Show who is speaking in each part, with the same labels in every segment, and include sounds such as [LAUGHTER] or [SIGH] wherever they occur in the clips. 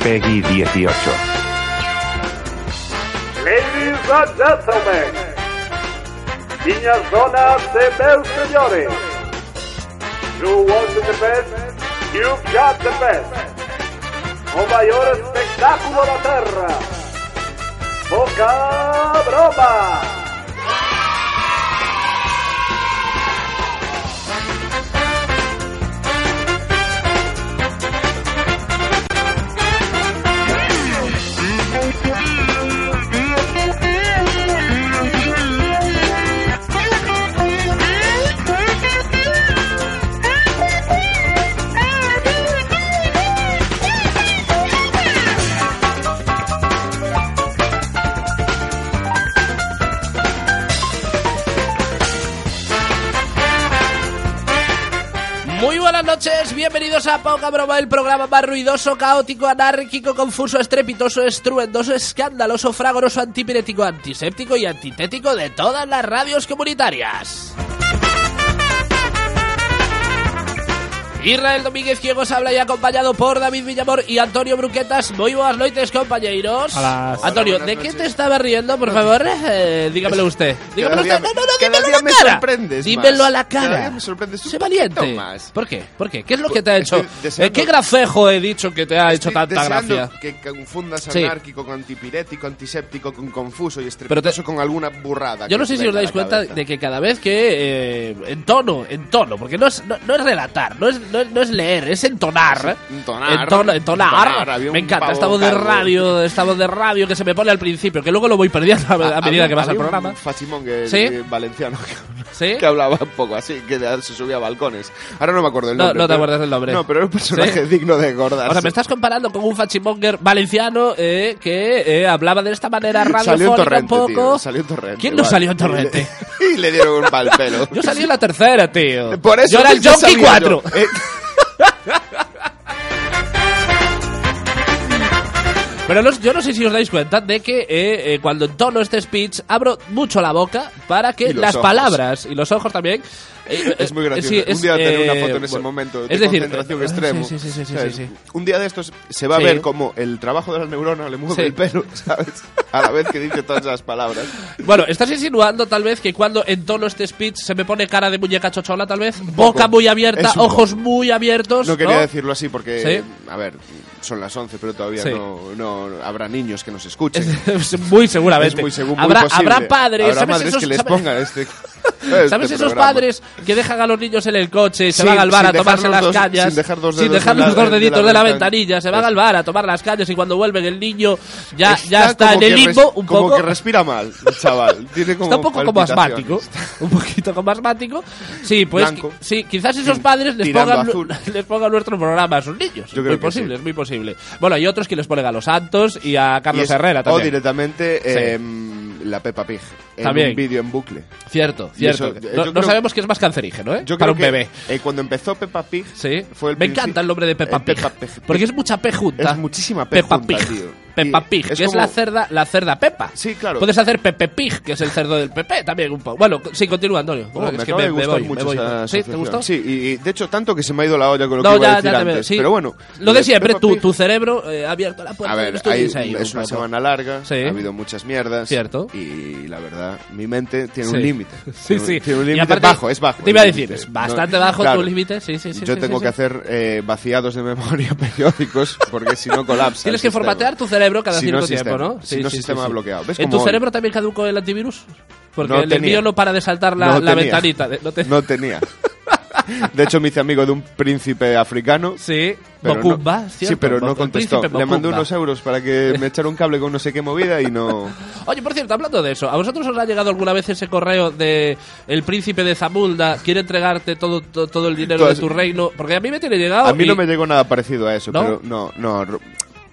Speaker 1: Peggy 18.
Speaker 2: Ladies and gentlemen, niñas, donas y bellos señores, you want the best, you've got the best. O mayor espectáculo de la tierra. Poca broma.
Speaker 3: Muy buenas noches, bienvenidos a Poca Broma, el programa más ruidoso, caótico, anárquico, confuso, estrepitoso, estruendoso, escandaloso, fragoroso, antipirético, antiséptico y antitético de todas las radios comunitarias. Israel Domínguez, quien os habla y acompañado por David Villamor y Antonio Bruquetas. Muy buenas noches, compañeros.
Speaker 4: Hola.
Speaker 3: Antonio, ¿de qué te estaba riendo, por favor? Eh, dígamelo usted. Dígamelo
Speaker 5: día
Speaker 3: usted. No,
Speaker 5: me-
Speaker 3: no, no,
Speaker 5: cada
Speaker 3: dímelo
Speaker 5: día
Speaker 3: a la
Speaker 5: me
Speaker 3: cara.
Speaker 5: sorprendes más.
Speaker 3: Dímelo a la
Speaker 5: Cada
Speaker 3: cara.
Speaker 5: día me sorprendes un
Speaker 3: Sé valiente.
Speaker 5: poquito más.
Speaker 3: ¿Por qué? ¿Por qué? ¿Qué es lo que te ha hecho?
Speaker 5: Estoy deseando-
Speaker 3: Eh, ¿Qué gracejo he dicho que te ha hecho
Speaker 5: Estoy
Speaker 3: tanta
Speaker 5: deseando
Speaker 3: gracia?
Speaker 5: Que confundas
Speaker 3: Sí.
Speaker 5: anárquico con antipirético, antiséptico con confuso y
Speaker 3: Pero te-
Speaker 5: estrepitoso con alguna burrada.
Speaker 3: Yo
Speaker 5: que
Speaker 3: no sé
Speaker 5: os
Speaker 3: si os
Speaker 5: venga a
Speaker 3: dais
Speaker 5: la
Speaker 3: cuenta
Speaker 5: cabeza.
Speaker 3: de que cada vez que eh, entono, entono, porque no es, no, no es relatar, no es, no, es- no es leer, es entonar.
Speaker 5: Entonar.
Speaker 3: Entono- entonar.
Speaker 5: Entonar, había
Speaker 3: Me
Speaker 5: un
Speaker 3: encanta,
Speaker 5: pavo
Speaker 3: esta voz de
Speaker 5: calvo.
Speaker 3: radio, esta voz de radio que se me pone al principio, que luego lo voy perdiendo a, a
Speaker 5: Ah,
Speaker 3: medida
Speaker 5: había-
Speaker 3: que pasa el
Speaker 5: había un
Speaker 3: programa.
Speaker 5: Fachimón que-
Speaker 3: ¿Sí?
Speaker 5: que- valenciano
Speaker 3: ¿Sí?
Speaker 5: que hablaba un poco así, que de- se subía a balcones. Ahora no me acuerdo el
Speaker 3: No,
Speaker 5: nombre.
Speaker 3: no te
Speaker 5: pero-
Speaker 3: acuerdas del nombre.
Speaker 5: No, pero era un personaje
Speaker 3: ¿Sí?
Speaker 5: digno de acordarse.
Speaker 3: O sea, me estás comparando con un fachimonger valenciano eh, que eh, hablaba de esta manera
Speaker 5: Salió en
Speaker 3: radiofónica un
Speaker 5: torrente,
Speaker 3: poco.
Speaker 5: tío, salió en torrente.
Speaker 3: ¿Quién no
Speaker 5: vale.
Speaker 3: salió en torrente?
Speaker 5: Y le, [LAUGHS] y le dieron un pal pelo.
Speaker 3: Yo salí en la tercera, tío.
Speaker 5: Por eso
Speaker 3: yo era el
Speaker 5: ya
Speaker 3: Jockey
Speaker 5: sabía
Speaker 3: 4.
Speaker 5: yo. Eh,
Speaker 3: [LAUGHS] Pero no- yo no sé si os dais cuenta de que eh, eh, cuando entono este speech abro mucho la boca para que
Speaker 5: Y los
Speaker 3: las
Speaker 5: ojos.
Speaker 3: palabras y los ojos también. eh,
Speaker 5: Es muy
Speaker 3: eh,
Speaker 5: gracioso.
Speaker 3: sí, es,
Speaker 5: un día tener una
Speaker 3: eh,
Speaker 5: foto en ese
Speaker 3: bueno,
Speaker 5: momento de
Speaker 3: es decir,
Speaker 5: concentración
Speaker 3: eh,
Speaker 5: extremo.
Speaker 3: Sí, sí, sí, sí,
Speaker 5: ¿sabes?
Speaker 3: sí, sí.
Speaker 5: Un día de estos se va a
Speaker 3: Sí.
Speaker 5: ver como el trabajo de las neuronas le mueve
Speaker 3: Sí.
Speaker 5: el pelo, ¿sabes? A la vez que dice todas esas palabras.
Speaker 3: Bueno, estás insinuando tal vez que cuando entono este speech se me pone cara de muñeca chochola, tal vez. Boca muy abierta,
Speaker 5: Es un
Speaker 3: ojos muy abiertos.
Speaker 5: No quería decirlo así porque,
Speaker 3: Pues, Sí.
Speaker 5: a ver, son las 11, pero todavía
Speaker 3: Sí.
Speaker 5: no, no habrá niños que nos escuchen.
Speaker 3: Es [LAUGHS] muy seguramente.
Speaker 5: Es muy seguro, muy
Speaker 3: habrá,
Speaker 5: posible.
Speaker 3: habrá padres,
Speaker 5: Habrá
Speaker 3: ¿sabes
Speaker 5: madres
Speaker 3: esos,
Speaker 5: que les
Speaker 3: sabe- [LAUGHS]
Speaker 5: pongan este.
Speaker 3: ¿Sabes
Speaker 5: este
Speaker 3: esos
Speaker 5: programa?
Speaker 3: padres que dejan a los niños en el coche, se
Speaker 5: Sin-
Speaker 3: van al bar a
Speaker 5: sin dejar
Speaker 3: tomarse
Speaker 5: los
Speaker 3: las
Speaker 5: dos-
Speaker 3: cañas,
Speaker 5: sin dejar dos
Speaker 3: sin
Speaker 5: dedos
Speaker 3: dejar
Speaker 5: en la-
Speaker 3: los dos
Speaker 5: de la
Speaker 3: deditos de la
Speaker 5: ventana.
Speaker 3: ventanilla, se van
Speaker 5: Eso.
Speaker 3: al bar a tomar las cañas y cuando vuelven el niño ya, ya
Speaker 5: Está
Speaker 3: está en
Speaker 5: como
Speaker 3: el
Speaker 5: que
Speaker 3: limbo
Speaker 5: res-
Speaker 3: un
Speaker 5: como
Speaker 3: poco.
Speaker 5: que respira mal, el chaval. Tiene como
Speaker 3: Está un poco como
Speaker 5: palpitaciones.
Speaker 3: asmático, [LAUGHS] un poquito como asmático. Sí, pues
Speaker 5: Blanco.
Speaker 3: qui- sí, quizás esos
Speaker 5: Tin-
Speaker 3: padres les
Speaker 5: tirando
Speaker 3: pongan,
Speaker 5: azul.
Speaker 3: [LAUGHS] les pongan nuestro programa a sus niños.
Speaker 5: Yo
Speaker 3: es
Speaker 5: creo
Speaker 3: muy
Speaker 5: que
Speaker 3: posible,
Speaker 5: sí.
Speaker 3: es muy posible. Bueno, hay otros que les ponen a los Santos y a Carlos
Speaker 5: Y es-
Speaker 3: Herrera
Speaker 5: O
Speaker 3: también.
Speaker 5: directamente
Speaker 3: Sí.
Speaker 5: em, la Peppa Pig. En
Speaker 3: También.
Speaker 5: un vídeo en bucle.
Speaker 3: Cierto,
Speaker 5: Y
Speaker 3: cierto.
Speaker 5: eso, eh,
Speaker 3: no
Speaker 5: yo
Speaker 3: no
Speaker 5: creo-
Speaker 3: sabemos que es más cancerígeno, ¿eh?
Speaker 5: Yo
Speaker 3: Para
Speaker 5: creo
Speaker 3: un
Speaker 5: que,
Speaker 3: bebé.
Speaker 5: eh, cuando empezó Peppa Pig,
Speaker 3: Sí.
Speaker 5: fue el
Speaker 3: Me
Speaker 5: princi-
Speaker 3: encanta el nombre de Peppa
Speaker 5: eh,
Speaker 3: Pig.
Speaker 5: Peppa Pig.
Speaker 3: Porque es mucha P junta.
Speaker 5: Es muchísima P
Speaker 3: Peppa
Speaker 5: junta,
Speaker 3: Pig.
Speaker 5: tío.
Speaker 3: Peppa
Speaker 5: Y
Speaker 3: Pig,
Speaker 5: es
Speaker 3: que es
Speaker 5: como-
Speaker 3: la cerda, la cerda Pepa.
Speaker 5: Sí, claro.
Speaker 3: Puedes hacer Pepe Pig, que es el cerdo del Pepe, también un poco. Bueno, sí, continúa, Antonio.
Speaker 5: Oh,
Speaker 3: Es
Speaker 5: me
Speaker 3: que
Speaker 5: acaba de gustar
Speaker 3: voy, me
Speaker 5: mucho
Speaker 3: voy.
Speaker 5: esa
Speaker 3: ¿Sí? ¿Te
Speaker 5: asociación.
Speaker 3: gustó?
Speaker 5: Sí, y, y de hecho tanto que se me ha ido la olla con lo que
Speaker 3: No,
Speaker 5: iba a
Speaker 3: ya,
Speaker 5: decir
Speaker 3: ya te
Speaker 5: antes.
Speaker 3: veo. Sí.
Speaker 5: Pero bueno. eh,
Speaker 3: Lo de siempre,
Speaker 5: Peppa
Speaker 3: tú,
Speaker 5: Pig-
Speaker 3: tu cerebro eh, ha abierto la puerta.
Speaker 5: A ver,
Speaker 3: los tuyos
Speaker 5: hay-
Speaker 3: ahí
Speaker 5: es
Speaker 3: un
Speaker 5: una
Speaker 3: poco.
Speaker 5: semana larga,
Speaker 3: Sí.
Speaker 5: ha habido muchas mierdas.
Speaker 3: Cierto.
Speaker 5: Y la verdad, mi mente tiene
Speaker 3: Sí.
Speaker 5: un límite.
Speaker 3: [LAUGHS] Sí,
Speaker 5: Tiene un-
Speaker 3: sí.
Speaker 5: Tiene un
Speaker 3: Y
Speaker 5: límite
Speaker 3: aparte,
Speaker 5: bajo, es bajo.
Speaker 3: Te
Speaker 5: el
Speaker 3: iba a decir,
Speaker 5: límite.
Speaker 3: es
Speaker 5: No,
Speaker 3: bastante bajo
Speaker 5: claro.
Speaker 3: tu límite. Sí, sí, sí.
Speaker 5: Yo
Speaker 3: sí,
Speaker 5: tengo
Speaker 3: sí,
Speaker 5: que
Speaker 3: sí.
Speaker 5: hacer eh, vaciados de [LAUGHS] memoria periódicos porque si no colapsa.
Speaker 3: Tienes
Speaker 5: el
Speaker 3: que
Speaker 5: sistema.
Speaker 3: formatear tu cerebro cada
Speaker 5: Si no,
Speaker 3: cierto
Speaker 5: sistema.
Speaker 3: tiempo, ¿no?
Speaker 5: Si no, sistema bloqueado. ¿Ves
Speaker 3: ¿En
Speaker 5: cómo
Speaker 3: tu
Speaker 5: hoy?
Speaker 3: cerebro también caducó el antivirus? Porque
Speaker 5: No
Speaker 3: el
Speaker 5: tenía.
Speaker 3: mío no para de saltar la,
Speaker 5: No
Speaker 3: la
Speaker 5: tenía.
Speaker 3: ventanita. de- no te-
Speaker 5: No tenía. De hecho, me hice amigo de un príncipe africano.
Speaker 3: Sí,
Speaker 5: pero no-
Speaker 3: Bocumba, ¿cierto?
Speaker 5: Sí, pero
Speaker 3: Bo-
Speaker 5: no
Speaker 3: el
Speaker 5: contestó.
Speaker 3: príncipe
Speaker 5: Le mandé
Speaker 3: Bocumba.
Speaker 5: unos em- euros para que me echara un cable con no sé qué movida y no.
Speaker 3: Oye, por cierto, hablando de eso, ¿a vosotros os ha llegado alguna vez ese correo de el príncipe de Zamunda quiere entregarte todo, to- todo el dinero
Speaker 5: Todo
Speaker 3: de
Speaker 5: es-
Speaker 3: tu reino? Porque a mí me tiene llegado.
Speaker 5: A mí
Speaker 3: Oh, y-
Speaker 5: no me llegó nada parecido a eso,
Speaker 3: ¿No?
Speaker 5: pero no, no. ro-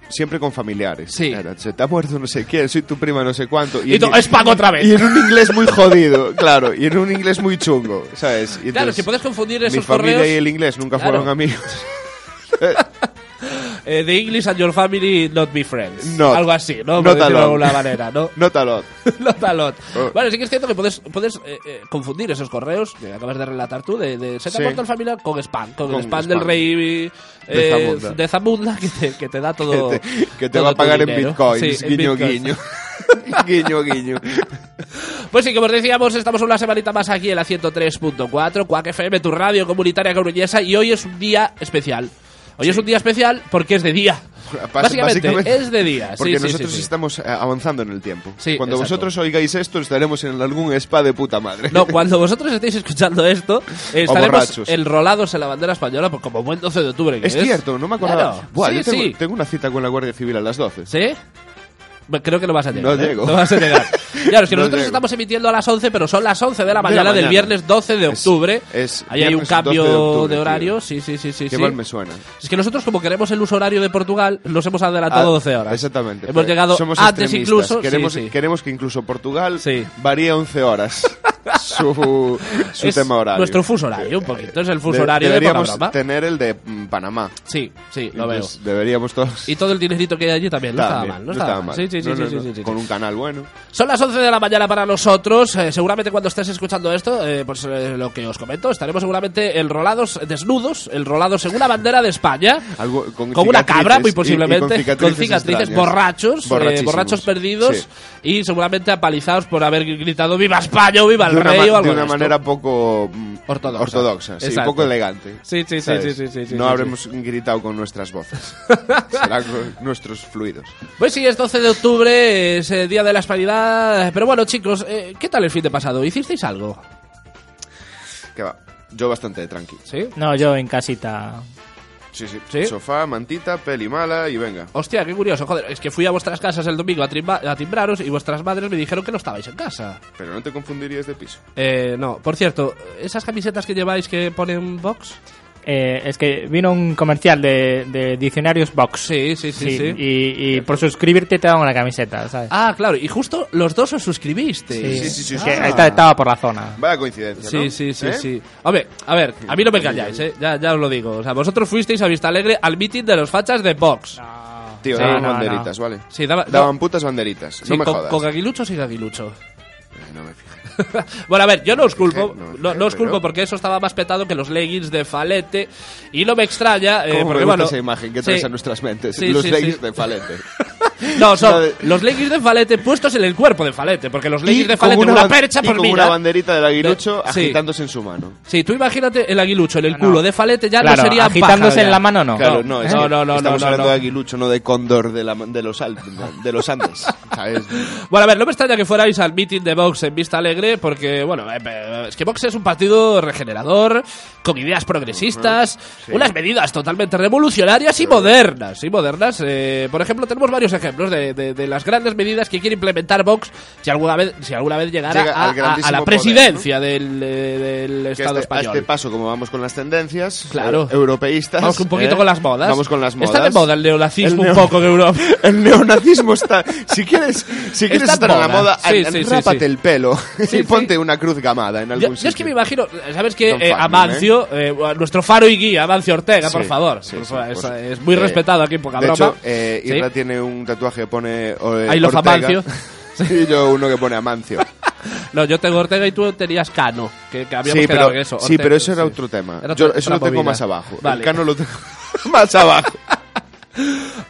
Speaker 5: Siempre con familiares.
Speaker 3: Sí.
Speaker 5: Era, se te ha muerto no sé quién, soy tu prima no sé cuánto.
Speaker 3: Y
Speaker 5: en-
Speaker 3: tú, "Es Paco otra vez".
Speaker 5: Y en un inglés muy jodido, [LAUGHS] claro. Y en un inglés muy chungo, ¿sabes? Y
Speaker 3: Claro,
Speaker 5: entonces,
Speaker 3: si puedes confundir
Speaker 5: Mi
Speaker 3: esos
Speaker 5: familia
Speaker 3: correos.
Speaker 5: [LAUGHS] y el inglés nunca
Speaker 3: Claro.
Speaker 5: fueron amigos.
Speaker 3: eh, The English and your family not be friends.
Speaker 5: Not.
Speaker 3: Algo así, ¿no?
Speaker 5: Not
Speaker 3: Por decirlo de
Speaker 5: alone.
Speaker 3: alguna manera,
Speaker 5: [LAUGHS]
Speaker 3: ¿no? [LAUGHS]
Speaker 5: Not a lot.
Speaker 3: Not a lot.
Speaker 5: Oh.
Speaker 3: Bueno, sí que es cierto que puedes, puedes eh, eh, confundir esos correos que acabas de relatar tú, de, de se te
Speaker 5: Sí.
Speaker 3: ha muerto el familiar con spam, con, el
Speaker 5: Con
Speaker 3: spam
Speaker 5: spam.
Speaker 3: del rey
Speaker 5: De
Speaker 3: eh,
Speaker 5: Zamunda.
Speaker 3: de Zamunda que te, que te da todo.
Speaker 5: [LAUGHS] que te, que te
Speaker 3: todo
Speaker 5: va a
Speaker 3: tu
Speaker 5: pagar en
Speaker 3: dinero.
Speaker 5: bitcoins.
Speaker 3: Sí, en
Speaker 5: guiño,
Speaker 3: bitcoins. [LAUGHS]
Speaker 5: guiño. [LAUGHS] guiño, guiño.
Speaker 3: Pues sí, como os decíamos, estamos una semanita más aquí en la 103.4, Quack FM, tu radio comunitaria coruñesa, y hoy es un día especial. Hoy es un día especial porque es de día.
Speaker 5: Bás-
Speaker 3: Básicamente,
Speaker 5: [LAUGHS]
Speaker 3: es de día. Sí,
Speaker 5: Porque
Speaker 3: sí, sí,
Speaker 5: nosotros
Speaker 3: sí.
Speaker 5: estamos eh, avanzando en el tiempo.
Speaker 3: Sí,
Speaker 5: Cuando
Speaker 3: exacto.
Speaker 5: vosotros oigáis esto, estaremos en algún spa de puta madre.
Speaker 3: No, cuando vosotros estéis escuchando esto, eh, estaremos
Speaker 5: borrachos.
Speaker 3: enrolados en la bandera española pues, como buen 12 de octubre. que
Speaker 5: [LAUGHS] es, cierto, no me acordaba.
Speaker 3: Claro.
Speaker 5: Buah,
Speaker 3: sí,
Speaker 5: yo tengo,
Speaker 3: sí.
Speaker 5: tengo una cita con la Guardia Civil a las 12.
Speaker 3: ¿Sí? Bueno, Creo que no vas a llegar.
Speaker 5: No
Speaker 3: ¿eh?
Speaker 5: llego.
Speaker 3: No vas a
Speaker 5: [LAUGHS]
Speaker 3: llegar. Claro, es que
Speaker 5: No
Speaker 3: nosotros
Speaker 5: llego.
Speaker 3: estamos emitiendo a las 11, pero son las 11 de la
Speaker 5: De la
Speaker 3: mañana, del
Speaker 5: mañana.
Speaker 3: viernes 12 de
Speaker 5: Es-
Speaker 3: octubre.
Speaker 5: es
Speaker 3: Ahí hay un
Speaker 5: viernes 12 de
Speaker 3: cambio de,
Speaker 5: octubre,
Speaker 3: horario.
Speaker 5: tío.
Speaker 3: Sí, sí, sí, sí.
Speaker 5: Qué
Speaker 3: sí.
Speaker 5: mal me suena.
Speaker 3: Es que nosotros, como queremos el uso horario de Portugal, nos hemos adelantado
Speaker 5: Ah,
Speaker 3: 12 horas.
Speaker 5: Exactamente.
Speaker 3: Hemos
Speaker 5: Pero
Speaker 3: llegado
Speaker 5: somos
Speaker 3: antes
Speaker 5: extremistas.
Speaker 3: incluso. sí,
Speaker 5: Queremos,
Speaker 3: sí.
Speaker 5: queremos que incluso Portugal
Speaker 3: Sí.
Speaker 5: varíe 11
Speaker 3: [LAUGHS]
Speaker 5: horas su, su
Speaker 3: Es
Speaker 5: tema horario.
Speaker 3: Nuestro fuso horario, un poquito. Es el fuso
Speaker 5: De-
Speaker 3: horario de
Speaker 5: deberíamos
Speaker 3: Panorama.
Speaker 5: tener el de mm, Panamá.
Speaker 3: Sí, sí, lo veo.
Speaker 5: Entonces, Deberíamos todos.
Speaker 3: Y todo el dinerito que hay allí también. No estaba
Speaker 5: También,
Speaker 3: mal, no estaba mal. Sí, sí, sí,
Speaker 5: No,
Speaker 3: sí,
Speaker 5: no,
Speaker 3: sí,
Speaker 5: no.
Speaker 3: sí, sí.
Speaker 5: Con un canal bueno.
Speaker 3: Son las 11 de la mañana para nosotros. eh, seguramente cuando estés escuchando esto, eh, pues eh, lo que os comento, estaremos seguramente enrolados, desnudos, enrolados en una bandera de España.
Speaker 5: Algo- con
Speaker 3: una
Speaker 5: cicatrices
Speaker 3: cabra, muy
Speaker 5: y- y
Speaker 3: posiblemente.
Speaker 5: con cicatrices extrañas.
Speaker 3: borrachos, eh,
Speaker 5: Borrachísimos.
Speaker 3: borrachos perdidos
Speaker 5: Sí.
Speaker 3: y seguramente apalizados por haber gritado ¡Viva España! o ¡Viva el
Speaker 5: de una,
Speaker 3: rey!
Speaker 5: ma-
Speaker 3: o algo
Speaker 5: de
Speaker 3: de
Speaker 5: una
Speaker 3: esto.
Speaker 5: manera poco mm,
Speaker 3: Ortodoxa.
Speaker 5: sí,
Speaker 3: Exacto.
Speaker 5: poco elegante.
Speaker 3: Sí, sí, sí,
Speaker 5: ¿sabes?
Speaker 3: sí, sí, sí, sí,
Speaker 5: No
Speaker 3: sí,
Speaker 5: habremos gritado con
Speaker 3: [LAUGHS]
Speaker 5: nuestras voces. Será con nuestros fluidos.
Speaker 3: Pues sí, es 12 de octubre, es eh, Día de la Hispanidad. Pero bueno, chicos, eh, ¿qué tal el fin de pasado? ¿Hicisteis algo?
Speaker 5: Que va. Yo bastante tranqui.
Speaker 3: ¿Sí?
Speaker 1: No, yo en casita.
Speaker 5: Sí, sí,
Speaker 3: ¿Sí?
Speaker 5: Sofá, mantita, peli mala y venga.
Speaker 3: Hostia, qué curioso, joder. Es que fui a vuestras casas el domingo a, trimba- a timbraros y vuestras madres me dijeron que no estabais en casa.
Speaker 5: Pero no te confundirías de piso.
Speaker 3: Eh, no. Por cierto, ¿esas camisetas que lleváis que ponen box?
Speaker 1: Eh, es que vino un comercial de, de diccionarios Box.
Speaker 3: Sí, sí, sí, sí.
Speaker 1: Y, y por suscribirte te daban una camiseta, ¿sabes?
Speaker 3: Ah, claro, y justo los dos os suscribisteis.
Speaker 5: sí, sí, sí,
Speaker 1: Que
Speaker 5: sí.
Speaker 1: esta- estaba por la zona.
Speaker 5: Vaya coincidencia,
Speaker 3: Sí,
Speaker 5: ¿no?
Speaker 3: sí, sí,
Speaker 5: ¿Eh?
Speaker 3: sí. Hombre, a ver, a mí no me engañáis, ¿eh? Ya, ya os lo digo. O sea, vosotros fuisteis a Vista Alegre al meeting de los fachas de Vox.
Speaker 5: Tío,
Speaker 1: Sí,
Speaker 5: daban
Speaker 1: no,
Speaker 5: banderitas, ¿vale?
Speaker 3: Sí, daba-
Speaker 5: Daban putas banderitas.
Speaker 3: Sí,
Speaker 5: no me
Speaker 3: con,
Speaker 5: jodas.
Speaker 3: con aguilucho sin aguilucho.
Speaker 5: Eh, No me fijé.
Speaker 3: bueno, a ver, yo no os culpo,
Speaker 5: Fijé, no,
Speaker 3: no, no os
Speaker 5: fijé,
Speaker 3: culpo
Speaker 5: pero-
Speaker 3: porque eso estaba más petado que los leggings de Falete y no me extraña, eh,
Speaker 5: ¿Cómo me
Speaker 3: porque
Speaker 5: gusta
Speaker 3: bueno,
Speaker 5: esa imagen que
Speaker 3: sí.
Speaker 5: traes a nuestras mentes?
Speaker 3: Sí,
Speaker 5: Los
Speaker 3: sí,
Speaker 5: leggings
Speaker 3: sí.
Speaker 5: de falete.
Speaker 3: No, son
Speaker 5: La de-
Speaker 3: los leggings de Falete puestos en el cuerpo de Falete, porque los leggings de Falete
Speaker 5: con
Speaker 3: una,
Speaker 5: ban-
Speaker 3: percha
Speaker 5: y
Speaker 3: por
Speaker 5: con
Speaker 3: mí. ¿eh?
Speaker 5: una banderita del aguilucho
Speaker 3: De- sí.
Speaker 5: agitándose en su mano.
Speaker 3: Sí, tú imagínate el aguilucho en el
Speaker 1: No,
Speaker 3: culo
Speaker 1: no.
Speaker 3: de Falete ya
Speaker 1: Claro,
Speaker 3: no sería
Speaker 1: agitándose
Speaker 3: paja,
Speaker 1: en
Speaker 3: ya.
Speaker 1: la mano, no.
Speaker 5: Ah, Claro, no, es
Speaker 3: no,
Speaker 5: que
Speaker 3: no, no,
Speaker 5: estamos
Speaker 3: no,
Speaker 5: hablando
Speaker 3: no.
Speaker 5: de aguilucho, no de cóndor de, la, de, los, Al- de
Speaker 3: [LAUGHS]
Speaker 5: los Andes, ¿sabes?
Speaker 3: Bueno, a ver, no me extraña que fuerais al meeting de Vox en Vista Alegre, porque, bueno, eh, eh, es que Vox es un partido regenerador, con ideas progresistas, unas medidas totalmente revolucionarias y modernas. Y modernas. eh, por ejemplo, tenemos varios ejemplos de, de- de las grandes medidas que quiere implementar Vox si alguna vez, si alguna vez llegara
Speaker 5: Llega
Speaker 3: a,
Speaker 5: al
Speaker 3: a- a
Speaker 5: grandísimo
Speaker 3: la
Speaker 5: poder,
Speaker 3: presidencia del, eh, del
Speaker 5: Que
Speaker 3: Estado
Speaker 5: este- a
Speaker 3: español.
Speaker 5: este paso, como vamos con las tendencias
Speaker 3: Claro.
Speaker 5: eh, europeístas...
Speaker 3: Vamos un poquito
Speaker 5: ¿eh?
Speaker 3: con las modas.
Speaker 5: Vamos con las modas.
Speaker 3: Está de moda el neonazismo
Speaker 5: El
Speaker 3: un
Speaker 5: neo-
Speaker 3: poco en Europa.
Speaker 5: [LAUGHS] El neonazismo está... Si quieres, si quieres
Speaker 3: Está
Speaker 5: estar
Speaker 3: de
Speaker 5: en la
Speaker 3: moda.
Speaker 5: moda,
Speaker 3: Sí,
Speaker 5: en-
Speaker 3: sí, sí,
Speaker 5: enrápate
Speaker 3: sí.
Speaker 5: el pelo
Speaker 3: Sí,
Speaker 5: [LAUGHS] y ponte
Speaker 3: sí.
Speaker 5: una cruz gamada en
Speaker 3: Yo,
Speaker 5: algún
Speaker 3: yo
Speaker 5: sitio.
Speaker 3: es que me imagino, ¿sabes que
Speaker 5: Don't fuck me,
Speaker 3: Amancio, eh, nuestro faro y guía, Amancio Ortega,
Speaker 5: Sí,
Speaker 3: por favor.
Speaker 5: sí,
Speaker 3: por
Speaker 5: sí,
Speaker 3: favor,
Speaker 5: por
Speaker 3: es,
Speaker 5: su-
Speaker 3: es muy
Speaker 5: eh,
Speaker 3: respetado aquí en poca
Speaker 5: De
Speaker 3: broma.
Speaker 5: hecho, eh,
Speaker 3: Sí.
Speaker 5: Irra tiene un tatuaje que pone eh, o- eh,
Speaker 3: I love
Speaker 5: Ortega, [LAUGHS]
Speaker 3: Amancio.
Speaker 5: y yo uno que pone Amancio.
Speaker 3: [LAUGHS] No, yo tengo Ortega y tú tenías Cano, que, que habíamos
Speaker 5: sí,
Speaker 3: quedado
Speaker 5: pero,
Speaker 3: en eso.
Speaker 5: sí,
Speaker 3: Ortega,
Speaker 5: pero eso era
Speaker 3: sí.
Speaker 5: otro tema.
Speaker 3: Era
Speaker 5: Yo
Speaker 3: otra-
Speaker 5: eso lo
Speaker 3: otra
Speaker 5: tengo
Speaker 3: movida.
Speaker 5: más abajo.
Speaker 3: Vale.
Speaker 5: El cano lo tengo [LAUGHS] más abajo.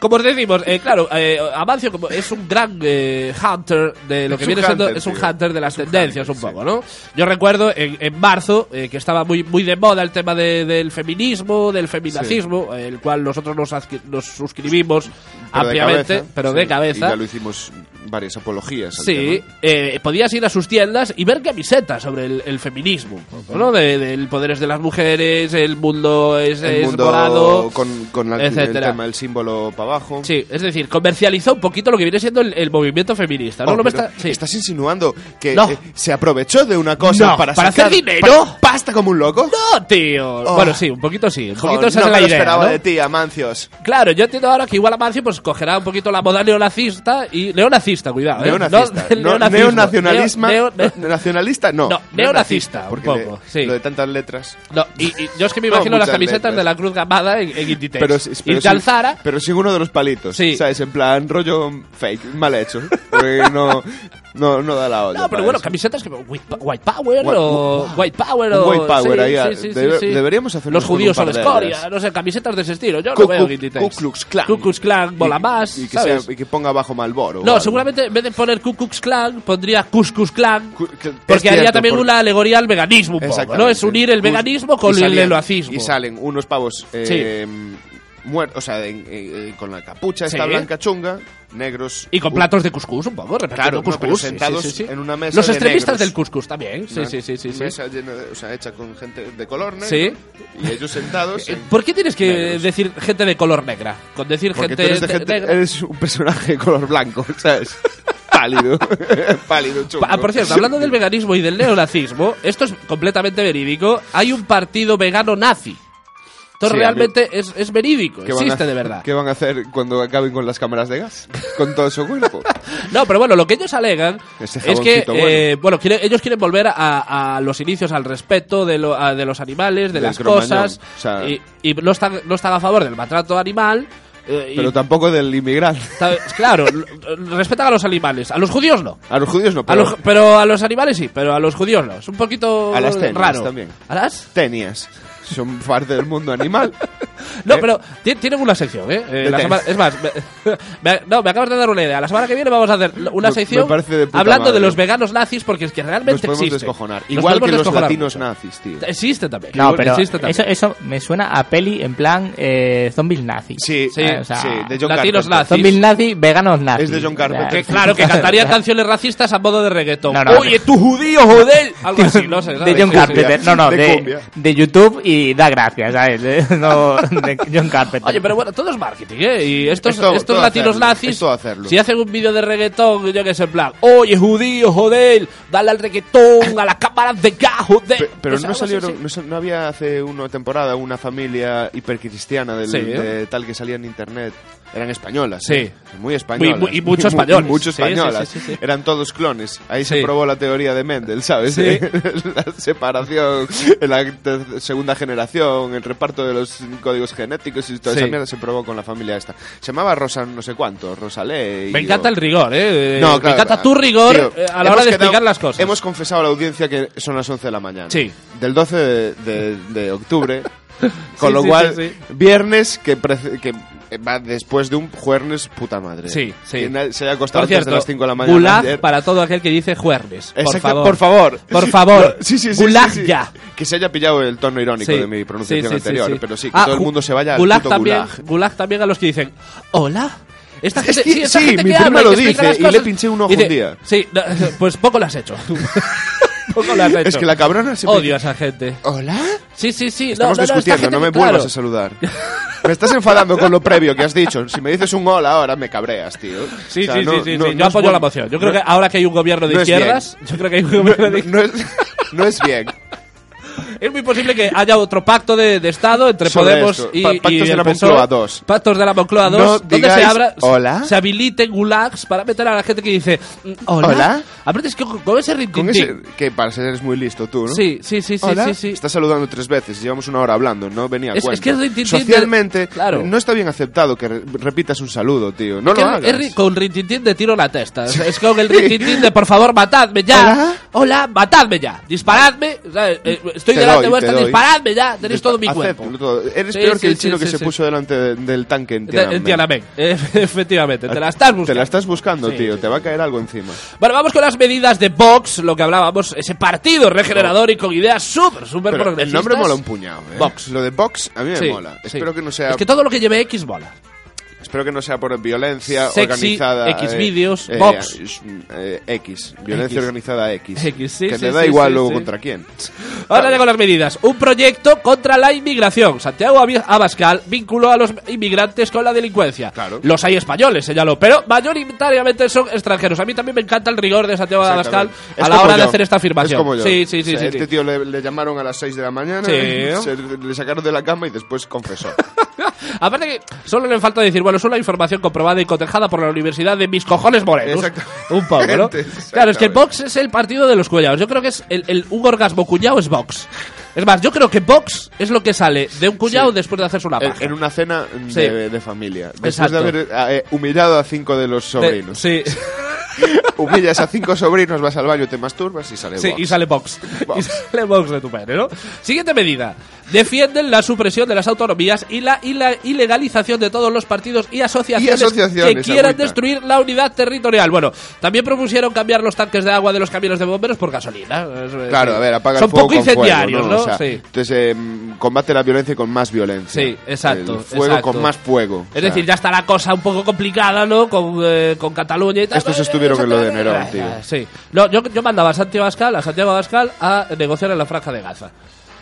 Speaker 3: Como os decimos, eh, claro, eh, Amancio como es un gran eh, hunter de lo
Speaker 5: Es
Speaker 3: que
Speaker 5: un
Speaker 3: viene siendo,
Speaker 5: hunter,
Speaker 3: es un
Speaker 5: tío.
Speaker 3: hunter de las tendencias
Speaker 5: hunter,
Speaker 3: un poco, ¿no? Yo recuerdo en, en marzo eh, que estaba muy muy de moda el tema de- del feminismo, del feminacismo, eh, el cual nosotros nos, adqui- nos suscribimos [LAUGHS]
Speaker 5: Pero de
Speaker 3: ampliamente,
Speaker 5: cabeza,
Speaker 3: pero
Speaker 5: sí.
Speaker 3: de cabeza.
Speaker 5: Y ya lo hicimos varias apologías. al
Speaker 3: Sí,
Speaker 5: tema.
Speaker 3: eh, podías ir a sus tiendas y ver camisetas sobre el, el feminismo, un poco, ¿no? De- del poderes de las mujeres, el mundo es,
Speaker 5: El
Speaker 3: es
Speaker 5: mundo
Speaker 3: morado,
Speaker 5: con, con la- el
Speaker 3: etcétera.
Speaker 5: tema, el símbolo para trabajo.
Speaker 3: Sí, es decir, comercializó un poquito lo que viene siendo el, el movimiento feminista. ¿no?
Speaker 5: Oh,
Speaker 3: No me
Speaker 5: pero
Speaker 3: está- sí.
Speaker 5: ¿Estás insinuando que
Speaker 3: No.
Speaker 5: eh, se aprovechó de una cosa
Speaker 3: No,
Speaker 5: para,
Speaker 3: para
Speaker 5: sacar
Speaker 3: hacer dinero.
Speaker 5: pa- pasta como un loco?
Speaker 3: No, tío.
Speaker 5: Oh.
Speaker 3: Bueno, sí, un poquito sí. Un poquito
Speaker 5: Joder,
Speaker 3: esa es
Speaker 5: no me
Speaker 3: la
Speaker 5: lo
Speaker 3: idea.
Speaker 5: esperaba eh,
Speaker 3: ¿no?
Speaker 5: de ti, Amancios.
Speaker 3: Claro, yo entiendo ahora que igual Amancio pues cogerá un poquito la moda neonazista y neonazista, cuidado. ¿eh?
Speaker 5: Neonazista.
Speaker 3: No,
Speaker 5: No,
Speaker 3: neonazismo.
Speaker 5: neonacionalismo.
Speaker 3: Neo-
Speaker 5: [LAUGHS]
Speaker 3: neo-
Speaker 5: no, nacionalista, no.
Speaker 3: No, neonazista, un
Speaker 5: Porque le-
Speaker 3: poco, sí.
Speaker 5: lo de tantas letras.
Speaker 3: no, y, y yo es que me
Speaker 5: No,
Speaker 3: imagino las
Speaker 5: muchas
Speaker 3: camisetas
Speaker 5: letras.
Speaker 3: de la Cruz Gamada en, en Inditex.
Speaker 5: Pero, sí- pero
Speaker 3: y tal
Speaker 5: sí-
Speaker 3: Zara,
Speaker 5: pero sin uno de los palitos.
Speaker 3: Sí.
Speaker 5: ¿Sabes? En plan, rollo fake, mal hecho. Porque no, no, no da la olla.
Speaker 3: No, pero
Speaker 5: para
Speaker 3: bueno,
Speaker 5: eso.
Speaker 3: camisetas que. White, pa- white Power
Speaker 5: White-
Speaker 3: o.
Speaker 5: wow.
Speaker 3: White Power
Speaker 5: Un
Speaker 3: o.
Speaker 5: White Power ahí, ah, debe- deberíamos hacernos
Speaker 3: Los
Speaker 5: con un
Speaker 3: judíos
Speaker 5: par
Speaker 3: son
Speaker 5: de
Speaker 3: escoria,
Speaker 5: ellas.
Speaker 3: no sé, camisetas de ese estilo. Yo
Speaker 5: Ku
Speaker 3: no veo
Speaker 5: Klux-
Speaker 3: Guilty
Speaker 5: Ku Klux Klan.
Speaker 3: Ku Klux Klan, mola
Speaker 5: Y-
Speaker 3: más.
Speaker 5: Y que,
Speaker 3: ¿sabes?
Speaker 5: sea- y que ponga abajo Malboro.
Speaker 3: no, seguramente en vez de poner Ku Klux Klan, pondría Cuscus Klan.
Speaker 5: Cu- que- es
Speaker 3: Porque haría
Speaker 5: cierto,
Speaker 3: también
Speaker 5: por-
Speaker 3: una alegoría al veganismo, un poco,
Speaker 5: Exacto.
Speaker 3: ¿no? Es unir el veganismo con el eloacismo.
Speaker 5: Y salen unos pavos eh, muertos, o sea, en- en- en- con la capucha esta
Speaker 3: Sí.
Speaker 5: blanca chunga, negros.
Speaker 3: Y con
Speaker 5: un-
Speaker 3: platos de cuscús, un poco,
Speaker 5: Claro,
Speaker 3: repartiendo
Speaker 5: no,
Speaker 3: cuscús.
Speaker 5: pero
Speaker 3: sí, sí,
Speaker 5: sentados
Speaker 3: sí, sí.
Speaker 5: en una mesa
Speaker 3: Los
Speaker 5: de
Speaker 3: extremistas
Speaker 5: negros.
Speaker 3: del cuscús también. Sí,
Speaker 5: una
Speaker 3: sí, sí, sí. sí.
Speaker 5: Mesa llena de- o sea, hecha con gente de color negro.
Speaker 3: Sí.
Speaker 5: Y
Speaker 3: [LAUGHS]
Speaker 5: ellos sentados.
Speaker 3: Eh,
Speaker 5: en-
Speaker 3: ¿Por qué tienes que
Speaker 5: Negros.
Speaker 3: decir gente de color negra? Con decir
Speaker 5: Porque
Speaker 3: gente,
Speaker 5: tú eres, de
Speaker 3: de-
Speaker 5: gente-
Speaker 3: negra.
Speaker 5: eres un personaje de color blanco, ¿sabes? Pálido. [LAUGHS] Pálido, chungo.
Speaker 3: Ah, por cierto, hablando del veganismo y del neonazismo, esto es completamente verídico. Hay un partido vegano nazi. Esto
Speaker 5: Sí,
Speaker 3: realmente es, es verídico,
Speaker 5: ¿Qué van a-
Speaker 3: existe de verdad.
Speaker 5: ¿Qué van a hacer cuando acaben con las cámaras de gas? Con todo su cuerpo.
Speaker 3: No, pero bueno, lo que ellos alegan
Speaker 5: Ese
Speaker 3: es que
Speaker 5: jaboncito bueno.
Speaker 3: eh, bueno, quiere- ellos quieren volver a, a los inicios, al respeto de, lo- a- de los animales, de
Speaker 5: Del
Speaker 3: las
Speaker 5: cromañón,
Speaker 3: cosas.
Speaker 5: o sea-
Speaker 3: y y no, están, no están a favor del maltrato animal. eh, [LAUGHS] y-
Speaker 5: Pero tampoco del inmigrante.
Speaker 3: ¿sabes? claro, [LAUGHS] l- l- respetan a los animales. A los judíos no.
Speaker 5: A los judíos no,
Speaker 3: A
Speaker 5: pero
Speaker 3: los- pero a los animales sí, pero a los judíos no. Es un poquito
Speaker 5: A las tenis
Speaker 3: raro.
Speaker 5: también.
Speaker 3: ¿A las?
Speaker 5: tenias. Son parte del mundo
Speaker 3: [LAUGHS]
Speaker 5: animal.
Speaker 3: No,
Speaker 5: Eh.
Speaker 3: pero ti- tienen una sección, ¿eh? Eh,
Speaker 5: De
Speaker 3: la
Speaker 5: tenis.
Speaker 3: semana- es más, me, [LAUGHS] me- no, me acabas de dar una idea. La semana que viene vamos a hacer una
Speaker 5: Me-
Speaker 3: sección
Speaker 5: me parece de puta
Speaker 3: hablando de
Speaker 5: madre.
Speaker 3: los veganos nazis porque es que realmente
Speaker 5: Nos podemos
Speaker 3: existe.
Speaker 5: descojonar.
Speaker 3: Nos
Speaker 5: Igual
Speaker 3: podemos
Speaker 5: que los
Speaker 3: descojonar
Speaker 5: latinos
Speaker 3: mucho. Eh,
Speaker 5: nazis, tío.
Speaker 3: Existe también.
Speaker 1: No, pero
Speaker 3: existe también.
Speaker 1: eso, eso me suena a peli en plan eh, zombies nazis.
Speaker 5: Sí, eh,
Speaker 1: Sí, o sea,
Speaker 5: sí, de
Speaker 3: latinos
Speaker 5: John Carpenter.
Speaker 3: nazis.
Speaker 1: Zombies nazis, veganos
Speaker 5: Es
Speaker 1: nazis.
Speaker 5: de John Carpenter.
Speaker 1: O sea,
Speaker 3: Claro,
Speaker 1: [LAUGHS]
Speaker 3: que cantarían canciones racistas a modo de reggaetón.
Speaker 1: No, no.
Speaker 3: Oye, tú judío,
Speaker 1: [LAUGHS]
Speaker 3: joder. Algo así, no sé.
Speaker 1: de
Speaker 3: ¿sabes?
Speaker 1: John
Speaker 3: Sí, sí.
Speaker 1: Carpenter, no, no,
Speaker 5: De
Speaker 1: de,
Speaker 5: cumbia.
Speaker 1: de YouTube y da gracias, ¿sabes? [LAUGHS] De- No, de John Carpenter.
Speaker 3: Oye, pero bueno, todo es marketing, ¿eh? Y estos,
Speaker 5: Esto-
Speaker 3: estos
Speaker 5: todo
Speaker 3: latinos
Speaker 5: hacerlo,
Speaker 3: nazis,
Speaker 5: es todo hacerlo.
Speaker 3: si hacen un vídeo de reggaetón, yo que sé, en plan, oye, judío, joder, dale al reggaetón, a las cámaras de gas, joder.
Speaker 5: Pe- Pero
Speaker 3: Es
Speaker 5: no
Speaker 3: algo así,
Speaker 5: salieron,
Speaker 3: sí.
Speaker 5: no, sa- no había hace una temporada una familia hipercristiana del,
Speaker 3: Sí, ¿eh?
Speaker 5: de tal que salía en internet. Eran españolas.
Speaker 3: Sí.
Speaker 5: ¿eh? Muy españolas.
Speaker 3: Muy- muy- y mucho
Speaker 5: [LAUGHS] Mu-
Speaker 3: españoles.
Speaker 5: mucho
Speaker 3: Sí, sí, sí,
Speaker 5: españolas.
Speaker 3: sí, sí.
Speaker 5: Eran todos clones. Ahí se
Speaker 3: Sí.
Speaker 5: probó la teoría de Mendel, ¿sabes?
Speaker 3: Sí.
Speaker 5: [LAUGHS] la separación, la te- segunda generación, el reparto de los códigos genéticos y toda
Speaker 3: Sí.
Speaker 5: esa mierda se probó con la familia esta. Se llamaba Rosa no sé cuánto, Rosalé. y-
Speaker 3: Me encanta
Speaker 5: o-
Speaker 3: el rigor, ¿eh?
Speaker 5: No,
Speaker 3: Me
Speaker 5: claro,
Speaker 3: encanta tu
Speaker 5: ah,
Speaker 3: rigor
Speaker 5: tío,
Speaker 3: eh, a la
Speaker 5: hemos
Speaker 3: hora de
Speaker 5: quedado-
Speaker 3: explicar las cosas.
Speaker 5: Hemos confesado a la audiencia que son las 11 de la mañana.
Speaker 3: Sí.
Speaker 5: Del 12 de, de- de octubre.
Speaker 3: [LAUGHS]
Speaker 5: con
Speaker 3: Sí,
Speaker 5: lo
Speaker 3: sí,
Speaker 5: cual,
Speaker 3: sí,
Speaker 5: viernes que, prece- que va después de un jueves puta madre.
Speaker 3: Sí, sí.
Speaker 5: Que na- se haya
Speaker 3: Por
Speaker 5: acostado antes
Speaker 3: cierto,
Speaker 5: de las 5 de la mañana.
Speaker 3: gulag
Speaker 5: ayer.
Speaker 3: para todo aquel que dice juernes. Por
Speaker 5: Exacto,
Speaker 3: favor.
Speaker 5: por favor.
Speaker 3: Por favor.
Speaker 5: [LAUGHS] Sí, sí, sí,
Speaker 3: Gulag
Speaker 5: sí, sí.
Speaker 3: ya.
Speaker 5: Que se haya pillado el tono irónico
Speaker 3: Sí,
Speaker 5: de mi pronunciación
Speaker 3: sí, sí, sí,
Speaker 5: anterior.
Speaker 3: sí.
Speaker 5: Pero sí, que
Speaker 3: Ah,
Speaker 5: todo el
Speaker 3: gu-
Speaker 5: mundo se vaya
Speaker 3: gulag
Speaker 5: al puto
Speaker 3: también,
Speaker 5: gulag.
Speaker 3: Gulag también a los que dicen, hola. Esta
Speaker 5: Es
Speaker 3: gente,
Speaker 5: que
Speaker 3: sí, esta
Speaker 5: sí,
Speaker 3: gente
Speaker 5: mi
Speaker 3: que
Speaker 5: prima
Speaker 3: habla y
Speaker 5: lo
Speaker 3: que explica
Speaker 5: dice,
Speaker 3: las
Speaker 5: y le
Speaker 3: cosas,
Speaker 5: pinché un ojo
Speaker 3: dice,
Speaker 5: un día.
Speaker 3: Sí, no, pues poco lo has
Speaker 5: [LAUGHS]
Speaker 3: hecho. poco lo has hecho.
Speaker 5: Es que la cabrona se
Speaker 3: Odio a esa gente.
Speaker 5: ¿Hola?
Speaker 3: Sí, sí, sí.
Speaker 5: Estamos
Speaker 3: no, no, no, esta
Speaker 5: discutiendo,
Speaker 3: gente-
Speaker 5: no me
Speaker 3: claro.
Speaker 5: vuelvas
Speaker 3: [LAUGHS]
Speaker 5: a saludar. Me estás enfadando con lo previo que has dicho. Si me dices un hola ahora, me cabreas, tío.
Speaker 3: Sí,
Speaker 5: O sea,
Speaker 3: sí,
Speaker 5: no-
Speaker 3: sí, sí,
Speaker 5: no-
Speaker 3: sí. Yo
Speaker 5: no es
Speaker 3: apoyo
Speaker 5: buen-
Speaker 3: la moción. Yo creo
Speaker 5: no-
Speaker 3: que ahora que hay un gobierno de
Speaker 5: no es bien.
Speaker 3: izquierdas, yo creo que hay un [LAUGHS] gobierno de
Speaker 5: No es, no es bien.
Speaker 3: Es muy posible que haya otro pacto de, de Estado entre
Speaker 5: Sobre
Speaker 3: Podemos
Speaker 5: esto.
Speaker 3: y,
Speaker 5: Pa- pactos
Speaker 3: y
Speaker 5: de
Speaker 3: el
Speaker 5: la
Speaker 3: PSOE.
Speaker 5: Moncloa dos.
Speaker 3: Pactos de la Moncloa 2.
Speaker 5: No
Speaker 3: donde se
Speaker 5: digáis
Speaker 3: abra,
Speaker 5: hola.
Speaker 3: se habiliten gulags para meter a la gente que dice mm, hola.
Speaker 5: Hola.
Speaker 3: Aparte es que con, con ese rintintín.
Speaker 5: Con ese, que para ser eres muy listo tú, ¿no?
Speaker 3: Sí, sí, sí, sí,
Speaker 5: Hola.
Speaker 3: sí, sí.
Speaker 5: Estás saludando tres veces, llevamos una hora hablando, no venía a
Speaker 3: Es-
Speaker 5: cuento.
Speaker 3: es que es rintintín de-
Speaker 5: Socialmente,
Speaker 3: claro.
Speaker 5: no está bien aceptado que re- repitas un saludo, tío. No
Speaker 3: Que
Speaker 5: lo
Speaker 3: es-
Speaker 5: hagas.
Speaker 3: es ri- con rintintín de tiro en la testa. Es- Es con el rintintín de por favor matadme ya.
Speaker 5: Hola.
Speaker 3: Hola, matadme ya. Disparadme. ¿sabes? Eh, Estoy
Speaker 5: Te
Speaker 3: delante
Speaker 5: doy,
Speaker 3: vuestra.
Speaker 5: te doy.
Speaker 3: Disparadme ya. Tenéis todo mi
Speaker 5: Acéptalo
Speaker 3: cuerpo.
Speaker 5: todo. Eres
Speaker 3: Sí,
Speaker 5: peor
Speaker 3: sí,
Speaker 5: que el
Speaker 3: sí,
Speaker 5: chino que
Speaker 3: sí,
Speaker 5: se
Speaker 3: sí.
Speaker 5: puso delante de- del tanque en
Speaker 3: De-
Speaker 5: Tiananmen.
Speaker 3: En Tiananmen. Eh, [LAUGHS] Efectivamente. Te la estás buscando.
Speaker 5: Te la estás buscando,
Speaker 3: Sí,
Speaker 5: tío.
Speaker 3: sí,
Speaker 5: Te va a caer algo encima.
Speaker 3: Bueno, vamos con las medidas de Vox, lo que hablábamos, ese partido regenerador y con ideas súper, súper
Speaker 5: Oh. Pero
Speaker 3: progresistas.
Speaker 5: el nombre mola un puñado, ¿eh?
Speaker 3: Vox.
Speaker 5: Lo de Box a mí me
Speaker 3: Sí,
Speaker 5: mola.
Speaker 3: sí.
Speaker 5: Espero que no sea.
Speaker 3: Es que todo lo que lleve X mola.
Speaker 5: Espero que no sea por violencia
Speaker 3: Sexy,
Speaker 5: organizada.
Speaker 3: X vídeos, Vox.
Speaker 5: eh, X. Violencia
Speaker 3: X.
Speaker 5: organizada X.
Speaker 3: X, sí,
Speaker 5: que
Speaker 3: sí,
Speaker 5: me da
Speaker 3: sí,
Speaker 5: igual
Speaker 3: sí,
Speaker 5: luego
Speaker 3: sí.
Speaker 5: contra quién.
Speaker 3: Ahora llego las medidas. Un proyecto contra la inmigración. Santiago Abi- Abascal vinculó a los inmigrantes con la delincuencia.
Speaker 5: Claro.
Speaker 3: Los hay españoles, señaló, pero mayoritariamente son extranjeros. A mí también me encanta el rigor de Santiago Abascal
Speaker 5: Exactamente.
Speaker 3: a
Speaker 5: Es
Speaker 3: la
Speaker 5: como
Speaker 3: hora de
Speaker 5: yo.
Speaker 3: hacer esta afirmación.
Speaker 5: Es como yo.
Speaker 3: Sí, sí, sí.
Speaker 5: O sea,
Speaker 3: sí,
Speaker 5: este
Speaker 3: sí.
Speaker 5: tío le, le llamaron a las 6 de la mañana,
Speaker 3: Sí.
Speaker 5: [LAUGHS] se- le sacaron de la cama y
Speaker 3: [LAUGHS]
Speaker 5: después confesó.
Speaker 3: Aparte que solo le falta decir, bueno, es una información comprobada y cotejada por la Universidad de mis cojones morenos.
Speaker 5: Exactamente.
Speaker 3: Un poco, ¿no?
Speaker 5: Exactamente.
Speaker 3: Claro, es que Vox es el partido de los cuellados. Yo creo que es el, el- un orgasmo cuñado es Vox. Es más, yo creo que Vox es lo que sale de un cuñado
Speaker 5: Sí.
Speaker 3: después de hacerse una
Speaker 5: en,
Speaker 3: paja.
Speaker 5: en una cena de,
Speaker 3: Sí.
Speaker 5: de familia. Después
Speaker 3: Exacto.
Speaker 5: de haber eh, humillado a cinco de los
Speaker 3: De-
Speaker 5: sobrinos.
Speaker 3: Sí,
Speaker 5: Humillas a cinco sobrinos, vas al baño, te masturbas y sale
Speaker 3: sí,
Speaker 5: Vox.
Speaker 3: y sale
Speaker 5: [LAUGHS]
Speaker 3: Vox.
Speaker 5: Vox.
Speaker 3: Y sale Vox de tu padre, ¿no? Siguiente medida. Defienden la supresión de las autonomías y la, y la ilegalización de todos los partidos y asociaciones,
Speaker 5: Y asociaciones,
Speaker 3: que quieran
Speaker 5: agüita.
Speaker 3: destruir la unidad territorial. Bueno, también propusieron cambiar los tanques de agua de los camiones de bomberos por gasolina. Eh,
Speaker 5: Claro,
Speaker 3: sí.
Speaker 5: a ver, apaga
Speaker 3: Son
Speaker 5: el fuego
Speaker 3: poco
Speaker 5: con fuego,
Speaker 3: incendiarios,
Speaker 5: ¿no?
Speaker 3: ¿no?
Speaker 5: O sea,
Speaker 3: Sí.
Speaker 5: Entonces, eh, mm, combate la violencia con más violencia.
Speaker 3: Sí, exacto,
Speaker 5: El fuego
Speaker 3: exacto.
Speaker 5: con más fuego.
Speaker 3: Es decir, ya está la cosa un poco complicada, ¿no? Con, eh, con Cataluña y tal.
Speaker 5: [LAUGHS]
Speaker 3: Eh,
Speaker 5: Estos estuvieron en lo de Nerón, tío.
Speaker 3: Sí. No, yo, yo mandaba a Santiago Abascal, a Santiago Abascal a negociar en la franja de Gaza.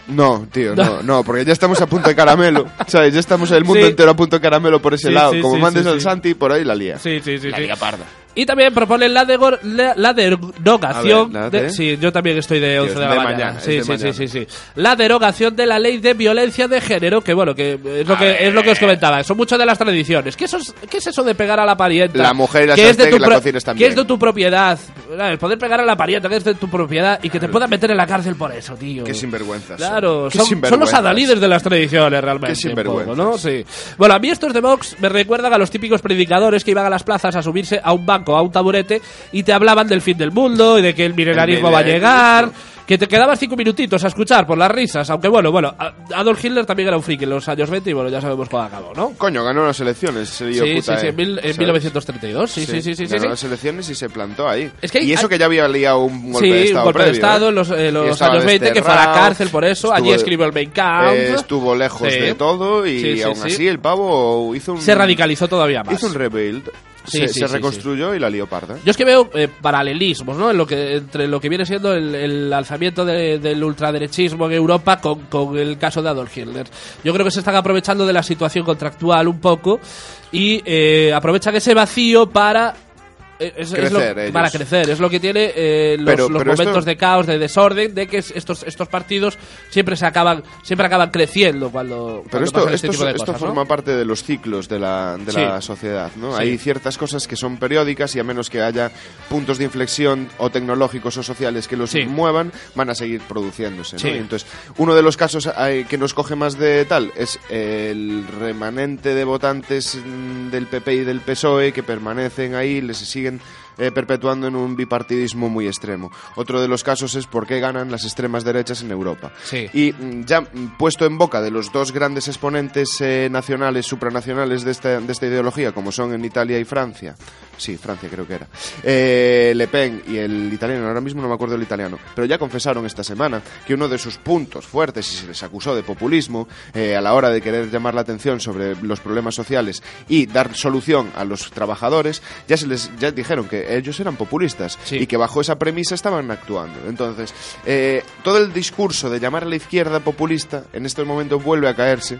Speaker 5: No, tío, no, no, porque ya estamos a punto de
Speaker 3: [LAUGHS]
Speaker 5: caramelo. ¿Sabes? Ya estamos el mundo
Speaker 3: Sí.
Speaker 5: entero a punto de caramelo por ese
Speaker 3: Sí,
Speaker 5: lado.
Speaker 3: sí,
Speaker 5: Como
Speaker 3: sí,
Speaker 5: mandes
Speaker 3: sí,
Speaker 5: al
Speaker 3: sí.
Speaker 5: Santi, por ahí la lía.
Speaker 3: Sí, sí, sí. sí.
Speaker 5: parda.
Speaker 3: Y también proponen la, degor- la, la derogación.
Speaker 5: A ver, la
Speaker 3: de-
Speaker 5: de-
Speaker 3: sí, yo también estoy de 11
Speaker 5: es
Speaker 3: de la
Speaker 5: de
Speaker 3: mañana.
Speaker 5: mañana, es
Speaker 3: sí,
Speaker 5: de
Speaker 3: sí, sí,
Speaker 5: mañana.
Speaker 3: sí, sí. La derogación de la ley de violencia de género, que bueno, que es lo que, es lo que os comentaba. Son muchas de las tradiciones. ¿Qué, eso es- qué es eso de pegar a la parienta?
Speaker 5: La mujer y la
Speaker 3: Que es de
Speaker 5: sartén
Speaker 3: tu
Speaker 5: y la
Speaker 3: pro-
Speaker 5: cocina están
Speaker 3: que es
Speaker 5: bien.
Speaker 3: de tu propiedad. El poder pegar a la parienta, que es de tu propiedad y que te puedan meter en la cárcel por eso, tío.
Speaker 5: Qué sinvergüenzas.
Speaker 3: Claro,
Speaker 5: Qué
Speaker 3: son, son los
Speaker 5: sinvergüenzas.
Speaker 3: adalides de las tradiciones realmente.
Speaker 5: Qué
Speaker 3: un poco,
Speaker 5: sinvergüenzas.
Speaker 3: ¿no? Sí. Bueno, a mí estos de Vox me recuerdan a los típicos predicadores que iban a las plazas a subirse a un banco, a un taburete, y te hablaban del fin del mundo y de que el milenarismo
Speaker 5: El
Speaker 3: va a llegar.
Speaker 5: milenarismo.
Speaker 3: Que te quedabas cinco minutitos a escuchar por las risas, aunque bueno, bueno, a- Adolf Hitler también era un friki en los años 20 y bueno, ya sabemos cómo acabó, ¿no?
Speaker 5: Coño, ganó las elecciones. ese lío
Speaker 3: sí,
Speaker 5: puta,
Speaker 3: sí, sí,
Speaker 5: eh,
Speaker 3: en, mil- en
Speaker 5: ¿sabes?
Speaker 3: 1932, sí, sí, sí, sí, sí,
Speaker 5: Ganó
Speaker 3: sí.
Speaker 5: las elecciones y se plantó ahí.
Speaker 3: Es que hay-
Speaker 5: y eso
Speaker 3: hay-
Speaker 5: que ya había liado un golpe
Speaker 3: Sí,
Speaker 5: de
Speaker 3: un
Speaker 5: Estado.
Speaker 3: golpe de
Speaker 5: previo,
Speaker 3: Estado
Speaker 5: ¿eh?
Speaker 3: en los- en
Speaker 5: Y
Speaker 3: los
Speaker 5: estaba
Speaker 3: años 20, que fue a la cárcel por eso, allí escribió el Mein Kampf.
Speaker 5: eh, estuvo lejos
Speaker 3: Sí.
Speaker 5: de todo y
Speaker 3: Sí, sí,
Speaker 5: aún
Speaker 3: sí.
Speaker 5: así el pavo hizo un.
Speaker 3: Se radicalizó todavía más.
Speaker 5: Hizo un rebuild.
Speaker 3: Sí,
Speaker 5: se,
Speaker 3: sí,
Speaker 5: se
Speaker 3: sí,
Speaker 5: reconstruyó y la lió parda.
Speaker 3: Yo es que veo eh, paralelismos, ¿no? En lo que, entre lo que viene siendo el, el lanzamiento de- del ultraderechismo en Europa con, con el caso de Adolf Hitler. Yo creo que se están aprovechando de la situación contractual un poco y eh, aprovechan ese vacío para... eh, es- es lo-
Speaker 5: Crecer ellos.
Speaker 3: para crecer, es lo que tiene eh, los,
Speaker 5: Pero-
Speaker 3: los
Speaker 5: pero
Speaker 3: momentos
Speaker 5: esto-
Speaker 3: de caos, de desorden, de que es- estos, estos partidos siempre se acaban, siempre acaban creciendo cuando,
Speaker 5: Pero
Speaker 3: cuando
Speaker 5: esto,
Speaker 3: pasan
Speaker 5: esto,
Speaker 3: este tipo de
Speaker 5: esto
Speaker 3: cosas, ¿no?
Speaker 5: forma parte de los ciclos de la, de
Speaker 3: Sí.
Speaker 5: la sociedad, ¿no?
Speaker 3: Sí.
Speaker 5: Hay ciertas cosas que son periódicas y a menos que haya puntos de inflexión o tecnológicos o sociales que los
Speaker 3: Sí.
Speaker 5: muevan, van a seguir produciéndose, ¿no?
Speaker 3: Sí.
Speaker 5: Y Entonces, uno de los casos eh, que nos coge más de tal es el remanente de votantes mm, del PP y del PSOE E que permanecen ahí, les siguen eh, perpetuando en un bipartidismo muy extremo. Otro de los casos es por qué ganan las extremas derechas en Europa.
Speaker 3: Sí.
Speaker 5: Y mm, ya mm, puesto en boca de los dos grandes exponentes eh, nacionales, supranacionales de esta, de esta ideología, como son en Italia y Francia, sí, Francia creo que era, eh, Le Pen y el italiano, ahora mismo no me acuerdo el italiano, pero ya confesaron esta semana que uno de sus puntos fuertes, y se les acusó de populismo, eh, a la hora de querer llamar la atención sobre los problemas sociales y dar solución a los trabajadores, ya se les ya dijeron que ellos eran populistas
Speaker 3: Sí.
Speaker 5: y que bajo esa premisa estaban actuando. Entonces, eh, todo el discurso de llamar a la izquierda populista en este momento vuelve a caerse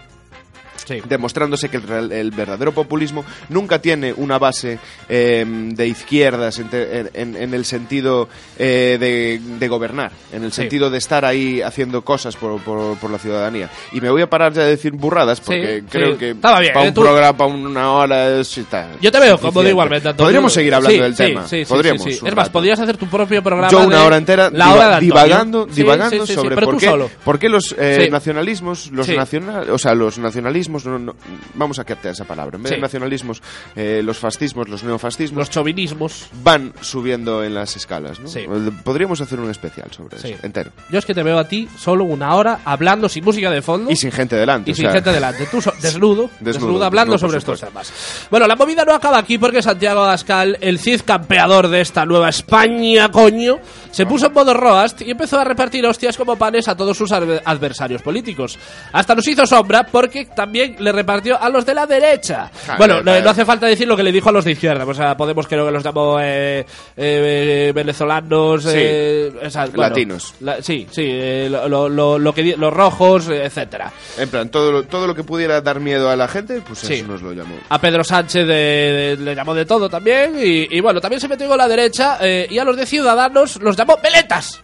Speaker 3: Sí.
Speaker 5: demostrándose que el, real- el verdadero populismo nunca tiene una base eh, de izquierdas en, te- en- en- en el sentido eh, de, de gobernar, en el
Speaker 3: Sí.
Speaker 5: sentido de estar ahí haciendo cosas por, por- por la ciudadanía. Y me voy a parar ya de decir burradas porque
Speaker 3: Sí,
Speaker 5: creo
Speaker 3: sí.
Speaker 5: que
Speaker 3: Estaba bien,
Speaker 5: para
Speaker 3: eh,
Speaker 5: un
Speaker 3: tú-
Speaker 5: programa, para una hora, es- está
Speaker 3: Yo te veo
Speaker 5: suficiente.
Speaker 3: cómodo igualmente. Antonio.
Speaker 5: Podríamos seguir hablando
Speaker 3: Sí,
Speaker 5: del
Speaker 3: sí,
Speaker 5: tema.
Speaker 3: sí, sí,
Speaker 5: Podríamos.
Speaker 3: sí, sí.
Speaker 5: un
Speaker 3: Es más,
Speaker 5: rato.
Speaker 3: podrías hacer tu propio programa.
Speaker 5: Yo una
Speaker 3: de
Speaker 5: hora entera
Speaker 3: La
Speaker 5: diva-
Speaker 3: hora de Antonio.
Speaker 5: divagando,
Speaker 3: Sí,
Speaker 5: divagando
Speaker 3: sí, sí, sí,
Speaker 5: sobre
Speaker 3: pero
Speaker 5: por,
Speaker 3: tú
Speaker 5: qué,
Speaker 3: solo.
Speaker 5: por qué los eh,
Speaker 3: Sí.
Speaker 5: nacionalismos, los
Speaker 3: Sí.
Speaker 5: nacional, o sea, los nacionalismos, no, no, vamos a captar esa palabra, en vez
Speaker 3: Sí.
Speaker 5: de nacionalismos, eh, los fascismos, los neofascismos
Speaker 3: Los chauvinismos.
Speaker 5: van subiendo en las escalas, ¿no?
Speaker 3: Sí.
Speaker 5: Podríamos hacer un especial sobre
Speaker 3: Sí.
Speaker 5: eso, entero.
Speaker 3: Yo es que te veo a ti solo una hora hablando sin música de fondo.
Speaker 5: Y sin gente delante.
Speaker 3: y
Speaker 5: o
Speaker 3: sin
Speaker 5: sea,
Speaker 3: gente delante, tú so-
Speaker 5: [LAUGHS]
Speaker 3: desnudo, desnudo,
Speaker 5: desnudo,
Speaker 3: hablando
Speaker 5: por
Speaker 3: sobre estos
Speaker 5: supuesto.
Speaker 3: temas. Bueno, la movida no acaba aquí porque Santiago Abascal, el Cid campeador de esta nueva España, coño, se puso en modo Roast y empezó a repartir hostias como panes a todos sus adver- adversarios políticos. Hasta nos hizo sombra porque también también le repartió a los de la derecha.
Speaker 5: Joder,
Speaker 3: bueno, no,
Speaker 5: joder.
Speaker 3: no hace falta decir lo que le dijo a los de izquierda. pues, O sea, Podemos creo que los llamó eh, eh, venezolanos,
Speaker 5: Sí.
Speaker 3: eh, o sea, bueno,
Speaker 5: Latinos.
Speaker 3: la- sí, sí, eh, lo, lo- lo- lo que di- los rojos, eh, etcétera.
Speaker 5: En plan, todo lo, todo lo que pudiera dar miedo a la gente, pues
Speaker 3: Sí. Ah,
Speaker 5: eso nos lo llamó.
Speaker 3: A Pedro Sánchez de- de- le llamó de todo también. Y, y bueno, también se metió con la derecha. eh, y a los de Ciudadanos los llamó veletas.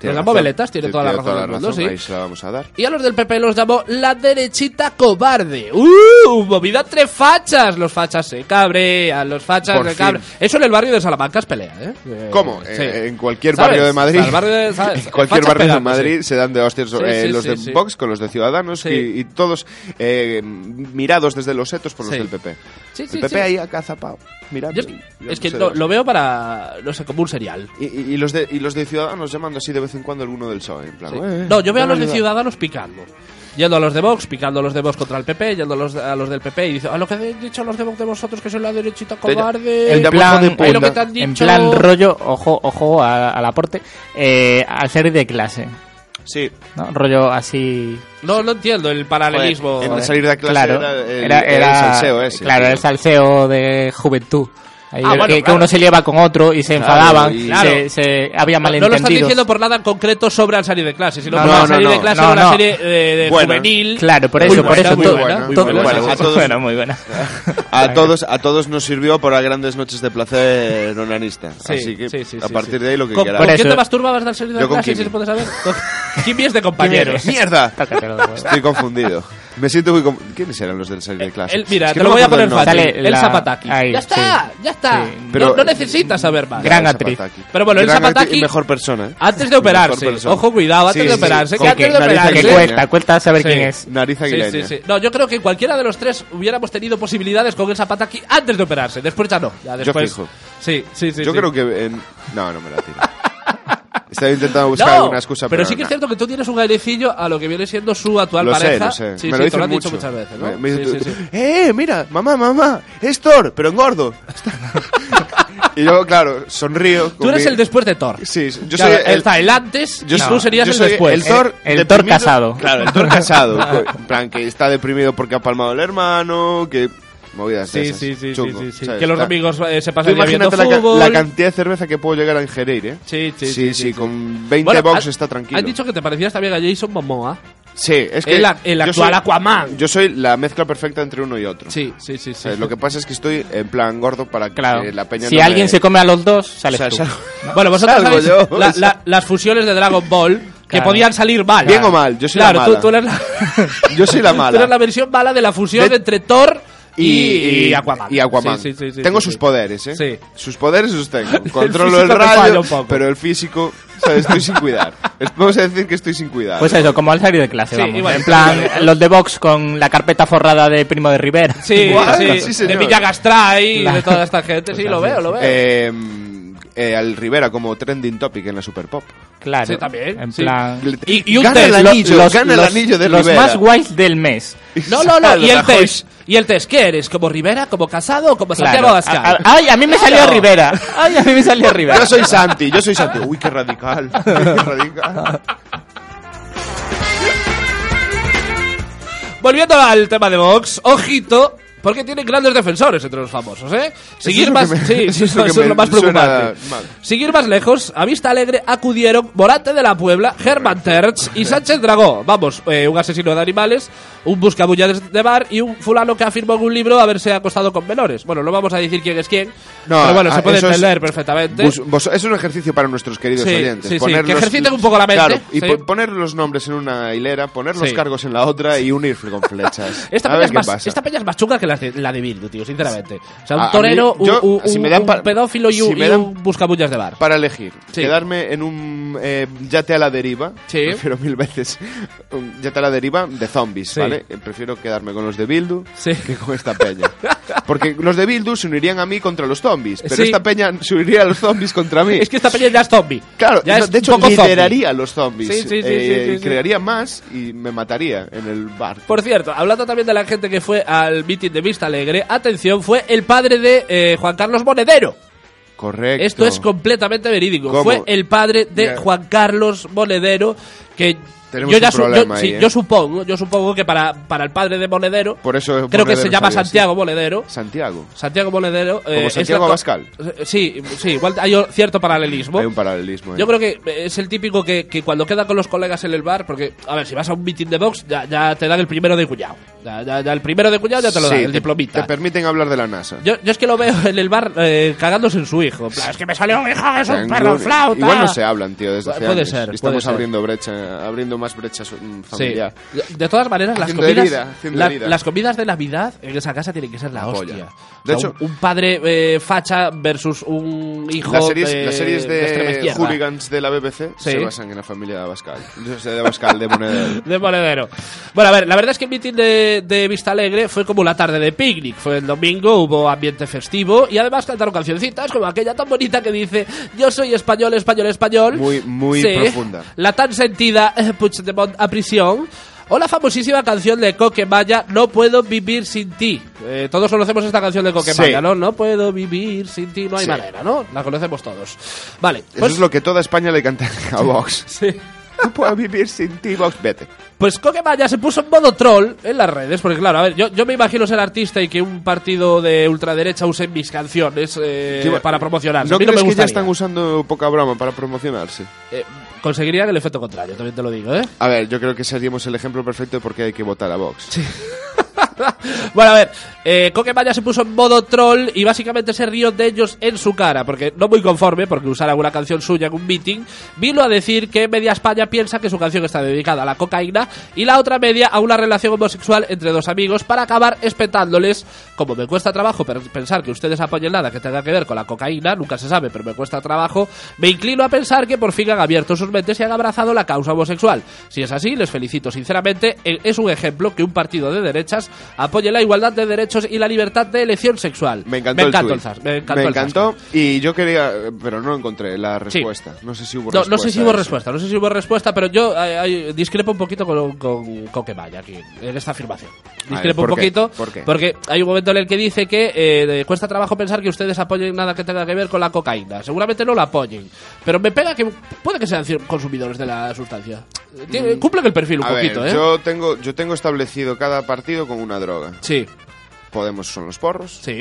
Speaker 5: Tiene
Speaker 3: los llamó
Speaker 5: razón.
Speaker 3: veletas, tiene toda la razón del mundo, sí.
Speaker 5: ahí se la vamos a dar.
Speaker 3: Y a los del PP los llamó la derechita cobarde. ¡Uh! Movida entre fachas. Los fachas se cabrean, los fachas
Speaker 5: Por
Speaker 3: se
Speaker 5: fin.
Speaker 3: cabrean. Eso en el barrio de Salamanca es pelea, ¿eh? Eh,
Speaker 5: ¿Cómo?
Speaker 3: sí.
Speaker 5: Eh, en cualquier
Speaker 3: ¿Sabes?
Speaker 5: barrio de Madrid.
Speaker 3: Al barrio
Speaker 5: [LAUGHS]
Speaker 3: de- ¿sabes? [LAUGHS]
Speaker 5: en cualquier
Speaker 3: Fachas
Speaker 5: barrio de
Speaker 3: pegándose.
Speaker 5: Madrid se dan de hostias
Speaker 3: Sí,
Speaker 5: eh,
Speaker 3: sí,
Speaker 5: los
Speaker 3: sí,
Speaker 5: de
Speaker 3: sí.
Speaker 5: Vox con los de Ciudadanos
Speaker 3: Sí.
Speaker 5: y, y todos eh, mirados desde los setos por los
Speaker 3: Sí.
Speaker 5: del PP.
Speaker 3: Sí, sí,
Speaker 5: el PP
Speaker 3: sí.
Speaker 5: ahí acazapado, mirando.
Speaker 3: Yo-
Speaker 5: Yo
Speaker 3: es
Speaker 5: no
Speaker 3: que
Speaker 5: sé
Speaker 3: lo,
Speaker 5: de
Speaker 3: lo veo para, no sé, como un serial.
Speaker 5: Y, y- y los de, y los de Ciudadanos llamando así de vez en cuando alguno del PSOE. En plan,
Speaker 3: Sí.
Speaker 5: "Eh,
Speaker 3: No, yo veo a
Speaker 5: ven
Speaker 3: los de
Speaker 5: ayudar".
Speaker 3: Ciudadanos picando. Yendo a los de Vox, picando a los de Vox contra el PP, yendo a los, a los del PP y dice, a lo que han dicho los de Vox de vosotros que soy la derechita cobarde.
Speaker 5: el de
Speaker 1: En
Speaker 5: abajo
Speaker 1: plan-
Speaker 5: de
Speaker 1: ahí
Speaker 3: lo que te
Speaker 5: punta.
Speaker 3: han dicho.
Speaker 1: En plan rollo, ojo, ojo a- al aporte, eh, al ser de clase.
Speaker 5: Sí,
Speaker 1: ¿no? Rollo así.
Speaker 3: No, no entiendo el paralelismo.
Speaker 5: Joder, en el salir de clase
Speaker 1: claro,
Speaker 5: era el-
Speaker 1: era-
Speaker 5: era el
Speaker 1: era-
Speaker 5: salseo ese,
Speaker 1: Claro,
Speaker 5: tío.
Speaker 1: el salseo de juventud. Ahí
Speaker 3: Ah,
Speaker 1: que,
Speaker 3: bueno,
Speaker 1: que
Speaker 3: claro.
Speaker 1: uno se lleva con otro y se
Speaker 5: Claro,
Speaker 1: enfadaban,
Speaker 5: y-
Speaker 1: se-
Speaker 3: Claro.
Speaker 1: se, había
Speaker 3: No, no lo
Speaker 1: malentendido.
Speaker 3: están diciendo por nada en concreto sobre al salir de clase, sino
Speaker 1: No,
Speaker 3: por
Speaker 1: no,
Speaker 3: al salir
Speaker 5: no,
Speaker 3: de clase
Speaker 1: no,
Speaker 3: era una
Speaker 1: no.
Speaker 3: serie eh, de
Speaker 5: Bueno,
Speaker 3: juvenil.
Speaker 1: Claro, por
Speaker 3: Muy
Speaker 1: eso, por
Speaker 3: buena,
Speaker 1: eso.
Speaker 3: muy
Speaker 1: todo-
Speaker 3: buena, muy
Speaker 1: todo-
Speaker 3: buena.
Speaker 5: bueno, a
Speaker 1: bueno,
Speaker 5: todos-
Speaker 1: bueno,
Speaker 3: [LAUGHS]
Speaker 1: muy buena.
Speaker 5: A todos, a todos nos sirvió para grandes noches de placer onanista.
Speaker 3: Sí,
Speaker 5: Así que
Speaker 3: sí, sí,
Speaker 5: a
Speaker 3: sí,
Speaker 5: partir
Speaker 3: sí.
Speaker 5: de ahí lo que
Speaker 3: ¿Con,
Speaker 5: quieras.
Speaker 3: ¿con
Speaker 1: Por
Speaker 3: quién
Speaker 1: eso-
Speaker 3: te masturbabas al salir de
Speaker 5: Yo con
Speaker 3: clase, si
Speaker 5: Kimi.
Speaker 3: se puede saber?
Speaker 5: [LAUGHS]
Speaker 3: Con- Kimi es de compañeros.
Speaker 5: ¡Mierda!
Speaker 1: Tócatelo, bueno.
Speaker 5: Estoy confundido. Me siento muy... conf- ¿Quiénes eran los del salir de clase?
Speaker 3: Eh, El- mira,
Speaker 5: Es que
Speaker 3: te lo
Speaker 5: no me
Speaker 3: voy a poner
Speaker 5: acuerdo el nombre.
Speaker 1: fácil.
Speaker 3: fácil. El
Speaker 1: la-
Speaker 3: Zapataki.
Speaker 1: ahí,
Speaker 3: ya está,
Speaker 1: sí.
Speaker 3: ya está.
Speaker 1: Sí.
Speaker 3: No-
Speaker 5: Pero-
Speaker 3: no, necesitas saber más.
Speaker 1: Gran
Speaker 5: Elsa
Speaker 1: actriz.
Speaker 5: Pataki.
Speaker 3: Pero bueno,
Speaker 5: Gran
Speaker 3: Elsa
Speaker 5: actriz
Speaker 3: Pataki-
Speaker 5: y mejor persona. ¿eh?
Speaker 3: Antes de
Speaker 5: Y mejor
Speaker 3: operarse.
Speaker 5: persona.
Speaker 3: Ojo, cuidado, antes
Speaker 5: Sí,
Speaker 3: de
Speaker 5: sí,
Speaker 3: operarse.
Speaker 5: sí.
Speaker 3: que
Speaker 1: Que-
Speaker 3: antes de
Speaker 5: nariz
Speaker 3: operarse.
Speaker 1: que
Speaker 5: aguileña.
Speaker 1: cuesta, cuesta saber
Speaker 3: ¿eh? Sí.
Speaker 1: quién es.
Speaker 5: Nariz
Speaker 3: Sí,
Speaker 5: aguileña.
Speaker 3: sí, sí. No, yo creo que cualquiera de los tres hubiéramos tenido posibilidades con el Zapataki antes de operarse. Después ya no. Ya después.
Speaker 5: fijo.
Speaker 3: Sí, sí, sí.
Speaker 5: Yo
Speaker 3: sí.
Speaker 5: creo que... en- No, no me la
Speaker 3: [LAUGHS]
Speaker 5: tiro. Estaba intentando buscar
Speaker 3: No,
Speaker 5: alguna excusa,
Speaker 3: pero,
Speaker 5: pero
Speaker 3: sí que es
Speaker 5: no.
Speaker 3: cierto que tú tienes un airecillo a lo que viene siendo su actual
Speaker 5: Lo sé,
Speaker 3: pareja.
Speaker 5: lo sé.
Speaker 3: Sí, sí,
Speaker 5: me lo
Speaker 3: te
Speaker 5: dicen
Speaker 3: lo han dicho
Speaker 5: mucho.
Speaker 3: muchas veces, ¿no?
Speaker 5: Me- me
Speaker 3: Sí,
Speaker 5: dicen,
Speaker 3: sí, sí.
Speaker 5: ¡Eh, mira! ¡Mamá, mamá! ¡Es Thor, pero engordo! [LAUGHS] y yo, claro, sonrío.
Speaker 3: Tú
Speaker 5: con
Speaker 3: eres
Speaker 5: mi-
Speaker 3: el después de Thor.
Speaker 5: Sí, yo
Speaker 3: Claro,
Speaker 5: soy el...
Speaker 3: está el antes
Speaker 5: Yo
Speaker 3: y
Speaker 5: soy-
Speaker 3: tú serías
Speaker 5: yo
Speaker 3: el
Speaker 5: soy
Speaker 3: después.
Speaker 5: El Thor,
Speaker 1: el Thor
Speaker 5: deprimido-
Speaker 1: casado.
Speaker 5: Claro, el
Speaker 3: [LAUGHS]
Speaker 5: Thor casado. en plan, que está deprimido porque ha palmado el hermano, que... Movidas de
Speaker 3: Sí,
Speaker 5: esas.
Speaker 3: sí, sí, sí,
Speaker 5: Chungo,
Speaker 3: sí, sí.
Speaker 5: ¿sabes?
Speaker 3: Que los
Speaker 5: Está-
Speaker 3: domingos eh, se
Speaker 5: Tú
Speaker 3: pasan viendo
Speaker 5: imagínate la, ca-
Speaker 3: fútbol.
Speaker 5: la cantidad de cerveza que puedo llegar a ingerir, ¿eh?
Speaker 3: Sí, sí, sí, sí, sí.
Speaker 5: con 20
Speaker 3: Bueno,
Speaker 5: box
Speaker 3: ha-
Speaker 5: está tranquilo.
Speaker 3: Has dicho que te parecías también a Jason Momoa.
Speaker 5: Sí, es que
Speaker 3: el ac- el
Speaker 5: yo
Speaker 3: actual Aquaman.
Speaker 5: Yo soy la mezcla perfecta entre uno y otro.
Speaker 3: Sí, sí, sí, sí.
Speaker 5: O sea, Lo que pasa es que estoy en plan gordo para
Speaker 1: Claro.
Speaker 5: que la peña
Speaker 1: si
Speaker 5: no
Speaker 1: alguien
Speaker 5: me-
Speaker 1: se come a los dos,
Speaker 5: O
Speaker 1: sales
Speaker 5: sea,
Speaker 1: tú.
Speaker 5: sal-
Speaker 3: Bueno, vosotros
Speaker 5: Salgo
Speaker 3: sabéis
Speaker 5: yo,
Speaker 3: la-
Speaker 5: o sea. [LAUGHS]
Speaker 3: la- las fusiones de Dragon Ball que
Speaker 1: Claro.
Speaker 3: podían salir mal.
Speaker 5: Bien o mal, yo soy
Speaker 3: claro,
Speaker 5: la
Speaker 3: tú-
Speaker 5: mala.
Speaker 3: Tú, eres la,
Speaker 5: [LAUGHS] [LAUGHS] Yo soy la
Speaker 3: [LAUGHS]
Speaker 5: mala.
Speaker 3: Tú eres la versión mala de la fusión
Speaker 5: De-
Speaker 3: entre Thor y,
Speaker 5: y,
Speaker 3: y Aquaman.
Speaker 5: y Aquaman.
Speaker 3: Sí, sí, sí, sí,
Speaker 5: tengo
Speaker 3: sí,
Speaker 5: sus
Speaker 3: sí.
Speaker 5: poderes, ¿eh?
Speaker 3: Sí.
Speaker 5: Sus poderes
Speaker 3: [LAUGHS]
Speaker 5: los tengo. Controlo
Speaker 3: físico
Speaker 5: el
Speaker 3: me falla
Speaker 5: rayo,
Speaker 3: un poco.
Speaker 5: pero el físico, ¿sabes? Estoy sin cuidar. Es- Vamos a decir que estoy sin cuidar.
Speaker 1: Pues eso, como al salir de clase,
Speaker 3: Sí,
Speaker 1: vamos.
Speaker 3: igual,
Speaker 1: en plan,
Speaker 3: igual.
Speaker 1: los de Vox con la carpeta forrada de Primo de Rivera.
Speaker 5: [LAUGHS]
Speaker 3: Sí,
Speaker 5: Guau,
Speaker 3: sí,
Speaker 5: sí, señor.
Speaker 3: de Villa Gastray y de
Speaker 1: Claro.
Speaker 3: toda esta gente. Sí,
Speaker 1: Pues
Speaker 3: lo
Speaker 1: así,
Speaker 3: veo, lo veo.
Speaker 5: Eh, eh, al Rivera como trending topic en la Super Pop.
Speaker 1: [LAUGHS] Claro.
Speaker 3: Sí, también,
Speaker 1: En
Speaker 3: sí.
Speaker 1: plan...
Speaker 3: Y- y un
Speaker 5: gana el
Speaker 3: test,
Speaker 1: Lo-
Speaker 5: anillo, gana el anillo de
Speaker 1: los
Speaker 5: Rivera.
Speaker 1: más guays del mes.
Speaker 3: No, no,
Speaker 5: [LAUGHS]
Speaker 3: no. Y el
Speaker 5: Rajoy.
Speaker 3: test. Y el test, ¿qué eres? ¿Como Rivera? ¿Como Casado? o ¿Como Santiago
Speaker 1: Claro.
Speaker 3: Abascal?
Speaker 1: A- a- Ay, a mí me salió
Speaker 3: Claro.
Speaker 1: Rivera. Ay, a mí me salió Rivera.
Speaker 5: Yo soy Santi, yo
Speaker 3: [LAUGHS]
Speaker 5: soy Santi. Uy, qué radical. Qué radical.
Speaker 3: Volviendo al tema de Vox, ojito, porque tienen grandes defensores entre los famosos, ¿eh? Seguir
Speaker 5: lo
Speaker 3: más,
Speaker 5: que me-
Speaker 3: sí,
Speaker 5: [LAUGHS] eso
Speaker 3: sí,
Speaker 5: es
Speaker 3: eso
Speaker 5: lo que
Speaker 3: es
Speaker 5: me
Speaker 3: lo más
Speaker 5: suena
Speaker 3: preocupante.
Speaker 5: mal.
Speaker 3: Seguir más lejos, a Vista Alegre acudieron Morante de la Puebla, Germán Terch y Sánchez Dragó. Vamos, eh, un asesino de animales, un buscabullas de bar y un fulano que afirmó en un libro haberse acostado con menores. Bueno, no vamos a decir quién es quién,
Speaker 5: No,
Speaker 3: pero bueno,
Speaker 5: a-
Speaker 3: se puede
Speaker 5: eso es-
Speaker 3: entender perfectamente.
Speaker 5: Vos- vos- es un ejercicio para nuestros queridos
Speaker 3: Sí,
Speaker 5: oyentes.
Speaker 3: sí, sí,
Speaker 5: Poner
Speaker 3: que
Speaker 5: los-
Speaker 3: ejerciten un poco la mente,
Speaker 5: Claro, y
Speaker 3: sí.
Speaker 5: po- poner los nombres en una hilera, poner los
Speaker 3: Sí.
Speaker 5: cargos en la otra y unir con flechas.
Speaker 3: [LAUGHS] Esta
Speaker 5: a
Speaker 3: peña,
Speaker 5: ver
Speaker 3: es
Speaker 5: qué
Speaker 3: más,
Speaker 5: pasa.
Speaker 3: esta peña es más chunga que la de, la de Bildu, tío, sinceramente. O sea,
Speaker 5: A- a
Speaker 3: un
Speaker 5: mí-
Speaker 3: torero, un-
Speaker 5: yo,
Speaker 3: un,
Speaker 5: si me
Speaker 3: un-
Speaker 5: dan
Speaker 3: un
Speaker 5: pa-
Speaker 3: pedófilo y, un,
Speaker 5: si me
Speaker 3: y
Speaker 5: dan-
Speaker 3: un buscabullas de bar.
Speaker 5: Para elegir,
Speaker 3: Sí.
Speaker 5: quedarme en un eh, yate a la deriva,
Speaker 3: Sí.
Speaker 5: [LAUGHS] prefiero mil veces un yate a la deriva de zombies,
Speaker 3: Sí.
Speaker 5: ¿vale? Eh, Prefiero quedarme con los de Bildu
Speaker 3: Sí.
Speaker 5: que con
Speaker 3: [LAUGHS]
Speaker 5: esta peña. Porque los de Bildu se unirían a mí contra los zombies, pero
Speaker 3: Sí.
Speaker 5: esta peña se uniría a los zombies contra mí.
Speaker 3: Es que esta peña ya es zombie.
Speaker 5: Claro,
Speaker 3: ya
Speaker 5: no,
Speaker 3: es
Speaker 5: de hecho
Speaker 3: un poco zombie.
Speaker 5: lideraría a los zombies.
Speaker 3: Sí, sí, sí,
Speaker 5: eh,
Speaker 3: sí, sí,
Speaker 5: y
Speaker 3: sí.
Speaker 5: crearía más y me mataría en el bar.
Speaker 3: Por cierto, hablando también de la gente que fue al meeting de Vista Alegre, atención, fue el padre de eh, Juan Carlos Monedero.
Speaker 5: Correcto.
Speaker 3: Esto es completamente verídico.
Speaker 5: ¿Cómo?
Speaker 3: Fue el padre de
Speaker 5: Ya.
Speaker 3: Juan Carlos Monedero que
Speaker 5: Tenemos
Speaker 3: yo ya
Speaker 5: un
Speaker 3: su- yo-
Speaker 5: problema
Speaker 3: sí,
Speaker 5: ahí, ¿eh?
Speaker 3: yo supongo, yo supongo que para, para el padre de Monedero,
Speaker 5: Por eso
Speaker 3: creo que
Speaker 5: Monedero
Speaker 3: se llama
Speaker 5: salió así.
Speaker 3: Santiago Monedero.
Speaker 5: Santiago.
Speaker 3: Santiago Monedero. eh, es
Speaker 5: Santiago
Speaker 3: la co-
Speaker 5: Abascal.
Speaker 3: Eh, Sí, sí, igual hay o- cierto paralelismo.
Speaker 5: Hay un paralelismo. ahí.
Speaker 3: Yo creo que eh, es el típico que, que cuando queda con los colegas en el bar, porque, a ver, si vas a un meeting de box, ya, ya te dan el primero de cuñado. Ya, ya- ya el primero de cuñado ya te lo
Speaker 5: Sí,
Speaker 3: dan, el diplomita.
Speaker 5: Te permiten hablar de la NASA.
Speaker 3: yo, yo es que lo veo en el bar eh, cagándose en su hijo. En plan, es que me salió mi hijo, que es
Speaker 5: O sea,
Speaker 3: un perro
Speaker 5: inclu-
Speaker 3: flauta.
Speaker 5: Igual no se hablan, tío, desde hace
Speaker 3: Puede
Speaker 5: años.
Speaker 3: ser,
Speaker 5: Y
Speaker 3: puede
Speaker 5: Estamos
Speaker 3: ser.
Speaker 5: abriendo brecha, abriendo más brechas mm,
Speaker 3: Sí.
Speaker 5: familiar.
Speaker 3: De todas maneras, las
Speaker 5: Haciendo
Speaker 3: comidas,
Speaker 5: herida, haciendo
Speaker 3: la-
Speaker 5: herida.
Speaker 3: las comidas de Navidad en esa casa tienen que ser la,
Speaker 5: La polla.
Speaker 3: hostia.
Speaker 5: De
Speaker 3: O sea,
Speaker 5: hecho-
Speaker 3: un, un padre eh, facha versus un hijo
Speaker 5: Las series,
Speaker 3: de,
Speaker 5: las series
Speaker 3: de extrema
Speaker 5: de,
Speaker 3: izquierda.
Speaker 5: hooligans de la BBC
Speaker 3: Sí.
Speaker 5: se basan en la familia de Abascal. O sea, de Abascal, de Monedero.
Speaker 3: De Monedero. Bueno, a ver, la verdad es que el meeting de, de Vista Alegre fue como la tarde de picnic. Fue el domingo, hubo ambiente festivo y además cantaron cancioncitas como aquella tan bonita que dice Yo soy español, español, español.
Speaker 5: Muy- muy
Speaker 3: Sí.
Speaker 5: profunda.
Speaker 3: La tan sentida eh, Puigdemont a prisión. O la famosísima canción de Coque Maya, No puedo vivir sin ti. Eh, todos conocemos esta canción de Coque
Speaker 5: Sí.
Speaker 3: Maya, ¿no? No puedo vivir sin ti, no hay
Speaker 5: Sí.
Speaker 3: manera, ¿no? La conocemos todos. Vale,
Speaker 5: Eso
Speaker 3: pues...
Speaker 5: es lo que toda España le canta a Vox.
Speaker 3: [LAUGHS]
Speaker 5: [LAUGHS]
Speaker 3: Sí.
Speaker 5: No puedo vivir sin ti, Vox. Vete.
Speaker 3: Pues Coque Maya se puso en modo troll en las redes, porque claro, a ver, yo, yo me imagino ser artista y que un partido de ultraderecha use mis canciones eh,
Speaker 5: Qué va-
Speaker 3: para promocionarse.
Speaker 5: ¿No
Speaker 3: a mí no
Speaker 5: crees
Speaker 3: me
Speaker 5: que ya
Speaker 3: gustaría.
Speaker 5: están usando poca broma para promocionarse?
Speaker 3: Eh, conseguirían el efecto contrario, también te lo digo, ¿eh? [LAUGHS]
Speaker 5: A ver, yo creo que seríamos el ejemplo perfecto de por qué hay que votar a Vox.
Speaker 3: bueno, a ver, eh, Coque Maya se puso en modo troll y básicamente se rió de ellos en su cara, porque no muy conforme, porque usar alguna canción suya en un meeting, vino a decir que media España piensa que su canción está dedicada a la cocaína y la otra media a una relación homosexual entre dos amigos para acabar espetándoles, como me cuesta trabajo per- pensar que ustedes apoyen nada que tenga que ver con la cocaína, nunca se sabe, pero me cuesta trabajo, me inclino a pensar que por fin han abierto sus mentes y han abrazado la causa homosexual. Si es así, les felicito sinceramente, e- es un ejemplo que un partido de derechas apoye la igualdad de derechos y la libertad de elección sexual.
Speaker 5: Me encantó
Speaker 3: me
Speaker 5: el
Speaker 3: encantó
Speaker 5: tuit.
Speaker 3: el zas- me encantó. el zasca.
Speaker 5: encantó y yo quería, pero no encontré la respuesta. No sé si hubo
Speaker 3: No,
Speaker 5: respuesta.
Speaker 3: no sé si hubo
Speaker 5: a eso.
Speaker 3: respuesta, no sé si hubo respuesta, pero yo eh, eh, discrepo un poquito con, con, con que vaya aquí, en esta afirmación. Discrepo
Speaker 5: ¿por
Speaker 3: un
Speaker 5: qué?
Speaker 3: poquito,
Speaker 5: ¿Por qué?
Speaker 3: porque hay un momento en el que dice que eh, cuesta trabajo pensar que ustedes apoyen nada que tenga que ver con la cocaína. Seguramente no la apoyen, pero me pega que puede que sean cir- consumidores de la sustancia. Tiene- cumplen el perfil un
Speaker 5: Mm. A
Speaker 3: poquito,
Speaker 5: ver,
Speaker 3: ¿eh?
Speaker 5: yo tengo, yo tengo establecido cada partido con una droga.
Speaker 3: Sí,
Speaker 5: Podemos son los porros,
Speaker 3: sí.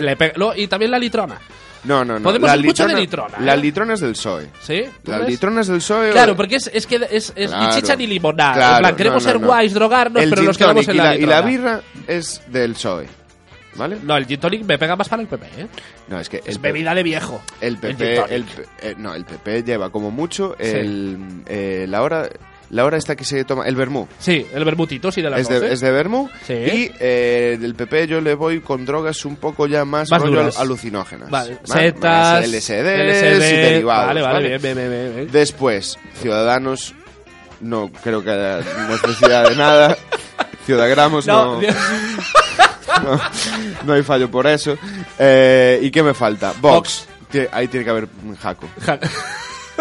Speaker 3: [LAUGHS] Le pega- no, y también la litrona,
Speaker 5: No, no, no.
Speaker 3: Podemos
Speaker 5: la
Speaker 3: ir mucho de litrona, ¿eh?
Speaker 5: La litrona es del PSOE.
Speaker 3: ¿sí? ¿Tú
Speaker 5: La
Speaker 3: ves?
Speaker 5: litrona es del PSOE.
Speaker 3: Claro, porque es, es que es, es
Speaker 5: Claro.
Speaker 3: ni chicha ni limonada.
Speaker 5: Claro,
Speaker 3: en plan,
Speaker 5: no,
Speaker 3: queremos
Speaker 5: no,
Speaker 3: ser
Speaker 5: no.
Speaker 3: guays, drogarnos,
Speaker 5: El
Speaker 3: pero
Speaker 5: gin
Speaker 3: nos quedamos en
Speaker 5: tonic
Speaker 3: la,
Speaker 5: y, la, y la
Speaker 3: litrona.
Speaker 5: birra es del PSOE. ¿Vale?
Speaker 3: No, el gin tonic me pega más para el PP, ¿eh?
Speaker 5: No, es que
Speaker 3: Es
Speaker 5: el P-
Speaker 3: bebida de viejo.
Speaker 5: El
Speaker 3: gin
Speaker 5: PP,
Speaker 3: tonic.
Speaker 5: el, P- eh, no, el PP lleva como mucho
Speaker 3: Sí.
Speaker 5: el, eh, la hora la hora esta que se toma el vermú.
Speaker 3: Sí, el vermutito, sí, de la
Speaker 5: Es de, es de vermú
Speaker 3: Sí.
Speaker 5: y eh, del PP yo le voy con drogas un poco ya más,
Speaker 3: Más
Speaker 5: rollo
Speaker 3: duras.
Speaker 5: alucinógenas.
Speaker 3: Vale,
Speaker 5: ¿vale?
Speaker 3: setas,
Speaker 5: Más LSDs y derivados.
Speaker 3: Vale, vale,
Speaker 5: ¿vale?
Speaker 3: bien, bien, bien, bien, bien.
Speaker 5: Después, Ciudadanos, no creo que haya necesidad
Speaker 3: [LAUGHS]
Speaker 5: de nada. Ciudadagramos, no,
Speaker 3: No,
Speaker 5: no,
Speaker 3: Dios.
Speaker 5: hay fallo por eso. Eh, ¿Y qué me falta? Vox. Tie- Ahí tiene que haber un jaco. [LAUGHS]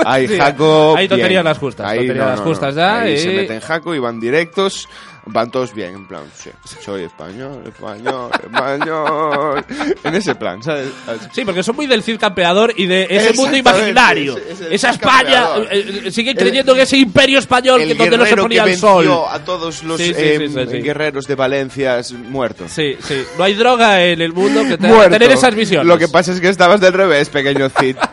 Speaker 5: Hay
Speaker 3: Sí,
Speaker 5: jaco.
Speaker 3: ahí
Speaker 5: bien.
Speaker 3: tonterías las justas,
Speaker 5: Ahí,
Speaker 3: tonterías las justas ya,
Speaker 5: Ahí
Speaker 3: y-
Speaker 5: se meten jaco y van directos. Van todos bien, en plan, sí, soy español, español, español. en ese plan, ¿sabes?
Speaker 3: Sí, porque son muy del Cid campeador y de ese mundo
Speaker 5: Exactamente,
Speaker 3: imaginario.
Speaker 5: ese- ese Cid
Speaker 3: Esa España.
Speaker 5: campeador.
Speaker 3: eh, eh, siguen creyendo que ese imperio español que
Speaker 5: el
Speaker 3: donde no se
Speaker 5: guerrero que
Speaker 3: ponía el
Speaker 5: venció
Speaker 3: sol.
Speaker 5: a todos los
Speaker 3: Sí, sí,
Speaker 5: eh,
Speaker 3: sí, sí, sí.
Speaker 5: guerreros de Valencia es muerto.
Speaker 3: Sí, sí. No hay droga en el mundo que te-
Speaker 5: Muerto.
Speaker 3: tener esas visiones.
Speaker 5: Lo que pasa es que estabas del revés, pequeño Cid.
Speaker 3: [LAUGHS]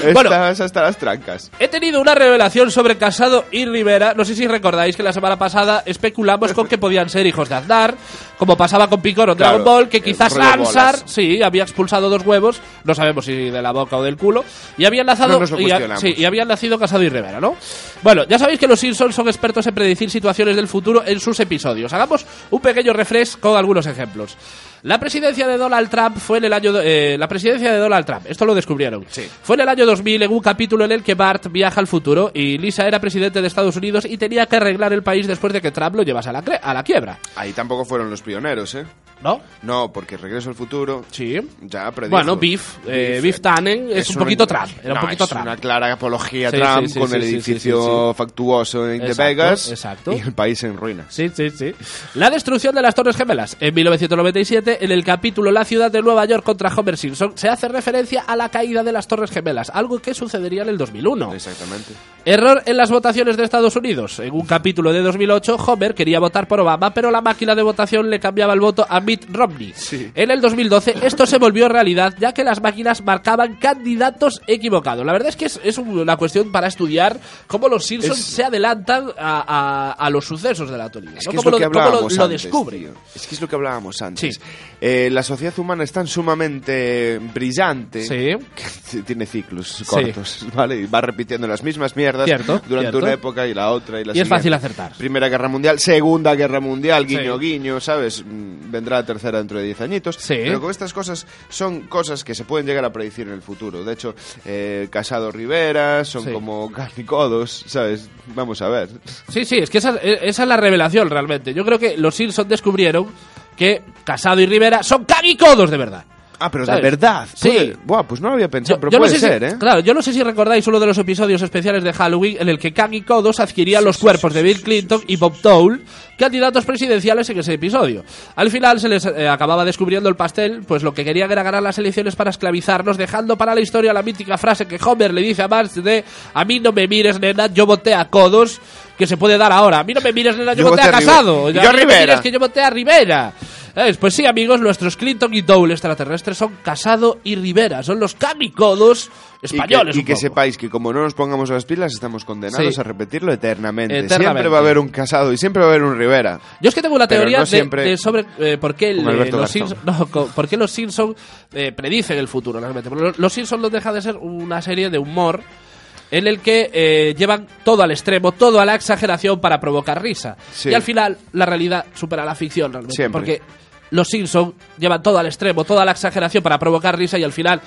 Speaker 3: Bueno.
Speaker 5: estabas hasta las trancas.
Speaker 3: He tenido una revelación sobre Casado y Rivera. No sé si recordáis que la semana pasada especulamos con que podían ser hijos de Aznar, como pasaba con Picoro en
Speaker 5: Claro,
Speaker 3: Dragon Ball, que
Speaker 5: el
Speaker 3: quizás
Speaker 5: rollo
Speaker 3: Ansar,
Speaker 5: bolas.
Speaker 3: sí, había expulsado dos huevos, no sabemos si de la boca o del culo, y habían lanzado
Speaker 5: No nos lo
Speaker 3: y, a-
Speaker 5: cuestionamos.
Speaker 3: sí, y habían nacido Casado y Rivera, ¿no? Bueno, ya sabéis que los Simpsons son expertos en predecir situaciones del futuro en sus episodios. Hagamos un pequeño refresco con algunos ejemplos. La presidencia de Donald Trump fue en el año... do- eh, la presidencia de Donald Trump, esto lo descubrieron. Fue en el año 2000 en un capítulo en el que Bart viaja al futuro y Lisa era presidente de Estados Unidos y tenía que arreglar el país después de que Trump lo llevase a la, cre- a la quiebra.
Speaker 5: Ahí tampoco fueron los pioneros, ¿eh?
Speaker 3: ¿no?
Speaker 5: No, porque Regreso al Futuro
Speaker 3: Sí.
Speaker 5: ya predijo.
Speaker 3: Bueno, Biff, eh, Biff Tannen es, un
Speaker 5: una-
Speaker 3: poquito trap, era
Speaker 5: no,
Speaker 3: un poquito
Speaker 5: es
Speaker 3: trap.
Speaker 5: una clara apología a
Speaker 3: Sí,
Speaker 5: Trump
Speaker 3: sí, sí,
Speaker 5: con
Speaker 3: sí,
Speaker 5: el
Speaker 3: sí, sí, sí,
Speaker 5: edificio factuoso en
Speaker 3: Exacto,
Speaker 5: The Vegas
Speaker 3: exacto.
Speaker 5: y el país en ruinas.
Speaker 3: Sí, sí, sí. La destrucción de las Torres Gemelas. En 1997, en el capítulo La ciudad de Nueva York contra Homer Simpson, se hace referencia a la caída de las Torres Gemelas, algo que sucedería en el 2001.
Speaker 5: Exactamente.
Speaker 3: Error en las votaciones de Estados Unidos. En un capítulo de 2008, Homer quería votar por Obama, pero la máquina de votación le cambiaba el voto a Mitt Romney.
Speaker 5: Sí.
Speaker 3: En el 2012, esto se volvió realidad, ya que las máquinas marcaban candidatos equivocados. La verdad es que es, es una cuestión para estudiar cómo los Simpsons
Speaker 5: Es-
Speaker 3: se adelantan a, a- a los sucesos de la actualidad.
Speaker 5: Es
Speaker 3: ¿no?
Speaker 5: que es
Speaker 3: Cómo
Speaker 5: lo que
Speaker 3: lo, cómo lo-
Speaker 5: hablábamos
Speaker 3: lo
Speaker 5: antes,
Speaker 3: descubren.
Speaker 5: tío. Es que es lo que hablábamos antes.
Speaker 3: Sí.
Speaker 5: Eh, la sociedad humana es tan sumamente brillante
Speaker 3: Sí.
Speaker 5: que [LAUGHS] tiene ciclos cortos, ¿vale? Y va repitiendo las mismas mierdas
Speaker 3: Cierto,
Speaker 5: durante
Speaker 3: cierto.
Speaker 5: una época y la otra y
Speaker 3: Y
Speaker 5: la
Speaker 3: es
Speaker 5: siguiente.
Speaker 3: fácil acertar.
Speaker 5: Primera Guerra Mundial, Segunda Guerra Mundial, guiño,
Speaker 3: Sí.
Speaker 5: guiño, ¿sabes? Mm, Vendrá la tercera dentro de 10 añitos.
Speaker 3: Sí.
Speaker 5: Pero con estas cosas son cosas que se pueden llegar a predecir en el futuro. De hecho, eh, Casado Rivera son
Speaker 3: Sí.
Speaker 5: como Garnicodos, ¿sabes? Vamos a ver.
Speaker 3: Sí, sí, es que esa, e- esa es la revelación realmente. Yo creo que los Simpsons descubrieron que Casado y Rivera son cagicodos de verdad.
Speaker 5: Ah, pero
Speaker 3: ¿Sabes?
Speaker 5: de verdad.
Speaker 3: Sí.
Speaker 5: Puede- Buah, pues no lo había pensado, pero
Speaker 3: no
Speaker 5: puede
Speaker 3: sé si-
Speaker 5: ser, ¿eh?
Speaker 3: Claro, yo no sé si recordáis uno de los episodios especiales de Halloween en el que Kagi Kodos adquiría los cuerpos de Bill Clinton y Bob Dole, candidatos presidenciales en ese episodio. Al final se les eh, acababa descubriendo el pastel, pues lo que querían era ganar las elecciones para esclavizarnos, dejando para la historia la mítica frase que Homer le dice a Marge de a mí no me mires, nena, yo voté a Kodos, que se puede dar ahora. A mí no me mires, nena, yo, voté a
Speaker 5: Ribe-
Speaker 3: Casado.
Speaker 5: y yo
Speaker 3: mí no me
Speaker 5: Rivera.
Speaker 3: mires, que yo voté a Rivera. ¿Sabes? Pues sí, amigos, nuestros Clinton y Dole extraterrestres son Casado y Rivera. Son los camicodos
Speaker 5: Y que-
Speaker 3: españoles.
Speaker 5: y que,
Speaker 3: un poco.
Speaker 5: sepáis que como no nos pongamos las pilas estamos condenados
Speaker 3: Sí.
Speaker 5: a repetirlo eternamente.
Speaker 3: Eternamente.
Speaker 5: Siempre va a haber un casado y siempre va a haber un Rivera.
Speaker 3: Yo es que tengo una
Speaker 5: Pero
Speaker 3: teoría
Speaker 5: no
Speaker 3: de-
Speaker 5: siempre
Speaker 3: de, sobre eh, por qué el,
Speaker 5: con Alberto
Speaker 3: eh, los
Speaker 5: Garzón.
Speaker 3: Simpsons [LAUGHS] no, co- por qué los Simpson eh, predicen el futuro. realmente. Porque Los, los Simpsons no deja de ser una serie de humor en el que eh, llevan todo al extremo, todo a la exageración para provocar risa.
Speaker 5: Sí.
Speaker 3: Y al final la realidad supera la ficción realmente.
Speaker 5: Siempre.
Speaker 3: Porque los Simpsons llevan todo al extremo, toda la exageración para provocar risa y al final...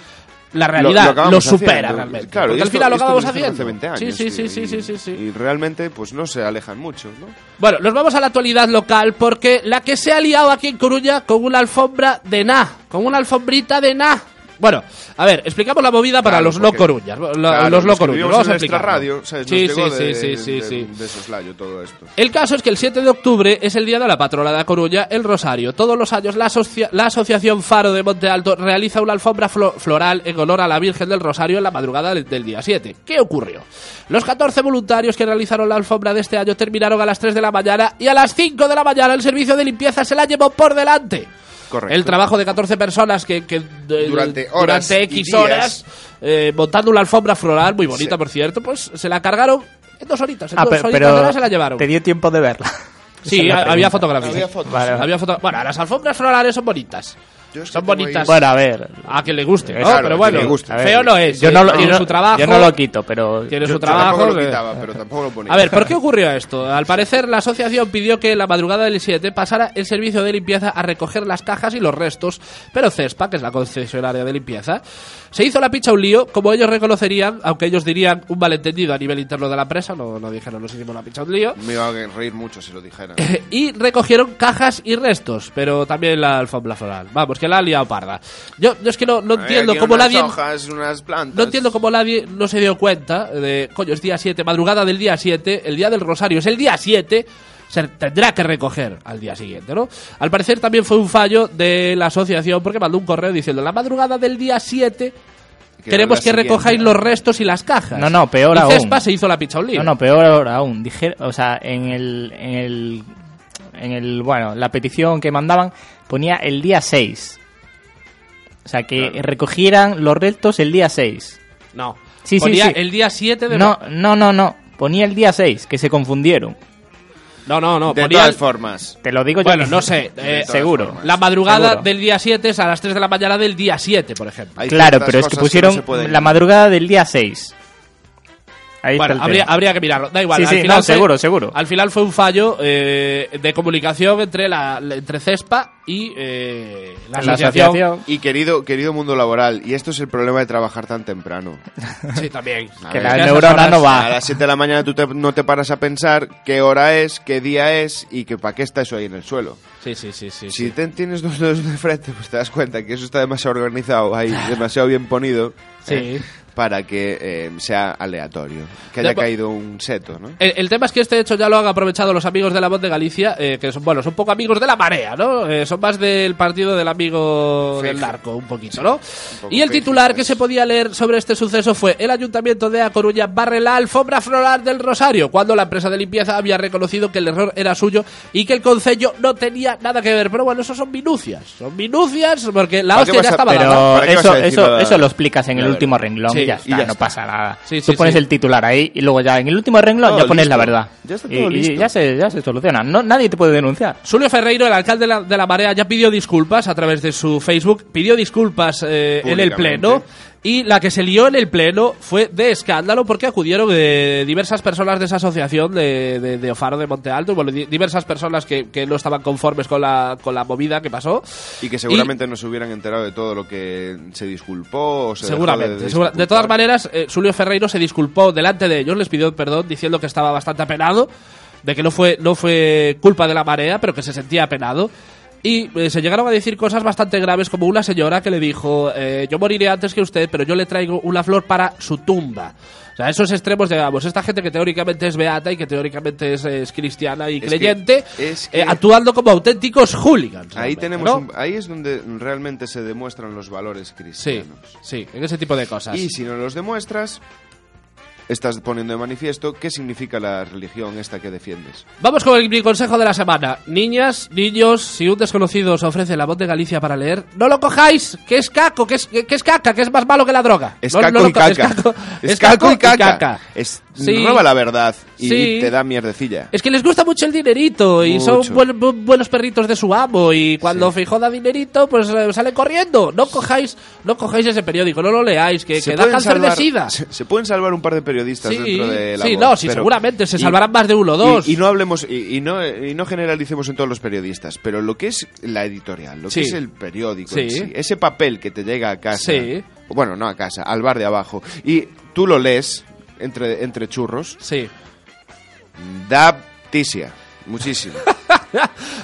Speaker 3: La realidad lo,
Speaker 5: acabamos
Speaker 3: supera
Speaker 5: haciendo.
Speaker 3: realmente.
Speaker 5: Claro,
Speaker 3: porque
Speaker 5: y
Speaker 3: al
Speaker 5: esto-
Speaker 3: final lo
Speaker 5: esto
Speaker 3: acabamos
Speaker 5: lo hicieron
Speaker 3: haciendo.
Speaker 5: hace 20 años,
Speaker 3: sí, sí, sí,
Speaker 5: tío,
Speaker 3: sí,
Speaker 5: y-
Speaker 3: sí, sí, sí.
Speaker 5: Y realmente, pues no se alejan mucho, ¿no?
Speaker 3: Bueno, nos vamos a la actualidad local porque la que se ha liado aquí en Coruña con una alfombra de na, con una alfombrita de na. Bueno, a ver, explicamos la movida para
Speaker 5: Claro,
Speaker 3: los no
Speaker 5: porque-
Speaker 3: coruñas, lo-
Speaker 5: Claro,
Speaker 3: los no
Speaker 5: que
Speaker 3: coruñas,
Speaker 5: vivimos
Speaker 3: vamos
Speaker 5: en
Speaker 3: a
Speaker 5: nuestra
Speaker 3: explicar.
Speaker 5: radio, ¿sabes?
Speaker 3: Sí,
Speaker 5: Nos
Speaker 3: sí,
Speaker 5: llegó
Speaker 3: sí,
Speaker 5: de,
Speaker 3: sí, sí,
Speaker 5: de-
Speaker 3: sí.
Speaker 5: de soslayo todo esto.
Speaker 3: El caso es que el 7 de octubre es el día de la patrona de la Coruña, el Rosario. Todos los años la, asocia- la Asociación Faro de Monte Alto realiza una alfombra flo- floral en honor a la Virgen del Rosario en la madrugada del, del día 7. ¿Qué ocurrió? Los 14 voluntarios que realizaron la alfombra de este año terminaron a las 3 de la mañana y a las 5 de la mañana el servicio de limpieza se la llevó por delante.
Speaker 5: Correcto.
Speaker 3: El trabajo de 14 personas que, que, eh,
Speaker 5: Durante horas
Speaker 3: durante
Speaker 5: y
Speaker 3: X
Speaker 5: días.
Speaker 3: horas eh, montando una alfombra floral muy bonita,
Speaker 5: Sí.
Speaker 3: por cierto, pues se la cargaron en dos horitas. En
Speaker 1: Ah,
Speaker 3: dos
Speaker 1: pero,
Speaker 3: horitas de
Speaker 1: pero
Speaker 3: nada se la llevaron.
Speaker 1: te dio tiempo de verla. Esa
Speaker 3: Sí,
Speaker 1: es [LAUGHS] la
Speaker 3: ha-
Speaker 1: pregunta.
Speaker 3: había fotografías.
Speaker 5: Había fotos.
Speaker 1: Vale, vale.
Speaker 3: Había foto- Bueno, las alfombras florales son bonitas.
Speaker 5: Yo es que
Speaker 3: Son
Speaker 5: tengo ahí-
Speaker 3: bonitas.
Speaker 1: Bueno, a ver.
Speaker 3: A que le guste, ¿no?
Speaker 5: Claro, a
Speaker 3: pero
Speaker 5: que
Speaker 3: bueno,
Speaker 5: le guste.
Speaker 1: A ver,
Speaker 3: feo no es.
Speaker 1: Yo
Speaker 3: ¿eh?
Speaker 1: no, lo,
Speaker 3: Ah, tiene
Speaker 1: yo no-
Speaker 3: su trabajo.
Speaker 1: yo no lo quito, pero.
Speaker 3: Tiene
Speaker 5: Yo-
Speaker 3: su
Speaker 5: yo tampoco
Speaker 3: trabajo.
Speaker 5: lo
Speaker 3: que-
Speaker 5: quitaba, pero tampoco lo ponía.
Speaker 3: A ver, ¿por qué ocurrió esto? Al parecer, la asociación pidió que la madrugada del 7 pasara el servicio de limpieza a recoger las cajas y los restos, pero CESPA, que es la concesionaria de limpieza, se hizo la picha un lío, como ellos reconocerían, aunque ellos dirían un malentendido a nivel interno de la empresa, no, no dijeron, nos hicimos la picha un lío.
Speaker 5: [LAUGHS] Me iba a reír mucho si
Speaker 3: [LAUGHS]
Speaker 5: lo dijera.
Speaker 3: y recogieron cajas y restos, pero también la alfombra floral. Vamos, que la ha liado parda. Yo, yo es que no, no entiendo
Speaker 5: Hay aquí
Speaker 3: cómo
Speaker 5: unas
Speaker 3: nadie...
Speaker 5: hojas, unas plantas.
Speaker 3: No entiendo cómo nadie no se dio cuenta de, coño, es día 7, madrugada del día 7, el día del Rosario es el día 7, se tendrá que recoger al día siguiente, ¿no? Al parecer también fue un fallo de la asociación porque mandó un correo diciendo, la madrugada del día 7
Speaker 5: Que
Speaker 3: queremos
Speaker 5: la
Speaker 3: que
Speaker 5: siguiente.
Speaker 3: recojáis los restos y las cajas.
Speaker 1: No, no, peor
Speaker 3: y
Speaker 1: aún.
Speaker 3: Cespa se hizo la picha un lío.
Speaker 1: No, no, peor aún. Dije, o sea, en el, en el, en el, bueno, la petición que mandaban ponía el día 6. O sea, que recogieran los restos el día 6.
Speaker 3: No.
Speaker 1: Sí, sí,
Speaker 3: Ponía
Speaker 1: sí.
Speaker 3: el día 7 de...
Speaker 1: No, no, no, no. Ponía el día 6, que se confundieron.
Speaker 3: no, no, no,
Speaker 5: De
Speaker 3: ponía
Speaker 5: todas
Speaker 3: el-
Speaker 5: formas.
Speaker 1: Te lo digo yo.
Speaker 3: Bueno, no sé, eh,
Speaker 5: De todas
Speaker 1: seguro.
Speaker 5: formas.
Speaker 3: La madrugada
Speaker 1: Seguro.
Speaker 3: del día 7 es a las 3 de la mañana del día 7, por ejemplo.
Speaker 5: Hay
Speaker 1: claro,
Speaker 5: ciertas
Speaker 1: pero es que
Speaker 5: cosas no
Speaker 1: pusieron
Speaker 5: se pueden-
Speaker 1: la madrugada del día 6. Ahí
Speaker 3: Bueno,
Speaker 1: está el
Speaker 3: habría,
Speaker 1: tema.
Speaker 3: habría que mirarlo. Da igual.
Speaker 1: Sí,
Speaker 3: al
Speaker 1: sí,
Speaker 3: final
Speaker 1: no,
Speaker 3: fue-
Speaker 1: seguro, seguro.
Speaker 3: Al final fue un fallo eh, de comunicación entre la entre Cespa y y eh, la
Speaker 1: La
Speaker 3: asociación.
Speaker 1: asociación.
Speaker 5: Y querido, querido mundo laboral, y esto es el problema de trabajar tan temprano.
Speaker 3: Sí, también.
Speaker 1: [LAUGHS]
Speaker 5: A
Speaker 1: Que
Speaker 5: ver,
Speaker 1: la
Speaker 3: esas
Speaker 1: neurona no
Speaker 5: A
Speaker 1: va.
Speaker 5: las 7 de la mañana tú te- no te paras a pensar qué hora es, qué día es y que para qué está eso ahí en el suelo.
Speaker 3: Sí, sí, sí, sí.
Speaker 5: Si
Speaker 3: sí.
Speaker 5: te tienes dos dedos de frente, pues te das cuenta que eso está demasiado
Speaker 3: [LAUGHS]
Speaker 5: organizado, ahí demasiado bien ponido.
Speaker 3: Sí.
Speaker 5: eh, para que eh, sea aleatorio. Que
Speaker 3: Ya,
Speaker 5: haya
Speaker 3: pa-
Speaker 5: caído un seto, ¿no?
Speaker 3: El, el tema es que este hecho ya lo han aprovechado los amigos de la voz de Galicia, eh, que son, bueno, son poco amigos de la marea, ¿no? Eh, son más del partido del amigo
Speaker 5: Feige.
Speaker 3: del narco, un poquito, ¿no?
Speaker 5: poco
Speaker 3: y el
Speaker 5: feige,
Speaker 3: titular
Speaker 5: pues.
Speaker 3: que se podía leer sobre este suceso fue El Ayuntamiento de A Coruña barre la alfombra floral del Rosario, cuando la empresa de limpieza había reconocido que el error era suyo y que el concello no tenía nada que ver. Pero bueno, eso son minucias, son minucias, porque la
Speaker 5: ¿Para qué
Speaker 3: hostia ya
Speaker 1: Ah,
Speaker 5: vas
Speaker 3: estaba
Speaker 5: a-
Speaker 3: dada.
Speaker 5: ¿Para
Speaker 1: Pero
Speaker 5: qué vas
Speaker 1: eso,
Speaker 5: a decir
Speaker 1: eso,
Speaker 5: nada?
Speaker 1: eso lo explicas en
Speaker 5: Ya
Speaker 1: el
Speaker 5: verás.
Speaker 1: último renglón
Speaker 5: Sí,
Speaker 1: y ya
Speaker 5: y
Speaker 1: está,
Speaker 5: ya
Speaker 1: no
Speaker 5: está.
Speaker 1: pasa nada.
Speaker 3: Sí, sí,
Speaker 1: Tú pones
Speaker 3: sí.
Speaker 1: el titular ahí y luego ya en el último renglón
Speaker 5: Todo
Speaker 1: ya pones la
Speaker 5: listo.
Speaker 1: verdad.
Speaker 5: Ya está todo
Speaker 1: y, y
Speaker 5: listo.
Speaker 1: ya se, ya se soluciona. No, nadie te puede denunciar.
Speaker 3: Julio Ferreiro, el alcalde de la, de La Marea, ya pidió disculpas a través de su Facebook, pidió disculpas eh, en el
Speaker 5: Públicamente.
Speaker 3: Pleno. Y la que se lió en el Pleno fue de escándalo porque acudieron eh, diversas personas de esa asociación de, de, de Ofaro de Monte Alto, bueno, di- diversas personas que, que no estaban conformes con la, con la movida que pasó.
Speaker 5: Y que seguramente no se hubieran enterado de todo lo que se disculpó o se dejó
Speaker 3: Seguramente.
Speaker 5: de,
Speaker 3: segura- de
Speaker 5: disculpar.
Speaker 3: todas maneras, eh, Julio Ferreiro se disculpó delante de ellos, les pidió perdón diciendo que estaba bastante apenado, de que no fue, no fue culpa de la marea, pero que se sentía apenado. Y eh, se llegaron a decir cosas bastante graves, como una señora que le dijo, eh, yo moriré antes que usted, pero yo le traigo una flor para su tumba. O sea, esos extremos, digamos, esta gente que teóricamente es beata y que teóricamente es, es cristiana y
Speaker 5: que-
Speaker 3: creyente,
Speaker 5: es que-
Speaker 3: eh, actuando como auténticos hooligans.
Speaker 5: Ahí,
Speaker 3: realmente,
Speaker 5: tenemos
Speaker 3: ¿no?
Speaker 5: un- ahí es donde realmente se demuestran los valores
Speaker 3: Sí,
Speaker 5: cristianos.
Speaker 3: sí, en ese tipo de cosas.
Speaker 5: Y si no los demuestras, estás poniendo de manifiesto qué significa la religión esta que defiendes.
Speaker 3: Vamos con el, mi consejo de la semana. Niñas, niños, si un desconocido os ofrece la voz de Galicia para leer, no lo cojáis, que es caco, que es, que, que es caca, que es más malo que la droga.
Speaker 5: Es
Speaker 3: No- no
Speaker 5: caco
Speaker 3: lo
Speaker 5: y
Speaker 3: co-
Speaker 5: caca.
Speaker 3: Es caco, es caco
Speaker 5: y caca. Es,
Speaker 3: Sí.
Speaker 5: Roba la verdad y,
Speaker 3: Sí.
Speaker 5: y te da mierdecilla.
Speaker 3: Es que les gusta mucho el dinerito y
Speaker 5: Mucho.
Speaker 3: son buen- bu- buenos perritos de su amo y cuando Feijóo da dinerito pues eh, salen corriendo. No cojáis, no cojáis ese periódico, no lo leáis, que, que da
Speaker 5: pueden
Speaker 3: cáncer de
Speaker 5: salvar- [LAUGHS]
Speaker 3: sida.
Speaker 5: Se, se pueden salvar un par de periodistas
Speaker 3: Sí,
Speaker 5: dentro de la
Speaker 3: sí,
Speaker 5: voz,
Speaker 3: no, sí,
Speaker 5: pero-
Speaker 3: seguramente se salvarán más de uno o
Speaker 5: y-
Speaker 3: dos.
Speaker 5: Y, no hablemos y, y no, y no generalicemos en todos los periodistas, pero lo que es la editorial, lo
Speaker 3: Sí.
Speaker 5: que es el periódico,
Speaker 3: Sí.
Speaker 5: en sí, ese papel que te llega a casa,
Speaker 3: Sí.
Speaker 5: bueno, no a casa, al bar de abajo, y tú lo lees entre, entre churros,
Speaker 3: Sí.
Speaker 5: da tisia,
Speaker 3: [LAUGHS]
Speaker 5: muchísimo.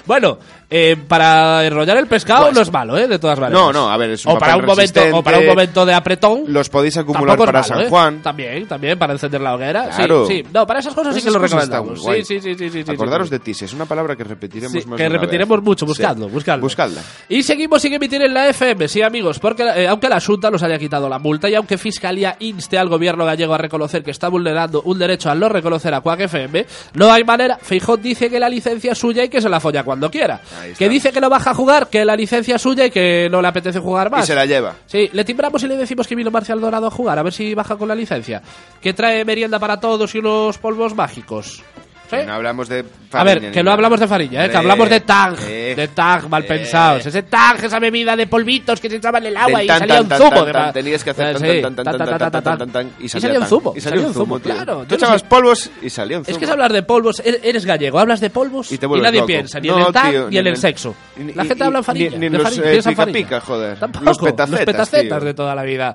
Speaker 3: Bueno, eh, para enrollar el pescado
Speaker 5: Pues-
Speaker 3: no es malo, ¿eh? De todas maneras.
Speaker 5: No, no, a ver, es un
Speaker 3: o para
Speaker 5: papel
Speaker 3: un momento O para un
Speaker 5: resistente.
Speaker 3: momento de apretón.
Speaker 5: los podéis acumular
Speaker 3: tampoco es
Speaker 5: para
Speaker 3: malo,
Speaker 5: San
Speaker 3: ¿eh?
Speaker 5: Juan.
Speaker 3: También, también, para encender la hoguera.
Speaker 5: Claro.
Speaker 3: Sí, sí. No, para esas cosas sí que
Speaker 5: Esas
Speaker 3: lo
Speaker 5: cosas están
Speaker 3: recomendamos.
Speaker 5: muy guay.
Speaker 3: Sí, sí, sí, sí, sí, sí.
Speaker 5: Acordaros
Speaker 3: sí.
Speaker 5: de tisia, es una palabra que repetiremos
Speaker 3: Sí,
Speaker 5: más
Speaker 3: que
Speaker 5: de una
Speaker 3: repetiremos
Speaker 5: vez.
Speaker 3: mucho,
Speaker 5: Sí.
Speaker 3: buscadlo, buscadlo.
Speaker 5: Buscadla.
Speaker 3: Y seguimos sin emitir en la FM, sí amigos, porque eh, aunque la Junta nos haya quitado la multa y aunque Fiscalía inste al gobierno gallego a reconocer que está vulnerando un derecho al no reconocer a Quack FM, no hay manera. Feijón dice que la licencia es suya y que se la folla cuando quiera.
Speaker 5: Ahí está.
Speaker 3: Que dice que no baja a jugar, que la licencia es suya y que no le apetece jugar más.
Speaker 5: Y se la lleva.
Speaker 3: Sí, le timbramos y le decimos que vino Marcial Dorado a jugar, a ver si baja con la licencia. Que trae merienda para todos y unos polvos mágicos. ¿Sí?
Speaker 5: Que No hablamos de
Speaker 3: A
Speaker 5: Fariña
Speaker 3: ver,
Speaker 5: ni
Speaker 3: que no
Speaker 5: nada.
Speaker 3: hablamos de farilla, ¿eh? que
Speaker 5: Eh,
Speaker 3: hablamos de tang,
Speaker 5: eh,
Speaker 3: de tang mal
Speaker 5: eh.
Speaker 3: pensados. Ese tang, esa bebida de polvitos que se echaba en el agua
Speaker 5: Del
Speaker 3: y
Speaker 5: tan,
Speaker 3: salía
Speaker 5: tan,
Speaker 3: un
Speaker 5: tan,
Speaker 3: zumo.
Speaker 5: tan,
Speaker 3: de
Speaker 5: tan.
Speaker 3: ma-
Speaker 5: Tenías que hacer
Speaker 3: Sí,
Speaker 5: tan, tan, tan, tan, tan, tan, tan, tan,
Speaker 3: Y salía un
Speaker 5: tan.
Speaker 3: zumo.
Speaker 5: Y salía un zumo, tío.
Speaker 3: claro.
Speaker 5: Tú
Speaker 3: yo no
Speaker 5: echabas
Speaker 3: sé.
Speaker 5: polvos y salía un zumo.
Speaker 3: Es que es hablar de polvos, e- eres gallego, hablas de polvos
Speaker 5: Pues Y
Speaker 3: y,
Speaker 5: te vuelves
Speaker 3: nadie
Speaker 5: loco.
Speaker 3: piensa ni
Speaker 5: No,
Speaker 3: en el tag
Speaker 5: tío,
Speaker 3: ni en el sexo.
Speaker 5: ni-
Speaker 3: La
Speaker 5: ni-
Speaker 3: gente habla en farina,
Speaker 5: ni- ni en
Speaker 3: de
Speaker 5: los,
Speaker 3: farina,
Speaker 5: eh,
Speaker 3: piensa en farina.
Speaker 5: pica-pica, joder.
Speaker 3: Tampoco,
Speaker 5: Los petacetas,
Speaker 3: petacetas
Speaker 5: tío.
Speaker 3: de toda la vida.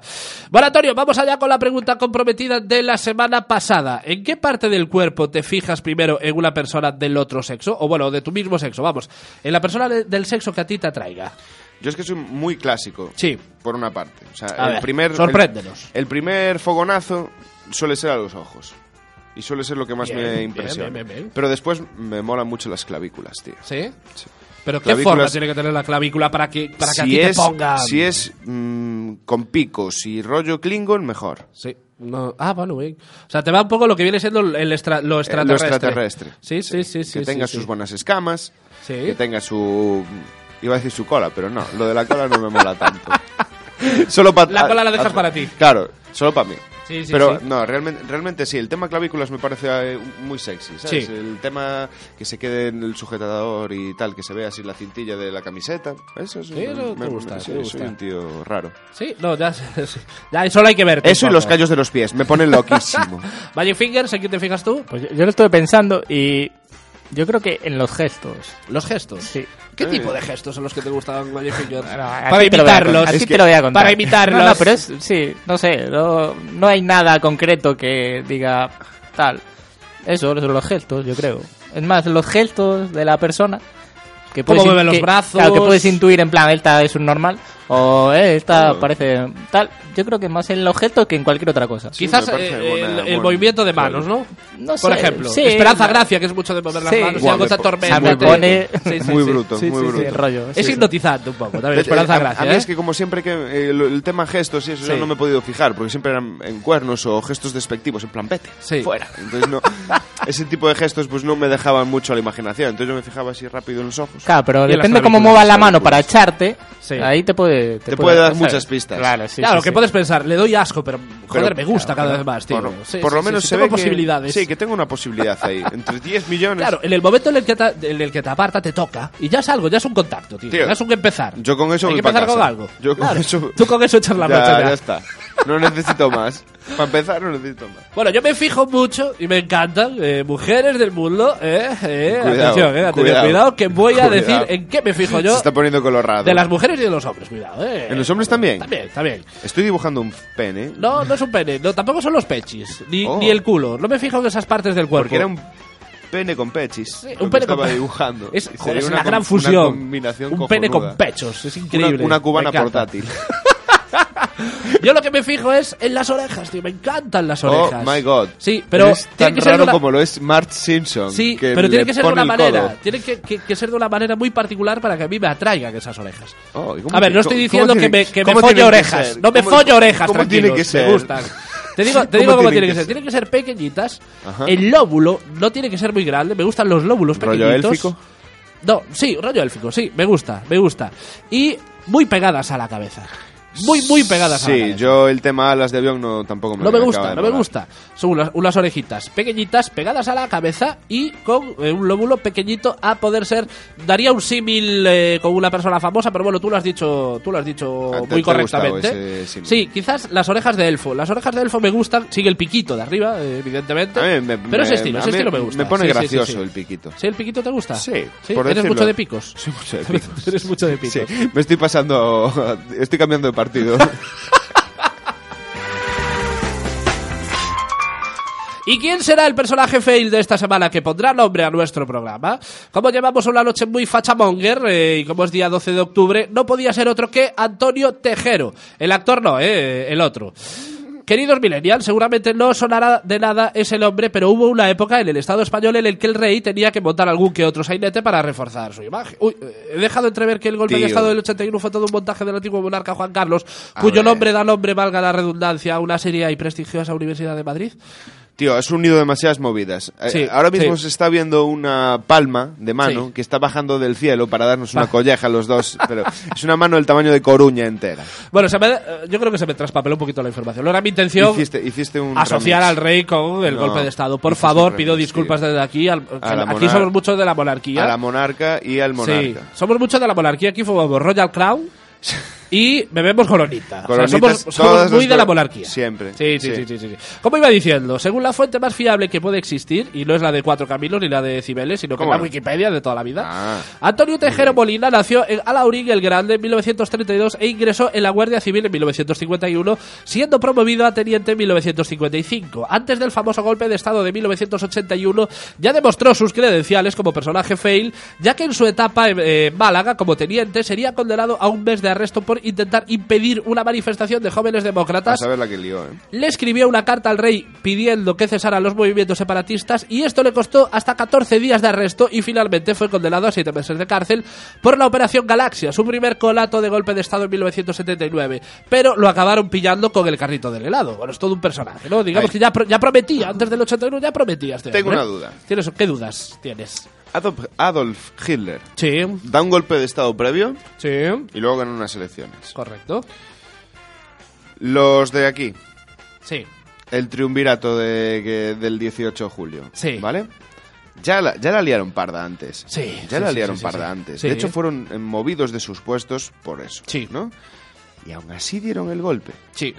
Speaker 3: Moratorio, vamos allá con la pregunta comprometida de la semana pasada. ¿En qué parte del cuerpo te fijas primero en una persona del otro sexo? O bueno, de tu mismo sexo, vamos. En la persona de- del sexo que a ti te atraiga.
Speaker 5: Yo es que soy muy clásico.
Speaker 3: Sí.
Speaker 5: Por una parte. O sea,
Speaker 3: A
Speaker 5: el
Speaker 3: ver,
Speaker 5: primer.
Speaker 3: sorpréndenos.
Speaker 5: El, el primer fogonazo suele ser a los ojos. Y suele ser lo que más
Speaker 3: Bien,
Speaker 5: me
Speaker 3: bien,
Speaker 5: impresiona.
Speaker 3: bien, bien, bien.
Speaker 5: Pero después me molan mucho las clavículas, tío.
Speaker 3: ¿Sí? ¿Pero qué
Speaker 5: Clavículas-
Speaker 3: forma tiene que tener la clavícula para que, para que a ti
Speaker 5: es,
Speaker 3: te pongan?
Speaker 5: si es mm, con picos y rollo Klingon, mejor.
Speaker 3: Sí. No. Ah, bueno, bien. O sea, te va un poco lo que viene siendo el extra- lo
Speaker 5: Eh,
Speaker 3: extraterrestre.
Speaker 5: Lo extraterrestre.
Speaker 3: Sí, sí, sí. sí
Speaker 5: que
Speaker 3: sí,
Speaker 5: tenga
Speaker 3: sí.
Speaker 5: sus buenas escamas,
Speaker 3: Sí.
Speaker 5: que tenga su... Iba a decir su cola, pero no, lo de la cola no me mola tanto.
Speaker 3: [LAUGHS]
Speaker 5: solo pa-
Speaker 3: La cola la
Speaker 5: a-
Speaker 3: dejas
Speaker 5: a-
Speaker 3: para ti.
Speaker 5: Claro, solo para mí.
Speaker 3: Sí, sí,
Speaker 5: pero
Speaker 3: sí.
Speaker 5: no, realmente, realmente sí, el tema clavículas me parece eh, muy sexy, ¿sabes?
Speaker 3: Sí.
Speaker 5: El tema que se quede en el sujetador y tal, que se vea así la cintilla de la camiseta, eso es...
Speaker 3: Sí, eso te gusta,
Speaker 5: sí,
Speaker 3: te
Speaker 5: soy
Speaker 3: gusta.
Speaker 5: un tío raro.
Speaker 3: Sí, no, ya, [LAUGHS] ya solo hay que ver.
Speaker 5: Eso y los callos de
Speaker 3: [LAUGHS]
Speaker 5: los pies, me ponen loquísimo.
Speaker 3: Magic Fingers, ¿en quién te fijas tú?
Speaker 1: Pues yo- yo lo estuve pensando y Yo creo que en los gestos.
Speaker 3: Los gestos.
Speaker 1: Sí.
Speaker 3: ¿Qué
Speaker 5: Eh.
Speaker 3: tipo de gestos son los que te gustaban, Magnific Johnson?
Speaker 1: Bueno,
Speaker 5: Ah,
Speaker 1: aquí
Speaker 3: Para
Speaker 1: te lo voy a
Speaker 3: imitarlos.
Speaker 1: contar, aquí
Speaker 5: Es
Speaker 1: te
Speaker 5: que-
Speaker 1: lo voy a contar.
Speaker 3: para imitarlos.
Speaker 1: No, no, pero es, sí, no sé, no, no hay nada concreto que diga tal. Eso, son los gestos, yo creo. Es más, los gestos de la persona. Que
Speaker 3: Cómo
Speaker 1: puedes in-
Speaker 3: mueve los
Speaker 1: que-
Speaker 3: brazos.
Speaker 1: Claro, que puedes intuir en plan, esta es un normal o eh, esta
Speaker 5: Claro.
Speaker 1: parece tal. Yo creo que más en los gestos que en cualquier otra cosa.
Speaker 5: Sí,
Speaker 3: Quizás
Speaker 5: me parece
Speaker 3: eh,
Speaker 5: buena-
Speaker 3: el, el
Speaker 5: buena-
Speaker 3: movimiento de manos, ¿no?
Speaker 1: No
Speaker 3: Por
Speaker 1: sé,
Speaker 3: ejemplo,
Speaker 1: sí,
Speaker 3: Esperanza
Speaker 1: no.
Speaker 3: Gracia, que es mucho de mover las
Speaker 1: Sí.
Speaker 3: manos, y
Speaker 5: Guau,
Speaker 3: algo
Speaker 5: me
Speaker 3: tan
Speaker 5: po-
Speaker 3: tormenta.
Speaker 1: me pone-
Speaker 5: Muy bruto,
Speaker 1: Sí,
Speaker 5: muy
Speaker 1: sí, sí,
Speaker 5: bruto.
Speaker 1: rollo.
Speaker 3: Es
Speaker 1: sí.
Speaker 3: hipnotizante un poco también,
Speaker 5: Eh,
Speaker 3: Esperanza
Speaker 5: a-
Speaker 3: Gracia.
Speaker 5: A mí
Speaker 3: ¿eh?
Speaker 5: es que como siempre que eh, lo- el tema gestos y eso yo
Speaker 3: Sí.
Speaker 5: no me he podido fijar, porque siempre eran en cuernos o gestos despectivos, en plan vete,
Speaker 3: Sí.
Speaker 5: fuera.
Speaker 3: [LAUGHS]
Speaker 5: Entonces no, ese tipo de gestos pues no me dejaban mucho a la imaginación, entonces yo me fijaba así rápido en los ojos.
Speaker 1: Claro, pero
Speaker 3: Y las
Speaker 1: depende cómo
Speaker 5: clavículas,
Speaker 1: muevas la mano
Speaker 5: clavículas.
Speaker 1: para echarte.
Speaker 3: Sí.
Speaker 1: Ahí te puede.
Speaker 5: Te puede dar muchas pistas.
Speaker 1: Claro, sí.
Speaker 3: claro,
Speaker 1: sí,
Speaker 3: que
Speaker 1: sí.
Speaker 3: puedes pensar, le doy asco, pero joder,
Speaker 5: Pero-
Speaker 3: me gusta cada vez más, tío.
Speaker 5: por
Speaker 3: Sí,
Speaker 5: por
Speaker 3: sí,
Speaker 5: lo
Speaker 3: sí,
Speaker 5: menos
Speaker 3: sí,
Speaker 5: se
Speaker 3: tengo
Speaker 5: ve
Speaker 3: posibilidades.
Speaker 5: Que, sí, que tengo una posibilidad ahí, entre 10 millones.
Speaker 3: Claro, en el momento en el, que te, en el que te aparta, te toca. Y ya es algo, ya es un contacto, tío.
Speaker 5: Tío,
Speaker 3: ya es un empezar.
Speaker 5: Yo con eso
Speaker 3: Hay
Speaker 5: voy
Speaker 3: que
Speaker 5: pa'
Speaker 3: empezar
Speaker 5: casa.
Speaker 3: con algo.
Speaker 5: Yo con
Speaker 3: Claro.
Speaker 5: eso
Speaker 3: Tú con eso echas la
Speaker 5: [LAUGHS] ya,
Speaker 3: noche ya.
Speaker 5: ya está. No necesito más. Para empezar no necesito más.
Speaker 3: Bueno, yo me fijo mucho y me encantan eh, mujeres del mundo. Eh, eh,
Speaker 5: Cuidado,
Speaker 3: atención, eh, atención,
Speaker 5: cuidado.
Speaker 3: cuidado, que voy a
Speaker 5: [LAUGHS] Cuidado.
Speaker 3: decir en qué me fijo
Speaker 5: Se
Speaker 3: yo.
Speaker 5: está poniendo colorado.
Speaker 3: De las mujeres y de los hombres, cuidado, eh.
Speaker 5: ¿En los hombres también?
Speaker 3: También, también.
Speaker 5: Estoy dibujando un pene.
Speaker 3: No, no es un pene, no, tampoco son los pechis, ni,
Speaker 5: Oh.
Speaker 3: ni el culo. No me fijo en esas partes del cuerpo.
Speaker 5: Porque era un pene con pechis.
Speaker 3: Sí,
Speaker 5: lo
Speaker 3: un
Speaker 5: que
Speaker 3: pene con
Speaker 5: estaba
Speaker 3: pe-
Speaker 5: dibujando.
Speaker 3: Es,
Speaker 5: Sería
Speaker 3: joder, es una,
Speaker 5: com-
Speaker 3: gran fusión.
Speaker 5: Una combinación
Speaker 3: un pene
Speaker 5: cojonuda.
Speaker 3: con pechos, es
Speaker 5: Una,
Speaker 3: increíble.
Speaker 5: una cubana
Speaker 3: Me encanta.
Speaker 5: portátil.
Speaker 3: Yo lo que me fijo es en las orejas, tío. Me encantan las
Speaker 5: Oh
Speaker 3: orejas.
Speaker 5: my god.
Speaker 3: Sí, pero
Speaker 5: es
Speaker 3: tiene
Speaker 5: tan
Speaker 3: que ser
Speaker 5: raro
Speaker 3: una-
Speaker 5: como lo es Marge Simpson.
Speaker 3: Sí,
Speaker 5: que
Speaker 3: pero tiene
Speaker 5: le
Speaker 3: que ser de una
Speaker 5: pone el
Speaker 3: manera.
Speaker 5: codo.
Speaker 3: Tiene que, que- que ser de una manera muy particular para que a mí me atraigan esas orejas.
Speaker 5: Oh, ¿y cómo
Speaker 3: A ver,
Speaker 5: ti-
Speaker 3: no estoy
Speaker 5: cómo-
Speaker 3: diciendo
Speaker 5: cómo
Speaker 3: que me,
Speaker 5: tiene-
Speaker 3: que me
Speaker 5: cómo tiene
Speaker 3: folle
Speaker 5: que
Speaker 3: orejas.
Speaker 5: ser?
Speaker 3: No me
Speaker 5: ¿Cómo-
Speaker 3: folle orejas,
Speaker 5: ¿Cómo tiene
Speaker 3: tranquilos,
Speaker 5: que ser?
Speaker 3: Me gustan. Te
Speaker 5: [LAUGHS]
Speaker 3: digo, te digo cómo, tiene que ser. Tiene que ser pequeñitas.
Speaker 5: Ajá.
Speaker 3: El lóbulo no tiene que ser muy grande. Me gustan los lóbulos
Speaker 5: ¿Rollo
Speaker 3: pequeñitos.
Speaker 5: élfico?
Speaker 3: No, sí, rollo élfico, sí. Me gusta, me gusta. Y muy pegadas a la cabeza. Muy, muy pegadas a la
Speaker 5: Sí,
Speaker 3: cabeza.
Speaker 5: yo el tema alas de avión no tampoco me
Speaker 3: No me
Speaker 5: acaba
Speaker 3: gusta,
Speaker 5: de
Speaker 3: no me
Speaker 5: molar.
Speaker 3: gusta. Son unas, unas orejitas pequeñitas pegadas a la cabeza y con eh, un lóbulo pequeñito a poder ser. Daría un símil eh, con una persona famosa, pero bueno, tú lo has dicho, tú lo has dicho
Speaker 5: Ah, te-
Speaker 3: muy
Speaker 5: te ha gustado
Speaker 3: correctamente.
Speaker 5: ese símil.
Speaker 3: Sí, quizás las orejas de elfo. Las orejas de elfo me gustan. Sigue el piquito de arriba, eh, evidentemente.
Speaker 5: A mí me-
Speaker 3: pero ese
Speaker 5: me-
Speaker 3: estilo,
Speaker 5: a
Speaker 3: ese
Speaker 5: mí
Speaker 3: estilo me gusta.
Speaker 5: Me pone
Speaker 3: Sí, sí, sí,
Speaker 5: gracioso
Speaker 3: sí.
Speaker 5: el piquito.
Speaker 3: ¿Sí, el piquito te gusta?
Speaker 5: Sí, por
Speaker 3: eres
Speaker 5: decirlo.
Speaker 3: mucho de picos.
Speaker 5: Sí,
Speaker 3: [LAUGHS]
Speaker 5: mucho de picos.
Speaker 3: Eres mucho de picos.
Speaker 5: Sí, me estoy pasando. Estoy cambiando
Speaker 3: [LAUGHS]
Speaker 5: de partido.
Speaker 3: ¿Y quién será el personaje fail de esta semana que pondrá nombre a nuestro programa? Como llevamos una noche muy fachamonger eh, y como es día 12 de octubre, no podía ser otro que Antonio Tejero. El actor no, eh, el otro. Queridos millennials, seguramente no sonará de nada ese nombre, pero hubo una época en el Estado español en el que el rey tenía que montar algún que otro sainete para reforzar su imagen. Uy, eh, he dejado entrever que el golpe de
Speaker 5: Tío.
Speaker 3: Estado del 81 fue todo un montaje del antiguo monarca Juan Carlos,
Speaker 5: A
Speaker 3: cuyo
Speaker 5: ver.
Speaker 3: nombre da nombre, valga la redundancia, a una seria y prestigiosa Universidad de Madrid.
Speaker 5: Tío, has unido demasiadas movidas. Eh,
Speaker 3: Sí,
Speaker 5: Ahora mismo
Speaker 3: sí.
Speaker 5: se está viendo una palma de mano
Speaker 3: Sí. Ah.
Speaker 5: que está bajando del cielo para darnos
Speaker 3: Va.
Speaker 5: una colleja a
Speaker 3: [LAUGHS]
Speaker 5: los dos. Pero es una mano del tamaño de Coruña entera.
Speaker 3: Bueno, se me- eh, yo creo que se me traspapeló un poquito la información. No era mi intención
Speaker 5: Hiciste, hiciste un.
Speaker 3: asociar
Speaker 5: remix.
Speaker 3: al rey con el
Speaker 5: No,
Speaker 3: golpe de Estado. Por
Speaker 5: hiciste
Speaker 3: favor,
Speaker 5: un
Speaker 3: pido
Speaker 5: remix,
Speaker 3: disculpas
Speaker 5: tío.
Speaker 3: desde aquí. al-
Speaker 5: A la
Speaker 3: aquí
Speaker 5: monar-
Speaker 3: somos muchos de la monarquía.
Speaker 5: A la monarca y al
Speaker 3: sí,
Speaker 5: monarca.
Speaker 3: somos muchos de la monarquía. Aquí fumamos Royal Crown y bebemos coronita. O sea,
Speaker 5: Coronitas,
Speaker 3: somos- somos
Speaker 5: todas
Speaker 3: muy
Speaker 5: las
Speaker 3: de la
Speaker 5: cor-
Speaker 3: monarquía.
Speaker 5: Siempre.
Speaker 3: Sí sí, sí,
Speaker 5: Sí.
Speaker 3: sí, sí, sí. Como iba diciendo, según la fuente más fiable que puede existir, y no es la de Cuatro Caminos ni la de Cibeles, sino que es
Speaker 5: ¿Cómo
Speaker 3: la
Speaker 5: no?
Speaker 3: Wikipedia de toda la vida,
Speaker 5: Ah.
Speaker 3: Antonio Tejero Molina nació en Alaurín el Grande en 1932 e ingresó en la Guardia Civil en 1951, siendo promovido a teniente en 1955. Antes del famoso golpe de Estado de 1981, ya demostró sus credenciales como personaje fail, ya que en su etapa en eh, Málaga como teniente sería condenado a un mes de arresto por intentar impedir una manifestación de jóvenes
Speaker 5: A
Speaker 3: demócratas
Speaker 5: saber la que lió, ¿eh?
Speaker 3: le escribió una carta al rey pidiendo que cesaran los movimientos separatistas y esto le costó hasta 14 días de arresto y finalmente fue condenado a 7 meses de cárcel por la Operación Galaxia, su primer colato de golpe de Estado en 1979. Pero lo acabaron pillando con el carrito del helado. Bueno, es todo un personaje, ¿no? Digamos
Speaker 5: Ay.
Speaker 3: que ya, pro- ya prometía, antes del 81 ya prometía. este
Speaker 5: Tengo
Speaker 3: hombre.
Speaker 5: una duda.
Speaker 3: ¿Tienes, ¿Qué dudas tienes?
Speaker 5: Adolf, Adolf Hitler
Speaker 3: Sí,
Speaker 5: da un golpe de estado previo
Speaker 3: sí,
Speaker 5: y luego gana unas elecciones.
Speaker 3: correcto.
Speaker 5: Los de aquí,
Speaker 3: Sí,
Speaker 5: el triunvirato de, que- del 18 de julio.
Speaker 3: Sí.
Speaker 5: ¿Vale? Ya la, ya la liaron parda antes.
Speaker 3: Sí,
Speaker 5: Ya
Speaker 3: sí,
Speaker 5: la
Speaker 3: sí,
Speaker 5: liaron
Speaker 3: sí, sí,
Speaker 5: parda
Speaker 3: sí.
Speaker 5: antes.
Speaker 3: Sí.
Speaker 5: De hecho, fueron eh, movidos de sus puestos por eso.
Speaker 3: Sí.
Speaker 5: ¿No? Y aún así dieron el golpe.
Speaker 3: sí.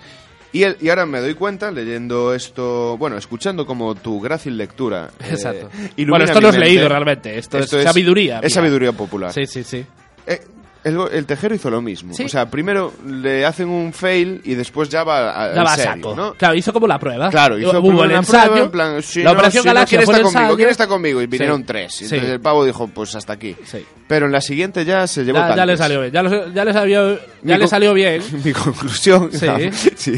Speaker 5: Y, el- y ahora me doy cuenta, leyendo esto, bueno, escuchando como tu grácil lectura. eh,
Speaker 3: Exacto.
Speaker 5: ilumina
Speaker 3: bueno, esto
Speaker 5: mi
Speaker 3: no es
Speaker 5: mente.
Speaker 3: leído realmente. Esto,
Speaker 5: Esto
Speaker 3: es,
Speaker 5: es-
Speaker 3: sabiduría.
Speaker 5: Es
Speaker 3: mía.
Speaker 5: sabiduría popular.
Speaker 3: Sí, sí, sí.
Speaker 5: Eh, el, go- el tejero hizo lo mismo.
Speaker 3: Sí.
Speaker 5: O sea, primero le hacen un fail y después ya va a, al
Speaker 3: Ya va a
Speaker 5: serio,
Speaker 3: saco.
Speaker 5: ¿no?
Speaker 3: Claro, hizo como la prueba.
Speaker 5: Claro, hizo
Speaker 3: Ah, Hubo
Speaker 5: primero
Speaker 3: el
Speaker 5: una
Speaker 3: ensayo.
Speaker 5: prueba, en plan, si
Speaker 3: la
Speaker 5: no,
Speaker 3: Operación
Speaker 5: si no,
Speaker 3: Galaxia
Speaker 5: ¿quién
Speaker 3: fue
Speaker 5: está
Speaker 3: el
Speaker 5: conmigo?
Speaker 3: ensayo.
Speaker 5: ¿Quién está conmigo? Y vinieron
Speaker 3: Sí.
Speaker 5: tres.
Speaker 3: Sí.
Speaker 5: Entonces el pavo dijo, pues hasta aquí.
Speaker 3: Sí.
Speaker 5: Pero en la siguiente ya se llevó
Speaker 3: Ya, ya le
Speaker 5: tantos.
Speaker 3: salió bien. Ya, lo- ya le salió, ya
Speaker 5: Mi
Speaker 3: le
Speaker 5: co-
Speaker 3: salió bien.
Speaker 5: [LAUGHS] Mi conclusión,
Speaker 3: Sí.
Speaker 5: ah, [LAUGHS] sí,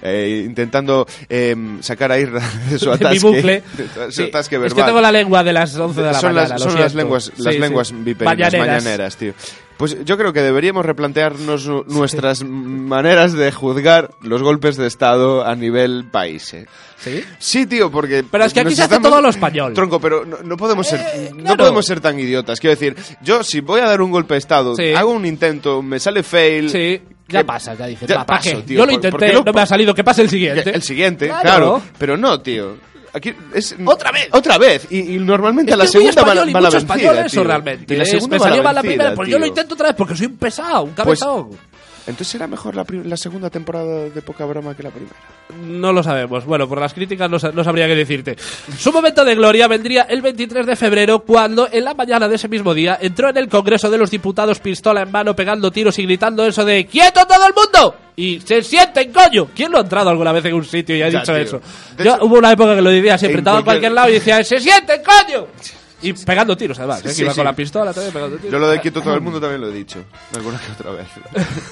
Speaker 5: eh, intentando em, sacar a Irra [LAUGHS] de su
Speaker 3: de
Speaker 5: atasque,
Speaker 3: mi bucle.
Speaker 5: de su
Speaker 3: Sí.
Speaker 5: atasque
Speaker 3: Es
Speaker 5: verbal.
Speaker 3: que tengo la lengua de las 11 de la
Speaker 5: son
Speaker 3: mañana.
Speaker 5: las,
Speaker 3: lo
Speaker 5: son las
Speaker 3: siento.
Speaker 5: lenguas,
Speaker 3: Sí,
Speaker 5: las
Speaker 3: sí.
Speaker 5: lenguas viperinas, mañaneras.
Speaker 3: Mañaneras.
Speaker 5: tío. Pues yo creo que deberíamos replantearnos nu- nuestras maneras de juzgar los golpes de Estado a nivel país. eh.
Speaker 3: Sí.
Speaker 5: Sí, tío, porque.
Speaker 3: Pero es que aquí
Speaker 5: nos
Speaker 3: se hace
Speaker 5: estamos-
Speaker 3: todo lo español.
Speaker 5: Tronco, pero no, no podemos ser, no
Speaker 3: claro.
Speaker 5: podemos ser tan idiotas. Quiero decir, yo si voy a dar un golpe de Estado,
Speaker 3: Sí.
Speaker 5: hago un intento, me sale fail.
Speaker 3: Sí. Ya
Speaker 5: que-
Speaker 3: pasa, ya dije.
Speaker 5: Ya
Speaker 3: "Va, ¿pa'
Speaker 5: paso,
Speaker 3: qué?".
Speaker 5: tío,
Speaker 3: Yo lo
Speaker 5: ¿por- por
Speaker 3: intenté,
Speaker 5: qué lo
Speaker 3: no me
Speaker 5: pa-
Speaker 3: ha salido. ¿Qué pasa el
Speaker 5: Ya,
Speaker 3: siguiente?
Speaker 5: El siguiente,
Speaker 3: Claro.
Speaker 5: claro. Pero no, tío. Aquí es
Speaker 3: Otra vez.
Speaker 5: Otra vez. Y, y normalmente a la
Speaker 3: Es que es muy
Speaker 5: segunda va, la-
Speaker 3: español y
Speaker 5: va la
Speaker 3: mucho español
Speaker 5: vencida.
Speaker 3: eso
Speaker 5: tío.
Speaker 3: realmente.
Speaker 5: Y la
Speaker 3: Es,
Speaker 5: segunda
Speaker 3: me
Speaker 5: va
Speaker 3: salió
Speaker 5: la
Speaker 3: mal la primera, pues yo lo
Speaker 5: tío.
Speaker 3: intento otra vez porque soy un pesado, un
Speaker 5: Pues-
Speaker 3: cabezón.
Speaker 5: Entonces será mejor la, pri- la segunda temporada de Poca Broma que la primera.
Speaker 3: No lo sabemos. Bueno, por las críticas no, sa- no sabría qué decirte. Su momento de gloria vendría el 23 de febrero, cuando en la mañana de ese mismo día entró en el Congreso de los Diputados pistola en mano, pegando tiros y gritando eso de ¡Quieto todo el mundo! Y se sienten, coño. ¿Quién no ha entrado alguna vez en un sitio y ha
Speaker 5: Ya,
Speaker 3: dicho
Speaker 5: tío.
Speaker 3: eso?
Speaker 5: De
Speaker 3: Yo
Speaker 5: hecho,
Speaker 3: hubo una época que lo decía siempre,
Speaker 5: en
Speaker 3: estaba en cualquier
Speaker 5: cualquier-
Speaker 3: lado y decía ¡Se sienten,
Speaker 5: [LAUGHS]
Speaker 3: coño! Y pegando tiros, además. ¿eh?
Speaker 5: Sí,
Speaker 3: Que iba
Speaker 5: sí.
Speaker 3: con la pistola también pegando tiros.
Speaker 5: Yo lo de quieto todo el mundo también lo he dicho. Alguna que otra vez. [LAUGHS]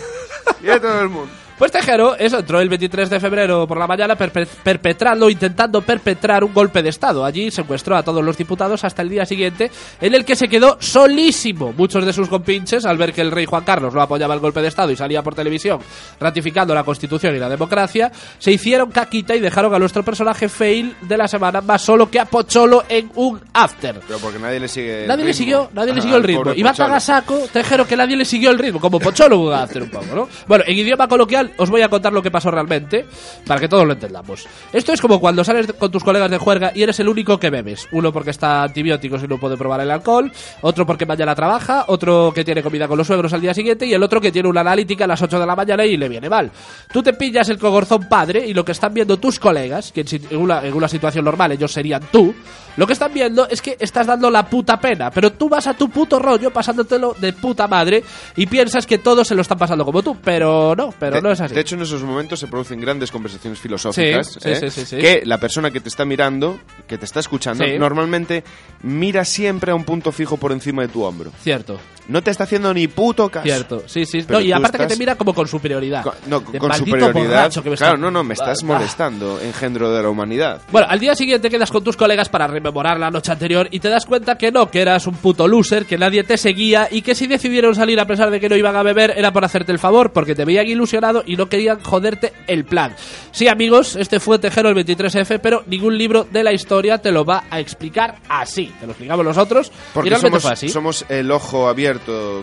Speaker 5: quieto todo el mundo.
Speaker 3: Pues Tejero, eso entró el 23 de febrero por la mañana perpe- perpetrando, intentando perpetrar un golpe de Estado. Allí secuestró a todos los diputados hasta el día siguiente, en el que se quedó solísimo. Muchos de sus compinches, al ver que el rey Juan Carlos no apoyaba el golpe de Estado y salía por televisión ratificando la Constitución y la democracia, se hicieron caquita y dejaron a nuestro personaje fail de la semana más solo que a Pocholo en un after.
Speaker 5: Pero porque nadie le sigue. el
Speaker 3: Nadie le
Speaker 5: ritmo.
Speaker 3: siguió, nadie le
Speaker 5: Ah,
Speaker 3: siguió el
Speaker 5: al
Speaker 3: ritmo.
Speaker 5: pobre
Speaker 3: Iba a
Speaker 5: Pocholo.
Speaker 3: Tagasaco, Tejero, que nadie le siguió el ritmo, como Pocholo va a hacer un poco, ¿no? Bueno, en idioma coloquial os voy a contar lo que pasó realmente, para que todos lo entendamos. Esto es como cuando sales con tus colegas de juerga y eres el único que bebes. Uno porque está antibióticos y no puede probar el alcohol, otro porque mañana trabaja, otro que tiene comida con los suegros al día siguiente y el otro que tiene una analítica a las 8 de la mañana y le viene mal. Tú te pillas el cogorzón padre y lo que están viendo tus colegas, que en si- en una, en una situación normal ellos serían tú, lo que están viendo es que estás dando la puta pena, pero tú vas a tu puto rollo pasándotelo de puta madre y piensas que todos se lo están pasando como tú, pero no, pero
Speaker 5: de,
Speaker 3: no es así.
Speaker 5: de hecho, en esos momentos se producen grandes conversaciones filosóficas.
Speaker 3: Sí, sí,
Speaker 5: ¿eh?
Speaker 3: sí, sí, sí.
Speaker 5: Que la persona que te está mirando, que te está escuchando,
Speaker 3: Sí.
Speaker 5: normalmente mira siempre a un punto fijo por encima de tu hombro.
Speaker 3: Cierto,
Speaker 5: No te está haciendo ni puto caso.
Speaker 3: cierto, sí, sí.
Speaker 5: Pero
Speaker 3: No, y
Speaker 5: tú
Speaker 3: aparte que
Speaker 5: estás-
Speaker 3: te mira como con superioridad.
Speaker 5: Con- no,
Speaker 3: De
Speaker 5: con
Speaker 3: maldito
Speaker 5: superioridad.
Speaker 3: borracho que me
Speaker 5: Claro,
Speaker 3: está-
Speaker 5: no, no, me estás
Speaker 3: Ah, ah.
Speaker 5: molestando, engendro de la humanidad.
Speaker 3: Bueno, al día siguiente quedas con tus colegas para rememorar la noche anterior y te das cuenta que no, que eras un puto loser, que nadie te seguía y que si decidieron salir a pesar de que no iban a beber era por hacerte el favor, porque te veían ilusionado y no querían joderte el plan. Sí, amigos, este fue Tejero el 23F, pero ningún libro de la historia te lo va a explicar así. Te lo explicamos nosotros y
Speaker 5: Porque
Speaker 3: realmente
Speaker 5: somos,
Speaker 3: fue así.
Speaker 5: somos el ojo abierto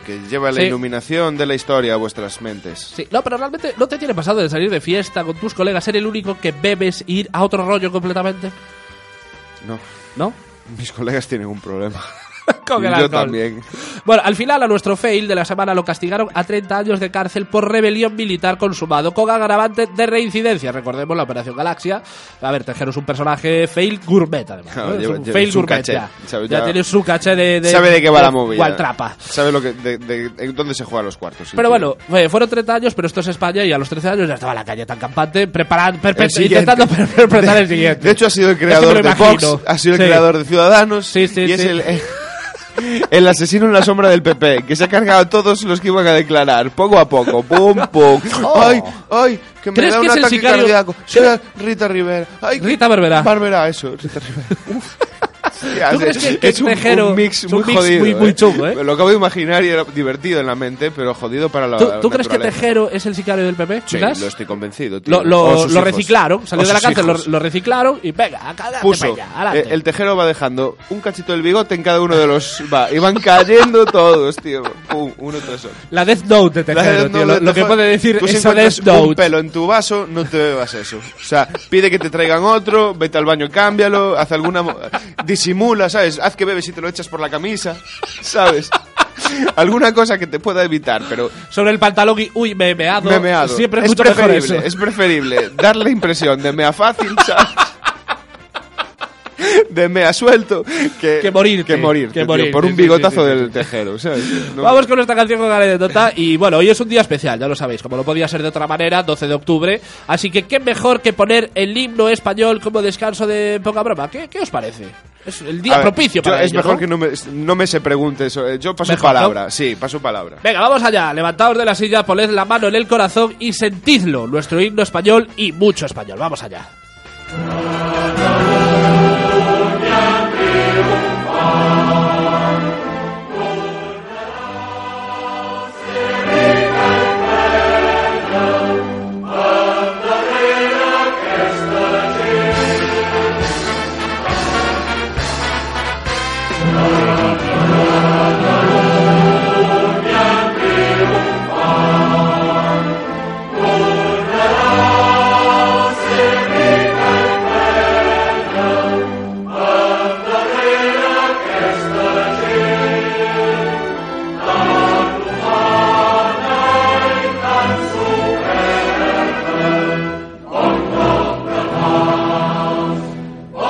Speaker 5: que lleva la
Speaker 3: Sí.
Speaker 5: iluminación de la historia a vuestras mentes.
Speaker 3: Sí, no, pero realmente no te tiene pasado de salir de fiesta con tus colegas, ser el único que bebes e ir a otro rollo completamente,
Speaker 5: No,
Speaker 3: ¿no?
Speaker 5: mis colegas tienen un problema.
Speaker 3: Con
Speaker 5: Y
Speaker 3: el
Speaker 5: yo
Speaker 3: alcohol.
Speaker 5: también.
Speaker 3: Bueno, al final a nuestro fail de la semana lo castigaron a 30 años de cárcel por rebelión militar consumado con agravante de reincidencia. Recordemos la Operación Galaxia. A ver, Tejero es un personaje fail gourmet, además. ¿no?
Speaker 5: Claro,
Speaker 3: es
Speaker 5: lleva-
Speaker 3: un
Speaker 5: lleva
Speaker 3: fail
Speaker 5: su
Speaker 3: gourmet
Speaker 5: caché,
Speaker 3: ya.
Speaker 5: sabe,
Speaker 3: Ya
Speaker 5: ya-
Speaker 3: tiene su caché de... de
Speaker 5: Sabe de qué va la movida.
Speaker 3: Gualtrapa.
Speaker 5: Sabe lo que, de, de- de dónde se juegan los cuartos. sí,
Speaker 3: Pero
Speaker 5: tío.
Speaker 3: bueno, eh, fueron 30 años, pero esto es España y a los 13 años ya estaba la calle tan campante preparando,
Speaker 5: El siguiente.
Speaker 3: intentando [LAUGHS] per- perpetrar el siguiente.
Speaker 5: De hecho, ha sido el
Speaker 3: Es que me lo
Speaker 5: creador de
Speaker 3: imagino.
Speaker 5: Fox, ha sido el
Speaker 3: Sí.
Speaker 5: creador de Ciudadanos
Speaker 3: Sí, sí,
Speaker 5: y es
Speaker 3: sí.
Speaker 5: el, [LAUGHS] el asesino en la sombra del PP, que se ha cargado a todos los que iban a declarar, poco a poco, pum, pum.
Speaker 3: [LAUGHS]
Speaker 5: ¡Ay, ay! Que me
Speaker 3: Oh. ¿Crees
Speaker 5: da
Speaker 3: que
Speaker 5: un
Speaker 3: es el
Speaker 5: ataque
Speaker 3: sicario?
Speaker 5: cardíaco. Soy la Rita Rivera. Ay, que-
Speaker 3: Rita Barberá.
Speaker 5: Barberá, eso, Rita Rivera. [LAUGHS] Uf. Sí, hace-
Speaker 3: crees que- que
Speaker 5: es un,
Speaker 3: Tejero-
Speaker 5: un mix
Speaker 3: es
Speaker 5: muy
Speaker 3: un mix
Speaker 5: jodido?
Speaker 3: muy- muy chungo, ¿eh?
Speaker 5: Me Lo acabo de imaginar y era divertido en la mente, pero jodido para la.
Speaker 3: ¿Tú, tú crees que
Speaker 5: naturaleza.
Speaker 3: Tejero es el sicario del PP?
Speaker 5: Sí,
Speaker 3: ¿Quizás?
Speaker 5: lo estoy convencido. tío. Oh,
Speaker 3: Lo, lo-
Speaker 5: O sus
Speaker 3: lo
Speaker 5: hijos.
Speaker 3: reciclaron, salió
Speaker 5: O
Speaker 3: de la
Speaker 5: sus
Speaker 3: cárcel, lo,
Speaker 5: hijos
Speaker 3: lo reciclaron y venga, a cagarte
Speaker 5: puso.
Speaker 3: pa' allá, adelante.
Speaker 5: eh, el tejero va dejando un cachito del bigote en cada uno de los. Va, y van cayendo todos, tío. Pum, uno tras otro.
Speaker 3: La Death Note de
Speaker 5: La-
Speaker 3: Tejero,
Speaker 5: no,
Speaker 3: tío. Lo,
Speaker 5: la-
Speaker 3: lo que
Speaker 5: tejo-
Speaker 3: puede decir
Speaker 5: tú si
Speaker 3: esa
Speaker 5: encuentras
Speaker 3: Death
Speaker 5: un
Speaker 3: Note.
Speaker 5: pelo en tu vaso, no te bebas eso. O sea, pide que te traigan otro, vete al baño, cámbialo, haz alguna. mo- Disimula, ¿sabes? Haz que bebes y te lo echas por la camisa, ¿sabes? alguna cosa que te pueda evitar, pero
Speaker 3: Sobre el pantalón y... Uy, me he meado.
Speaker 5: me he meado.
Speaker 3: Siempre es,
Speaker 5: es
Speaker 3: mucho
Speaker 5: preferible,
Speaker 3: mejor eso.
Speaker 5: es preferible dar la impresión de mea fácil,
Speaker 3: [LAUGHS]
Speaker 5: ¿sabes? De mea suelto que,
Speaker 3: Que morirte,
Speaker 5: que morirte,
Speaker 3: que
Speaker 5: tío,
Speaker 3: morirte,
Speaker 5: por un
Speaker 3: sí, sí,
Speaker 5: bigotazo
Speaker 3: sí, sí,
Speaker 5: del tejero,
Speaker 3: [LAUGHS]
Speaker 5: ¿sabes? No-
Speaker 3: Vamos con esta canción con la anécdota. Y bueno, hoy es un día especial, ya lo sabéis, como no podía ser de otra manera, 12 de octubre. Así que qué mejor que poner el himno español como descanso de poca broma. ¿Qué, qué os parece? Es el día
Speaker 5: A ver,
Speaker 3: propicio
Speaker 5: yo-
Speaker 3: para
Speaker 5: Es
Speaker 3: ello,
Speaker 5: mejor
Speaker 3: ¿no?
Speaker 5: que no me, no me se pregunte eso. eh, Yo paso
Speaker 3: Mejor,
Speaker 5: palabra, sí, paso palabra.
Speaker 3: Venga, vamos allá. Levantaos de la silla, poned la mano en el corazón y sentidlo. Nuestro himno español y mucho español. Vamos allá.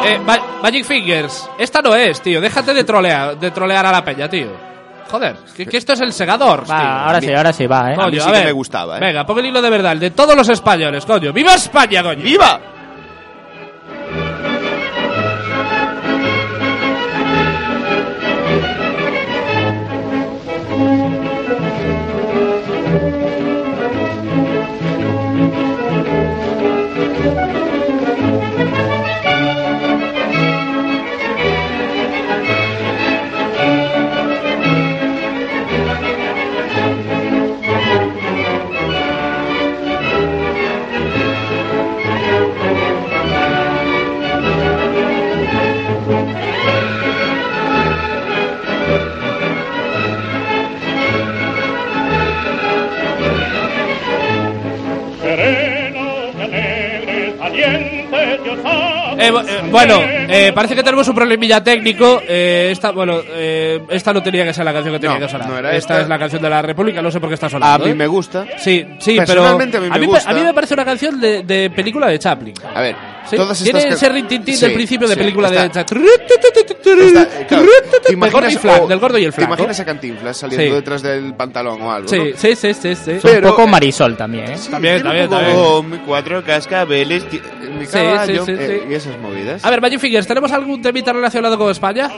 Speaker 3: Eh, Ma- Magic Fingers, esta no es, tío. Déjate de trolear, de trolear a la peña, tío. Joder, que, que esto es el segador, tío.
Speaker 1: Va, ahora sí, ahora sí, va, eh.
Speaker 5: mí
Speaker 3: Coño,
Speaker 5: sí que me gustaba, eh.
Speaker 3: Venga, pon el hilo de verdad, el de todos los españoles, coño. ¡Viva España, coño!
Speaker 5: ¡Viva!
Speaker 4: Serenos, alegres, valientes, yo sabe.
Speaker 3: Eh, bu- eh, bueno, eh, parece que tenemos un problemilla técnico. Eh, esta, bueno, eh, esta no tenía que ser la canción que tenía
Speaker 5: No,
Speaker 3: que sonar.
Speaker 5: no era
Speaker 3: esta,
Speaker 5: esta.
Speaker 3: es la canción de la República, no sé por qué está
Speaker 5: A
Speaker 3: sonando.
Speaker 5: mí
Speaker 3: ¿eh?
Speaker 5: me gusta.
Speaker 3: Sí, sí, pero.
Speaker 5: Personalmente a mí me
Speaker 3: pe-
Speaker 5: gusta.
Speaker 3: a mí me parece una canción de, de película de Chaplin.
Speaker 5: A ver,
Speaker 3: Sí,
Speaker 5: todas estas
Speaker 3: Tiene
Speaker 5: ca-
Speaker 3: ese rintintín
Speaker 5: Sí,
Speaker 3: del principio de
Speaker 5: sí,
Speaker 3: película de
Speaker 5: está-
Speaker 3: Chaplin.
Speaker 5: está- eh, claro, ¿te
Speaker 3: Del gordo y
Speaker 5: imaginas-
Speaker 3: flaco,
Speaker 5: o-
Speaker 3: del gordo y el
Speaker 5: ¿Te
Speaker 3: flaco.
Speaker 5: imaginas a Cantinflas saliendo
Speaker 3: Sí.
Speaker 5: detrás del pantalón o algo?
Speaker 3: Sí,
Speaker 5: ¿no?
Speaker 3: sí, sí, sí, sí.
Speaker 1: Es
Speaker 5: pero-
Speaker 1: un poco Marisol también, eh.
Speaker 5: Sí,
Speaker 3: También,
Speaker 5: tiene
Speaker 3: también,
Speaker 5: un poco-
Speaker 3: también.
Speaker 5: oh, mi cuatro cascabeles, ti- mi
Speaker 3: Sí,
Speaker 5: caballo,
Speaker 3: sí, sí,
Speaker 5: eh,
Speaker 3: sí.
Speaker 5: y esas movidas.
Speaker 3: A ver, Magic Fingers, ¿tenemos algún temita relacionado con España?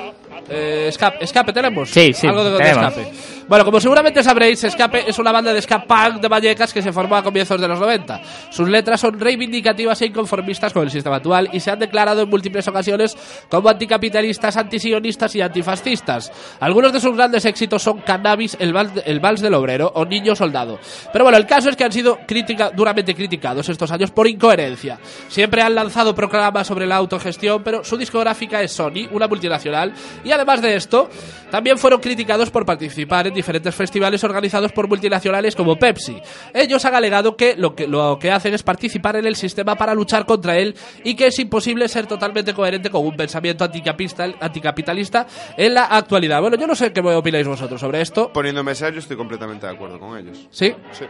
Speaker 3: Eh, escape, escape, ¿tenemos?
Speaker 1: Sí, sí,
Speaker 3: Algo de, de
Speaker 1: tenemos.
Speaker 3: escape. Bueno, como seguramente sabréis, Escape es una banda de ska punk de Vallecas que se formó a comienzos de los 90. Sus letras son reivindicativas e inconformistas con el sistema actual y se han declarado en múltiples ocasiones como anticapitalistas, antisionistas y antifascistas. Algunos de sus grandes éxitos son Cannabis, El Vals, el Vals del Obrero o Niño Soldado. Pero bueno, el caso es que han sido crítica- duramente criticados estos años por incoherencia. Siempre han lanzado proclamas sobre la autogestión, pero su discográfica es Sony, una multinacional, y además de esto, también fueron criticados por participar en diferentes festivales organizados por multinacionales como Pepsi. Ellos han alegado que lo que, lo que hacen es participar en el sistema para luchar contra él y que es imposible ser totalmente coherente con un pensamiento anticapista- anticapitalista en la actualidad. Bueno, yo no sé qué opináis vosotros sobre esto.
Speaker 5: Poniéndome serio, estoy completamente de acuerdo con ellos.
Speaker 3: ¿Sí?
Speaker 5: Sí.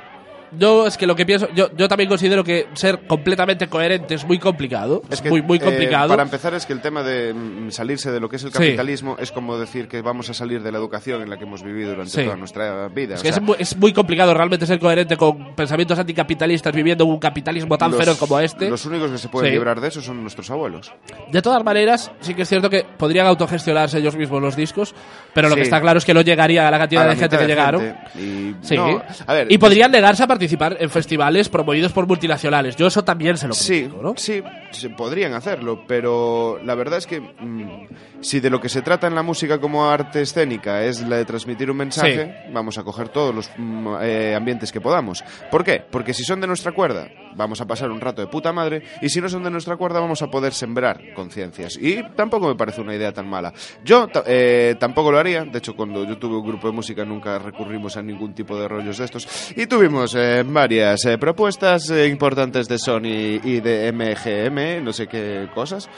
Speaker 3: Yo es que lo que pienso, yo, yo también considero que ser completamente coherente es muy complicado. Es muy, muy
Speaker 5: eh,
Speaker 3: complicado.
Speaker 5: para empezar, es que el tema de mm, salirse de lo que es el
Speaker 3: Sí.
Speaker 5: capitalismo es como decir que vamos a salir de la educación en la que hemos vivido durante
Speaker 3: Sí.
Speaker 5: toda nuestra vida.
Speaker 3: es
Speaker 5: o
Speaker 3: que
Speaker 5: sea,
Speaker 3: es, muy, es muy complicado realmente ser coherente con pensamientos anticapitalistas viviendo un capitalismo tan
Speaker 5: los-
Speaker 3: feroz como este.
Speaker 5: Los únicos que se pueden
Speaker 3: Sí.
Speaker 5: librar de eso son nuestros abuelos.
Speaker 3: De todas maneras, sí que es cierto que podrían autogestionarse ellos mismos los discos, pero lo que
Speaker 5: Sí.
Speaker 3: está claro es que no llegaría a la cantidad
Speaker 5: A la
Speaker 3: de gente
Speaker 5: mitad
Speaker 3: que
Speaker 5: de
Speaker 3: llegaron.
Speaker 5: gente. Y,
Speaker 3: Sí.
Speaker 5: no, a ver,
Speaker 3: y podrían negarse a participar en festivales promovidos por multinacionales. Yo eso también se lo
Speaker 5: Sí,
Speaker 3: critico, ¿no?
Speaker 5: sí, se podrían hacerlo, pero la verdad es que mm, si de lo que se trata en la música como arte escénica es la de transmitir un mensaje, vamos a coger todos los mm, eh, ambientes que podamos. ¿Por qué? Porque si son de nuestra cuerda, vamos a pasar un rato de puta madre, y si no son de nuestra cuerda, vamos a poder sembrar conciencias. Y tampoco me parece una idea tan mala. Yo ta- eh, tampoco lo haría, de hecho cuando yo tuve un grupo de música nunca recurrimos a ningún tipo de rollos de estos, y tuvimos eh, varias eh, propuestas eh, importantes de Sony y de MGM, no sé qué cosas,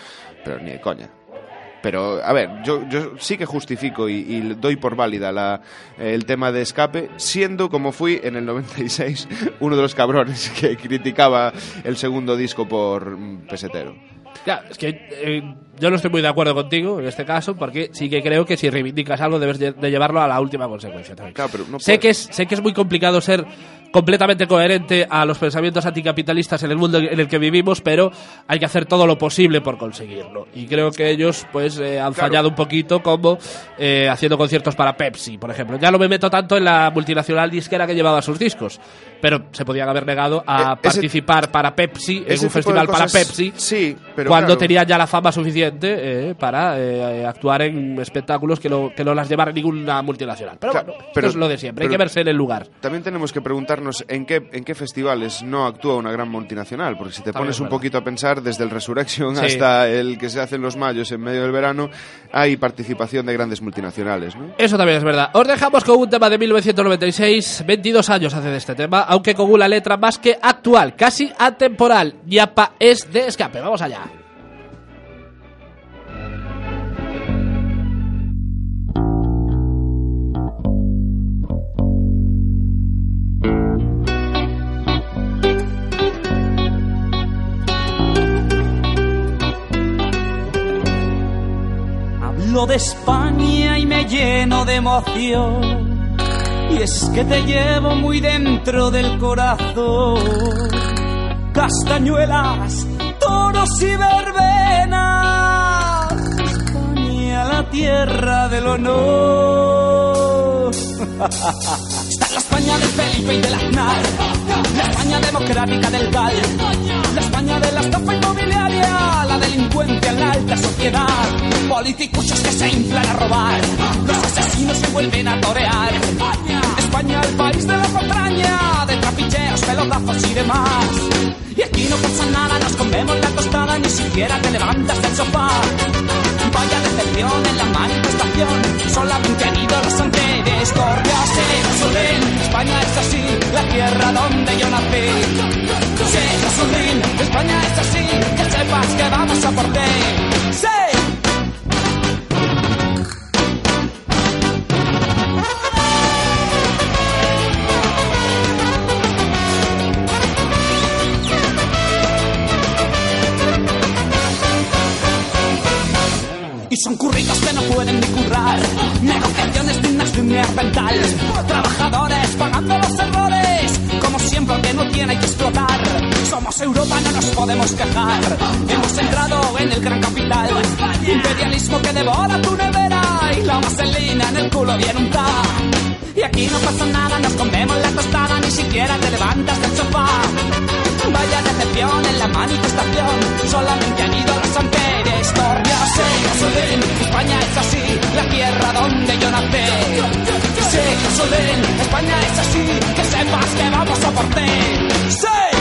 Speaker 5: pero ni de coña. Pero, a ver, yo, yo sí que justifico y, y doy por válida la, el tema de escape, siendo como fui en el 96 [LAUGHS] uno de los cabrones que criticaba el segundo disco por mm, pesetero.
Speaker 3: Claro, es que eh, yo no estoy muy de acuerdo contigo en este caso, porque sí que creo que si reivindicas algo debes lle- de llevarlo a la última consecuencia también.
Speaker 5: Claro, pero no
Speaker 3: sé,
Speaker 5: puedes.
Speaker 3: que es, sé que es muy complicado ser completamente coherente a los pensamientos anticapitalistas en el mundo en el que vivimos, pero hay que hacer todo lo posible por conseguirlo. Y creo que ellos pues eh, han
Speaker 5: Claro.
Speaker 3: fallado un poquito como eh, haciendo conciertos para Pepsi, por ejemplo. Ya no me meto tanto en la multinacional disquera que llevaba sus discos, pero se podían haber negado a
Speaker 5: Eh, ese-
Speaker 3: participar para Pepsi en
Speaker 5: Ese
Speaker 3: un
Speaker 5: tipo de
Speaker 3: festival para
Speaker 5: cosas,
Speaker 3: Pepsi
Speaker 5: Sí, pero
Speaker 3: cuando
Speaker 5: claro.
Speaker 3: tenía ya la fama suficiente eh, para eh, actuar en espectáculos que no, que no las llevara ninguna multinacional. Pero
Speaker 5: Claro,
Speaker 3: bueno, esto
Speaker 5: pero-
Speaker 3: es lo de siempre, hay
Speaker 5: pero-
Speaker 3: que verse en el lugar.
Speaker 5: También tenemos que preguntarnos en qué, en qué festivales no actúa una gran multinacional, porque si te
Speaker 3: También
Speaker 5: pones
Speaker 3: es
Speaker 5: un
Speaker 3: verdad.
Speaker 5: poquito a pensar, desde el Resurrection
Speaker 3: Sí.
Speaker 5: hasta el que se hace en los mayos en medio del verano, hay participación de grandes multinacionales, ¿no?
Speaker 3: Eso también es verdad. Os dejamos con un tema de 1996, 22 años hace de este tema, aunque con una letra más que actual, casi atemporal. Yapa es de escape, vamos allá.
Speaker 6: Hablo de España y me lleno de emoción. Y es que te llevo muy dentro del corazón. Castañuelas, toros y verbenas. España, la tierra del honor. Está la España de Felipe y del Aznar. La España democrática del GAL. La España de la estafa inmobiliaria. La delincuencia en la alta sociedad. Politicuchos que se inflan a robar. Los asesinos se vuelven a torear. España, el país de la patraña. De trapicheos, pelotazos y demás. Y aquí no pasa nada, nos comemos la tostada. Ni siquiera te levantas del sofá. Vaya decepción en la manifestación. Solamente han ido los anteriores. Correas en Solín. España es así, la tierra donde yo nací. Sí, Solín. España es así, que sepas que vamos a por ti. Sí. y son curritos que no pueden ni currar. Negociaciones dignas de un neandertal. Trabajadores pagando los errores, como siempre que no tiene que explotar. Somos Europa, no nos podemos quejar. Hemos entrado en el gran capital. Imperialismo que devora tu nevera y la vaselina en el culo bien untada. Y aquí no pasa nada, nos comemos la tostada, ni siquiera te levantas del sofá. Vaya decepción en la manifestación, solamente han ido los anteriores. Corrios y gasolín, España es así, la tierra donde yo nací. Sí, gasolín, España es así, que sepas que vamos a por ti. Sí.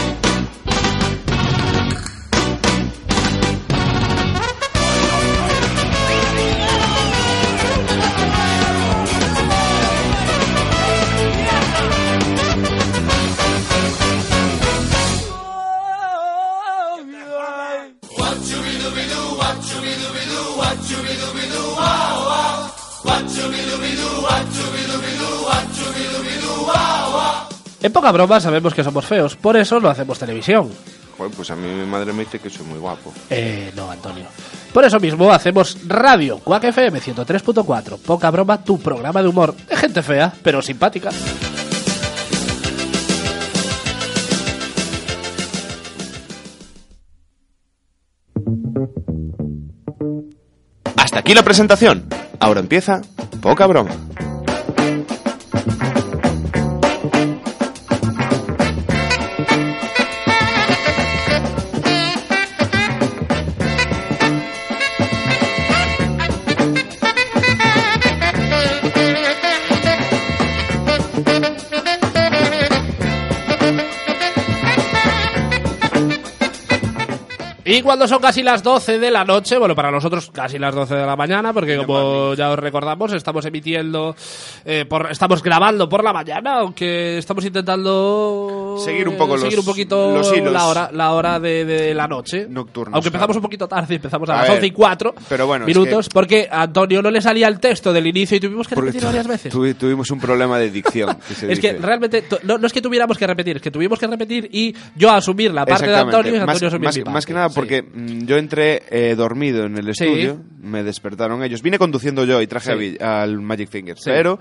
Speaker 3: En poca broma sabemos que somos feos, por eso no hacemos televisión.
Speaker 7: Joder, pues a mí mi madre me dice que soy muy guapo.
Speaker 3: Eh, no, Antonio. Por eso mismo hacemos radio, Quack FM 103.4. Poca broma, tu programa de humor. De gente fea, pero simpática.
Speaker 5: Hasta aquí la presentación. Ahora empieza poca broma.
Speaker 3: Y Y cuando son casi las 12 de la noche, bueno, para nosotros casi las 12 de la mañana, porque como ya os recordamos, estamos emitiendo, eh, por, estamos grabando por la mañana, aunque estamos intentando
Speaker 5: Seguir un poco
Speaker 3: eh, seguir
Speaker 5: los-
Speaker 3: un poquito
Speaker 5: los hilos.
Speaker 3: la hora, la hora de, de la noche.
Speaker 5: Nocturnos,
Speaker 3: Aunque empezamos
Speaker 5: claro.
Speaker 3: un poquito tarde, empezamos a,
Speaker 5: A
Speaker 3: las
Speaker 5: ver,
Speaker 3: 11 y 4
Speaker 5: pero bueno, es
Speaker 3: minutos,
Speaker 5: que-
Speaker 3: porque a Antonio no le salía el texto del inicio y tuvimos que
Speaker 5: Porque
Speaker 3: repetirlo
Speaker 5: tu-
Speaker 3: varias veces.
Speaker 5: tuvi- tuvimos un problema de dicción. que se
Speaker 3: [LAUGHS] Es que
Speaker 5: dice.
Speaker 3: realmente tu- no, no es que tuviéramos que repetir, es que tuvimos que repetir y yo asumir la parte de Antonio
Speaker 5: Exactamente.
Speaker 3: y Antonio
Speaker 5: más,
Speaker 3: asumir
Speaker 5: más-
Speaker 3: mi parte.
Speaker 5: más que nada
Speaker 3: Sí.
Speaker 5: porque mm, yo entré eh, dormido en el
Speaker 3: Sí.
Speaker 5: estudio, me despertaron ellos. Vine conduciendo yo y traje a Vi- al Magic Fingers, pero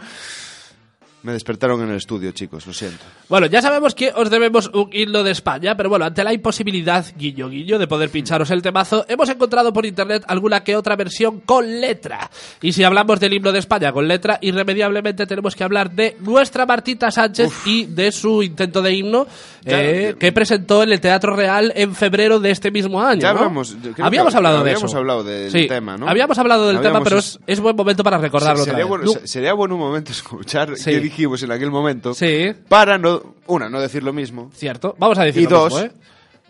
Speaker 5: me despertaron en el estudio, chicos, lo siento.
Speaker 3: Bueno, ya sabemos que os debemos un himno de España, pero bueno, ante la imposibilidad, guiño guiño, de poder pincharos el temazo, hemos encontrado por internet alguna que otra versión con letra. Y si hablamos del himno de España con letra, irremediablemente tenemos que hablar de nuestra Martita Sánchez y de su intento de himno eh, que presentó en el Teatro Real en febrero de este mismo año.
Speaker 5: Ya
Speaker 3: ¿no?
Speaker 5: hablamos, yo creo
Speaker 3: habíamos
Speaker 5: que
Speaker 3: hablado de
Speaker 5: habíamos
Speaker 3: eso.
Speaker 5: hablado del
Speaker 3: Sí,
Speaker 5: tema, ¿no?
Speaker 3: Habíamos hablado del tema,
Speaker 5: Habíamos-
Speaker 3: pero es, es buen momento para recordarlo
Speaker 5: Se-
Speaker 3: otra
Speaker 5: sería,
Speaker 3: vez.
Speaker 5: bueno,
Speaker 3: Nu-
Speaker 5: se- sería buen un momento escuchar
Speaker 3: Sí.
Speaker 5: qué dijimos en aquel momento
Speaker 3: Sí,
Speaker 5: para, no una, no decir lo mismo,
Speaker 3: cierto. Vamos a decir
Speaker 5: y
Speaker 3: lo mismo,
Speaker 5: dos,
Speaker 3: ¿eh?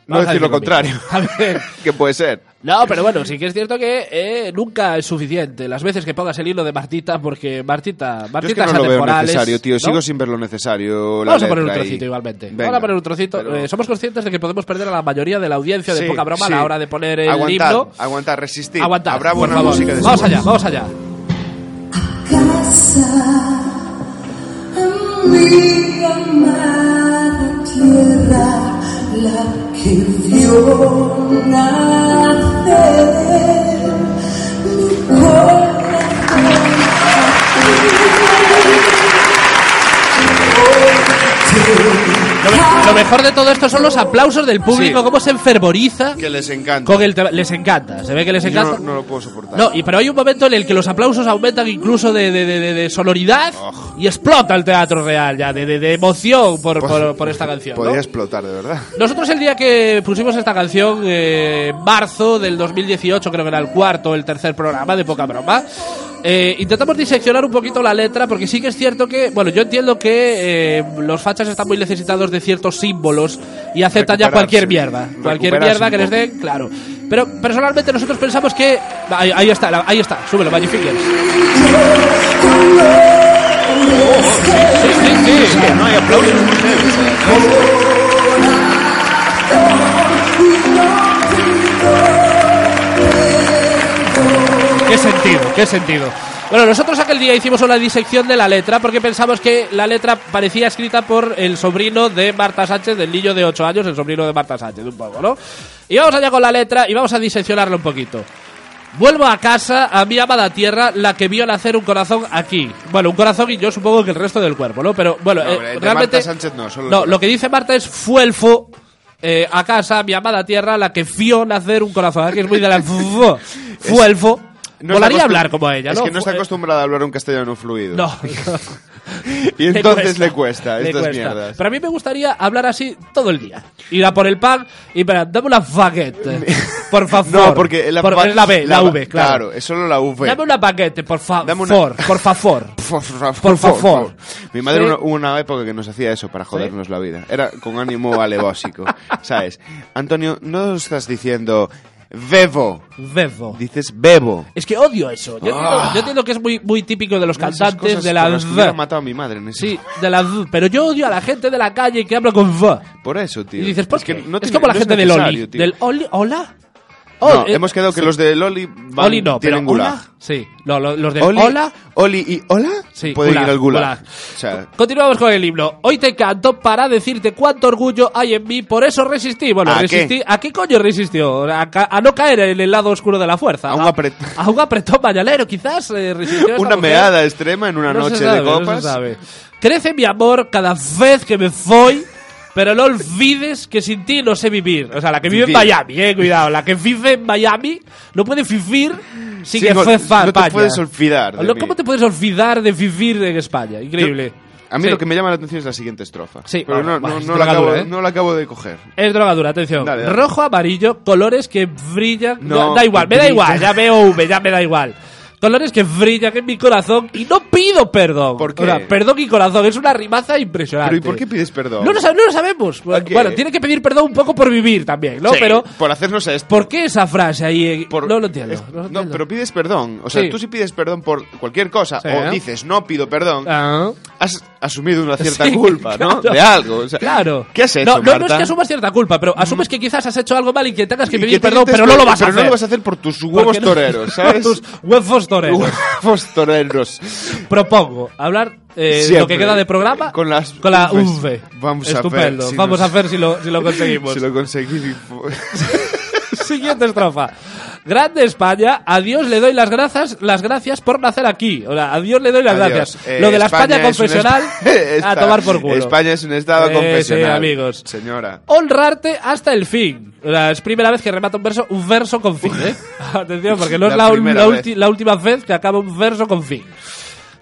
Speaker 5: no
Speaker 3: Vamos a
Speaker 5: decir lo contrario,
Speaker 3: mismo. [LAUGHS] A ver.
Speaker 5: [LAUGHS] que puede ser.
Speaker 3: No, pero bueno, sí que es cierto que eh, nunca es suficiente las veces que pongas el hilo de Martita, porque Martita,
Speaker 5: Yo es
Speaker 3: Martita
Speaker 5: que
Speaker 3: es
Speaker 5: no lo veo
Speaker 3: atemporal, es-
Speaker 5: necesario, tío.
Speaker 3: ¿no?
Speaker 5: Sigo sin ver lo necesario. la
Speaker 3: Vamos a poner un
Speaker 5: letra y-
Speaker 3: trocito igualmente. Vamos
Speaker 5: Venga.
Speaker 3: a poner un trocito.
Speaker 5: Pero-
Speaker 3: Eh, somos conscientes de que podemos perder a la mayoría de la audiencia de
Speaker 5: Sí,
Speaker 3: poca broma
Speaker 5: sí.
Speaker 3: a la hora de poner el
Speaker 5: aguantar,
Speaker 3: himno.
Speaker 5: Aguantar, resistir.
Speaker 3: Aguantar,
Speaker 5: Habrá
Speaker 3: por
Speaker 5: buena
Speaker 3: favor.
Speaker 5: música este después.
Speaker 3: Vamos allá, vamos allá.
Speaker 8: Mi amada tierra, la que vio nacer mi corazón
Speaker 3: Lo, me- lo mejor de todo esto son los aplausos del público, cómo se enfervoriza
Speaker 5: Que les encanta.
Speaker 3: con el tema. Les encanta, se ve que les
Speaker 5: Yo
Speaker 3: encanta.
Speaker 5: no, no lo puedo soportar.
Speaker 3: No, y, pero hay un momento en el que los aplausos aumentan incluso de, de- de- de- de sonoridad
Speaker 5: Oj.
Speaker 3: y explota el teatro real ya, de, de- de emoción por, por- por esta canción. ¿no?
Speaker 5: Podría explotar, de verdad.
Speaker 3: Nosotros el día que pusimos esta canción, eh, en marzo del 2018, creo que era el cuarto o el tercer programa de Poca Broma, eh, intentamos diseccionar un poquito la letra porque sí que es cierto que, bueno, yo entiendo que eh, los fachas están muy necesitados de ciertos símbolos y aceptan ya
Speaker 5: Recuperarse,
Speaker 3: cualquier mierda, cualquier
Speaker 5: recuperarse
Speaker 3: mierda
Speaker 5: un
Speaker 3: que les
Speaker 5: poco.
Speaker 3: den, claro. Pero personalmente nosotros pensamos que... Ahí, ahí está, la- ahí está, súbelo, Magic Fingers. Sí, sí, sí.
Speaker 5: No hay aplausos.
Speaker 3: ¿Qué sentido? ¿Qué sentido? Bueno, nosotros aquel día hicimos una disección de la letra porque pensamos que la letra parecía escrita por el sobrino de Marta Sánchez, del niño de 8 años, el sobrino de Marta Sánchez, un poco, ¿no? Y vamos allá con la letra y vamos a diseccionarla un poquito. Vuelvo a casa, a mi amada tierra, la que vio nacer un corazón aquí. Bueno, un corazón y yo supongo que el resto del cuerpo, ¿no? Pero bueno,
Speaker 5: No,
Speaker 3: eh,
Speaker 5: hombre, el de
Speaker 3: realmente...
Speaker 5: Marta Sánchez no, solo el
Speaker 3: no,
Speaker 5: corazón.
Speaker 3: lo que dice Marta es fuelfo. Eh, a casa, a mi amada tierra, la que vio nacer un corazón. Aquí es muy de la... [LAUGHS] Fuelfo.
Speaker 5: No
Speaker 3: Volaría
Speaker 5: está acostum-
Speaker 3: hablar como ella, ¿no?
Speaker 5: Es que no está
Speaker 3: Fue-
Speaker 5: acostumbrada a hablar un castellano fluido.
Speaker 3: No.
Speaker 5: [LAUGHS] Y
Speaker 3: Le
Speaker 5: entonces le cuesta, estas
Speaker 3: cuesta.
Speaker 5: mierdas.
Speaker 3: Pero a mí me gustaría hablar así todo el día. Ir a por el pan y para, dame una
Speaker 5: [LAUGHS]
Speaker 3: baguette, por favor.
Speaker 5: No, porque la,
Speaker 3: Por-
Speaker 5: va-
Speaker 3: es la B, la, V, claro.
Speaker 5: es solo la V.
Speaker 3: Dame una baguette, por favor.
Speaker 5: Dame una-
Speaker 3: Por favor.
Speaker 5: Por favor.
Speaker 3: Por favor.
Speaker 5: Mi madre
Speaker 3: Sí.
Speaker 5: una- hubo una, época que nos hacía eso para jodernos la vida. Era con
Speaker 3: [LAUGHS]
Speaker 5: ánimo alevósico. ¿Sabes? Antonio, no estás diciendo bebo,
Speaker 3: Bebo.
Speaker 5: dices bebo.
Speaker 3: Es que odio eso. Yo entiendo, yo entiendo que es muy, muy típico de los
Speaker 5: Ah. Esas
Speaker 3: cantantes
Speaker 5: cosas
Speaker 3: de
Speaker 5: por
Speaker 3: la
Speaker 5: las que hubiera
Speaker 3: V.
Speaker 5: matado a mi madre en ese-
Speaker 3: Sí, de la V. Pero yo odio a la gente de la calle que habla con V.
Speaker 5: Por eso, tío.
Speaker 3: Y dices, ¿por
Speaker 5: Es
Speaker 3: qué?
Speaker 5: que no
Speaker 3: es
Speaker 5: tiene-
Speaker 3: como la
Speaker 5: no es
Speaker 3: gente del Oli.
Speaker 5: necesario, tío.
Speaker 3: ¿Del Oli? ¿Hola?
Speaker 5: No,
Speaker 3: Oh, eh,
Speaker 5: hemos quedado que
Speaker 3: sí.
Speaker 5: los de Oli van
Speaker 3: Oli no, pero
Speaker 5: tienen gulag.
Speaker 3: hola. Sí, no, lo- los de
Speaker 5: Oli,
Speaker 3: hola.
Speaker 5: Oli y hola
Speaker 3: Sí,
Speaker 5: pueden
Speaker 3: gulag,
Speaker 5: ir al gulag.
Speaker 3: gulag.
Speaker 5: O sea,
Speaker 3: Continuamos con el himno. Hoy te canto para decirte cuánto orgullo hay en mí, por eso resistí. Bueno,
Speaker 5: ¿A
Speaker 3: resistí.
Speaker 5: qué?
Speaker 3: ¿A qué coño resistió? A, ca- a no caer en el lado oscuro de la fuerza.
Speaker 5: A un apret-
Speaker 3: a un apretón mañanero, quizás eh, resistió. esta
Speaker 5: [LAUGHS] una
Speaker 3: mujer.
Speaker 5: meada extrema en una
Speaker 3: No se
Speaker 5: noche
Speaker 3: sabe,
Speaker 5: de
Speaker 3: no se
Speaker 5: copas.
Speaker 3: sabe. Crece mi amor cada vez que me voy. Pero no olvides que sin ti no sé vivir. O sea, la que vive en
Speaker 5: Vivir.
Speaker 3: Miami, eh, cuidado. La que vive en Miami no puede vivir sin
Speaker 5: Sí,
Speaker 3: que
Speaker 5: no-
Speaker 3: fue
Speaker 5: no te puedes olvidar de
Speaker 3: Lo-
Speaker 5: mí.
Speaker 3: ¿Cómo te puedes olvidar de vivir en España? Increíble.
Speaker 5: A mí
Speaker 3: Sí.
Speaker 5: lo que me llama la atención es la siguiente estrofa.
Speaker 3: Sí,
Speaker 5: pero
Speaker 3: bueno,
Speaker 5: no, no,
Speaker 3: es
Speaker 5: no la
Speaker 3: drogadura,
Speaker 5: acabo,
Speaker 3: ¿eh?
Speaker 5: no la acabo de coger.
Speaker 3: Es drogadura, atención.
Speaker 5: Dale, dale.
Speaker 3: Rojo, amarillo, colores que brillan.
Speaker 5: No,
Speaker 3: da, da igual, me
Speaker 5: que
Speaker 3: da
Speaker 5: brillan.
Speaker 3: igual, ya veo V, ya me da igual. Colores que brillan en mi corazón y no pido perdón.
Speaker 5: ¿Por qué?
Speaker 3: O sea, perdón y corazón. Es una rimaza impresionante.
Speaker 5: Pero ¿y por qué pides perdón?
Speaker 3: No lo, sab- no lo sabemos.
Speaker 5: ¿Por qué?
Speaker 3: Bueno, tiene que pedir perdón un poco por vivir también, ¿no?
Speaker 5: Sí,
Speaker 3: Pero,
Speaker 5: por hacernos esto.
Speaker 3: ¿por qué esa frase ahí? eh?
Speaker 5: Por-
Speaker 3: no lo entiendo.
Speaker 5: es-
Speaker 3: no lo
Speaker 5: no,
Speaker 3: entiendo.
Speaker 5: pero pides perdón. O sea,
Speaker 3: Sí.
Speaker 5: tú si pides perdón por cualquier cosa
Speaker 3: Sí.
Speaker 5: o dices no pido perdón,
Speaker 3: Ah.
Speaker 5: has asumido una
Speaker 3: [LAUGHS]
Speaker 5: cierta
Speaker 3: Sí,
Speaker 5: culpa, ¿no?
Speaker 3: claro.
Speaker 5: De algo. o sea,
Speaker 3: Claro.
Speaker 5: ¿Qué has hecho,
Speaker 3: No, no, no, es
Speaker 5: Marta? Mm.
Speaker 3: que asumas cierta culpa, pero asumes que quizás has hecho algo mal y que tengas que
Speaker 5: Y
Speaker 3: pedir
Speaker 5: te
Speaker 3: perdón,
Speaker 5: dices,
Speaker 3: pero no lo vas a
Speaker 5: Pero
Speaker 3: hacer.
Speaker 5: no lo vas a hacer por tus huevos
Speaker 3: Porque no- [LAUGHS]
Speaker 5: toreros, ¿sabes?
Speaker 3: Tus huevos toreros.
Speaker 5: huevos toreros.
Speaker 3: Propongo hablar eh,
Speaker 5: Siempre.
Speaker 3: lo que queda de programa
Speaker 5: Con las
Speaker 3: con la
Speaker 5: uves.
Speaker 3: V.
Speaker 5: Vamos a ver
Speaker 3: Estupendo.
Speaker 5: si
Speaker 3: Vamos
Speaker 5: nos-
Speaker 3: a ver si lo, si
Speaker 5: [LAUGHS]
Speaker 3: lo conseguimos.
Speaker 5: Si lo conseguí. fue-
Speaker 3: [LAUGHS] Siguiente estrofa. Grande España, a Dios le doy las gracias, las gracias por nacer aquí. O sea, a Dios le doy las
Speaker 5: Adiós.
Speaker 3: gracias.
Speaker 5: Eh,
Speaker 3: lo de la España,
Speaker 5: es un [LAUGHS]
Speaker 3: confesional,
Speaker 5: est-
Speaker 3: a tomar por culo.
Speaker 5: España es un estado
Speaker 3: Eh, sí,
Speaker 5: confesional.
Speaker 3: amigos. Oh,
Speaker 5: Señora.
Speaker 3: honrarte hasta el fin. O sea, es primera vez que remata un verso, un verso con fin, ¿eh? [LAUGHS] Atención, porque no es
Speaker 5: La
Speaker 3: la, ul-
Speaker 5: primera
Speaker 3: la
Speaker 5: vez.
Speaker 3: ulti- la última vez que acaba un verso con fin.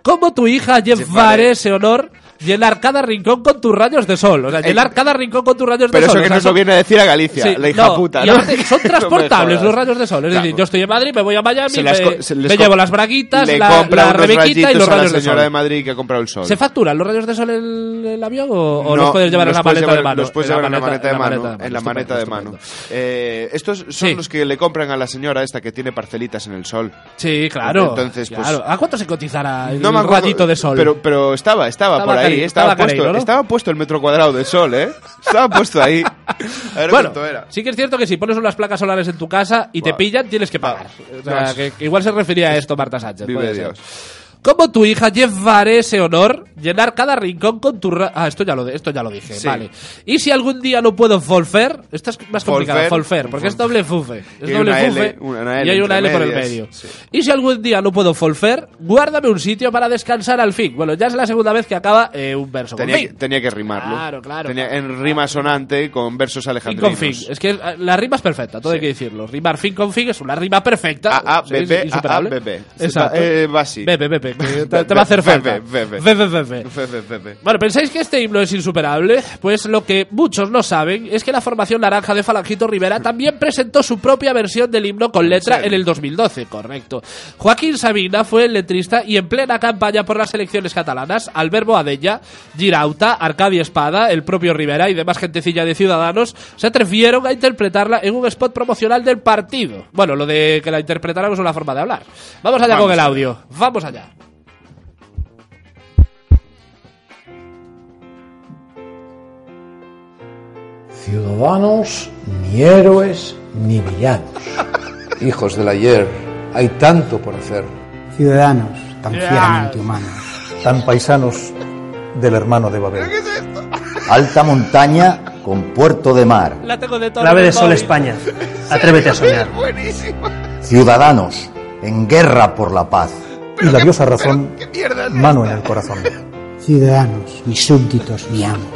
Speaker 3: Como tu hija llevaré
Speaker 5: Llevaré.
Speaker 3: ese honor, llenar cada rincón con tus rayos de sol. O sea, llenar cada rincón con tus rayos
Speaker 5: Eh, Pero
Speaker 3: de
Speaker 5: eso
Speaker 3: sol.
Speaker 5: que
Speaker 3: O sea,
Speaker 5: nos lo
Speaker 3: son-
Speaker 5: viene a decir a Galicia,
Speaker 3: Sí,
Speaker 5: la hija
Speaker 3: no,
Speaker 5: puta.
Speaker 3: y
Speaker 5: ¿no?
Speaker 3: aparte son
Speaker 5: [LAUGHS] No me
Speaker 3: transportables
Speaker 5: jodas.
Speaker 3: los rayos de sol. Es decir,
Speaker 5: Claro.
Speaker 3: yo estoy en Madrid, me voy a Miami, me,
Speaker 5: Se las co- se les
Speaker 3: me
Speaker 5: co-
Speaker 3: llevo las braguitas,
Speaker 5: Le
Speaker 3: la,
Speaker 5: compra
Speaker 3: la
Speaker 5: unos
Speaker 3: rebequita y
Speaker 5: rayitos
Speaker 3: los
Speaker 5: a la
Speaker 3: rayos de
Speaker 5: señora de
Speaker 3: sol.
Speaker 5: Madrid que ha comprado el sol.
Speaker 3: ¿Se facturan los rayos de sol en el, avión o, o
Speaker 5: No,
Speaker 3: los puedes llevar en
Speaker 5: los
Speaker 3: la
Speaker 5: puedes
Speaker 3: maleta de
Speaker 5: llevar-
Speaker 3: mano?
Speaker 5: Los puedes
Speaker 3: En
Speaker 5: llevar en la maleta de mano.
Speaker 3: de
Speaker 5: En la
Speaker 3: mano,
Speaker 5: maleta de
Speaker 3: estupendo,
Speaker 5: mano.
Speaker 3: estupendo.
Speaker 5: Eh, Estos son
Speaker 3: Sí.
Speaker 5: los que le compran a la señora esta que tiene parcelitas en el sol.
Speaker 3: Sí, claro.
Speaker 5: Entonces, pues-
Speaker 3: Claro. ¿A cuánto se cotizará el
Speaker 5: No me acuerdo,
Speaker 3: ratito de sol?
Speaker 5: Pero, pero estaba, estaba,
Speaker 3: Estaba
Speaker 5: por ahí.
Speaker 3: cari-
Speaker 5: estaba,
Speaker 3: estaba
Speaker 5: puesto,
Speaker 3: careiro, ¿no?
Speaker 5: estaba puesto el metro cuadrado de sol, ¿eh? Estaba puesto ahí. A ver
Speaker 3: bueno,
Speaker 5: cuánto era.
Speaker 3: sí que es cierto que si pones unas placas solares en tu casa y te
Speaker 5: Buah.
Speaker 3: pillan, tienes que pagar. O sea,
Speaker 5: No.
Speaker 3: que- que igual se refería a esto Marta Sánchez.
Speaker 5: Vive
Speaker 3: puede ser.
Speaker 5: Dios.
Speaker 3: Como tu hija llevaré ese honor, llenar cada rincón con tu... ra- Ah, esto ya lo, de- esto ya lo dije,
Speaker 5: Sí.
Speaker 3: vale. Y si algún día no puedo folfer, esta es más complicada,
Speaker 5: Folfer,
Speaker 3: folfer, porque es doble fufe. Es
Speaker 5: Y
Speaker 3: doble
Speaker 5: una L,
Speaker 3: fufe
Speaker 5: una L
Speaker 3: y hay
Speaker 5: entre
Speaker 3: una L por el
Speaker 5: medias.
Speaker 3: medio.
Speaker 5: Sí.
Speaker 3: Y si algún día no puedo folfer, guárdame un sitio para descansar al fin. Bueno, ya es la segunda vez que acaba eh, un verso. con
Speaker 5: Tenía,
Speaker 3: fin.
Speaker 5: que- tenía que rimarlo.
Speaker 3: Claro, claro.
Speaker 5: Tenía en rima sonante con versos
Speaker 3: Fin con
Speaker 5: alejandrinos.
Speaker 3: fin. Es que eh, la rima es perfecta, todo hay que decirlo. Rimar fin con fin es una rima perfecta.
Speaker 5: A, A,
Speaker 3: Sí,
Speaker 5: B,
Speaker 3: es
Speaker 5: B, A, A,
Speaker 3: insuperable.
Speaker 5: B, B.
Speaker 3: Exacto.
Speaker 5: Eh, va así.
Speaker 3: Bebe, bebe, que te, te va a hacer
Speaker 5: Bebe,
Speaker 3: falta.
Speaker 5: bebe.
Speaker 3: Bebe, bebe.
Speaker 5: Fe, fe, fe, fe.
Speaker 3: Bueno, ¿pensáis que este himno es insuperable? Pues lo que muchos no saben es que la formación naranja de Falangito Rivera también presentó su propia versión del himno con letra
Speaker 5: serio?
Speaker 3: en el 2012, correcto. Joaquín Sabina fue el letrista y en plena campaña por las elecciones catalanas, Alberbo Adella, Girauta, Arcadi Espada, el propio Rivera y demás gentecilla de Ciudadanos se atrevieron a interpretarla en un spot promocional del partido. Bueno, lo de que la interpretáramos es una forma de hablar. Vamos allá
Speaker 5: Vamos
Speaker 3: con el
Speaker 5: allá.
Speaker 3: audio. Vamos allá.
Speaker 9: Ciudadanos, ni héroes, ni villanos.
Speaker 10: [LAUGHS] Hijos del ayer, hay tanto por hacer.
Speaker 9: Ciudadanos, tan fieramente humanos.
Speaker 10: Tan paisanos del hermano de Babel. Alta montaña con puerto de mar.
Speaker 3: La tengo de todo.
Speaker 11: Clave de Sol España. Atrévete a soñar.
Speaker 10: Ciudadanos en guerra por la paz. Y la diosa razón, mano en el corazón.
Speaker 9: [LAUGHS] Ciudadanos, ni súbditos, ni amos.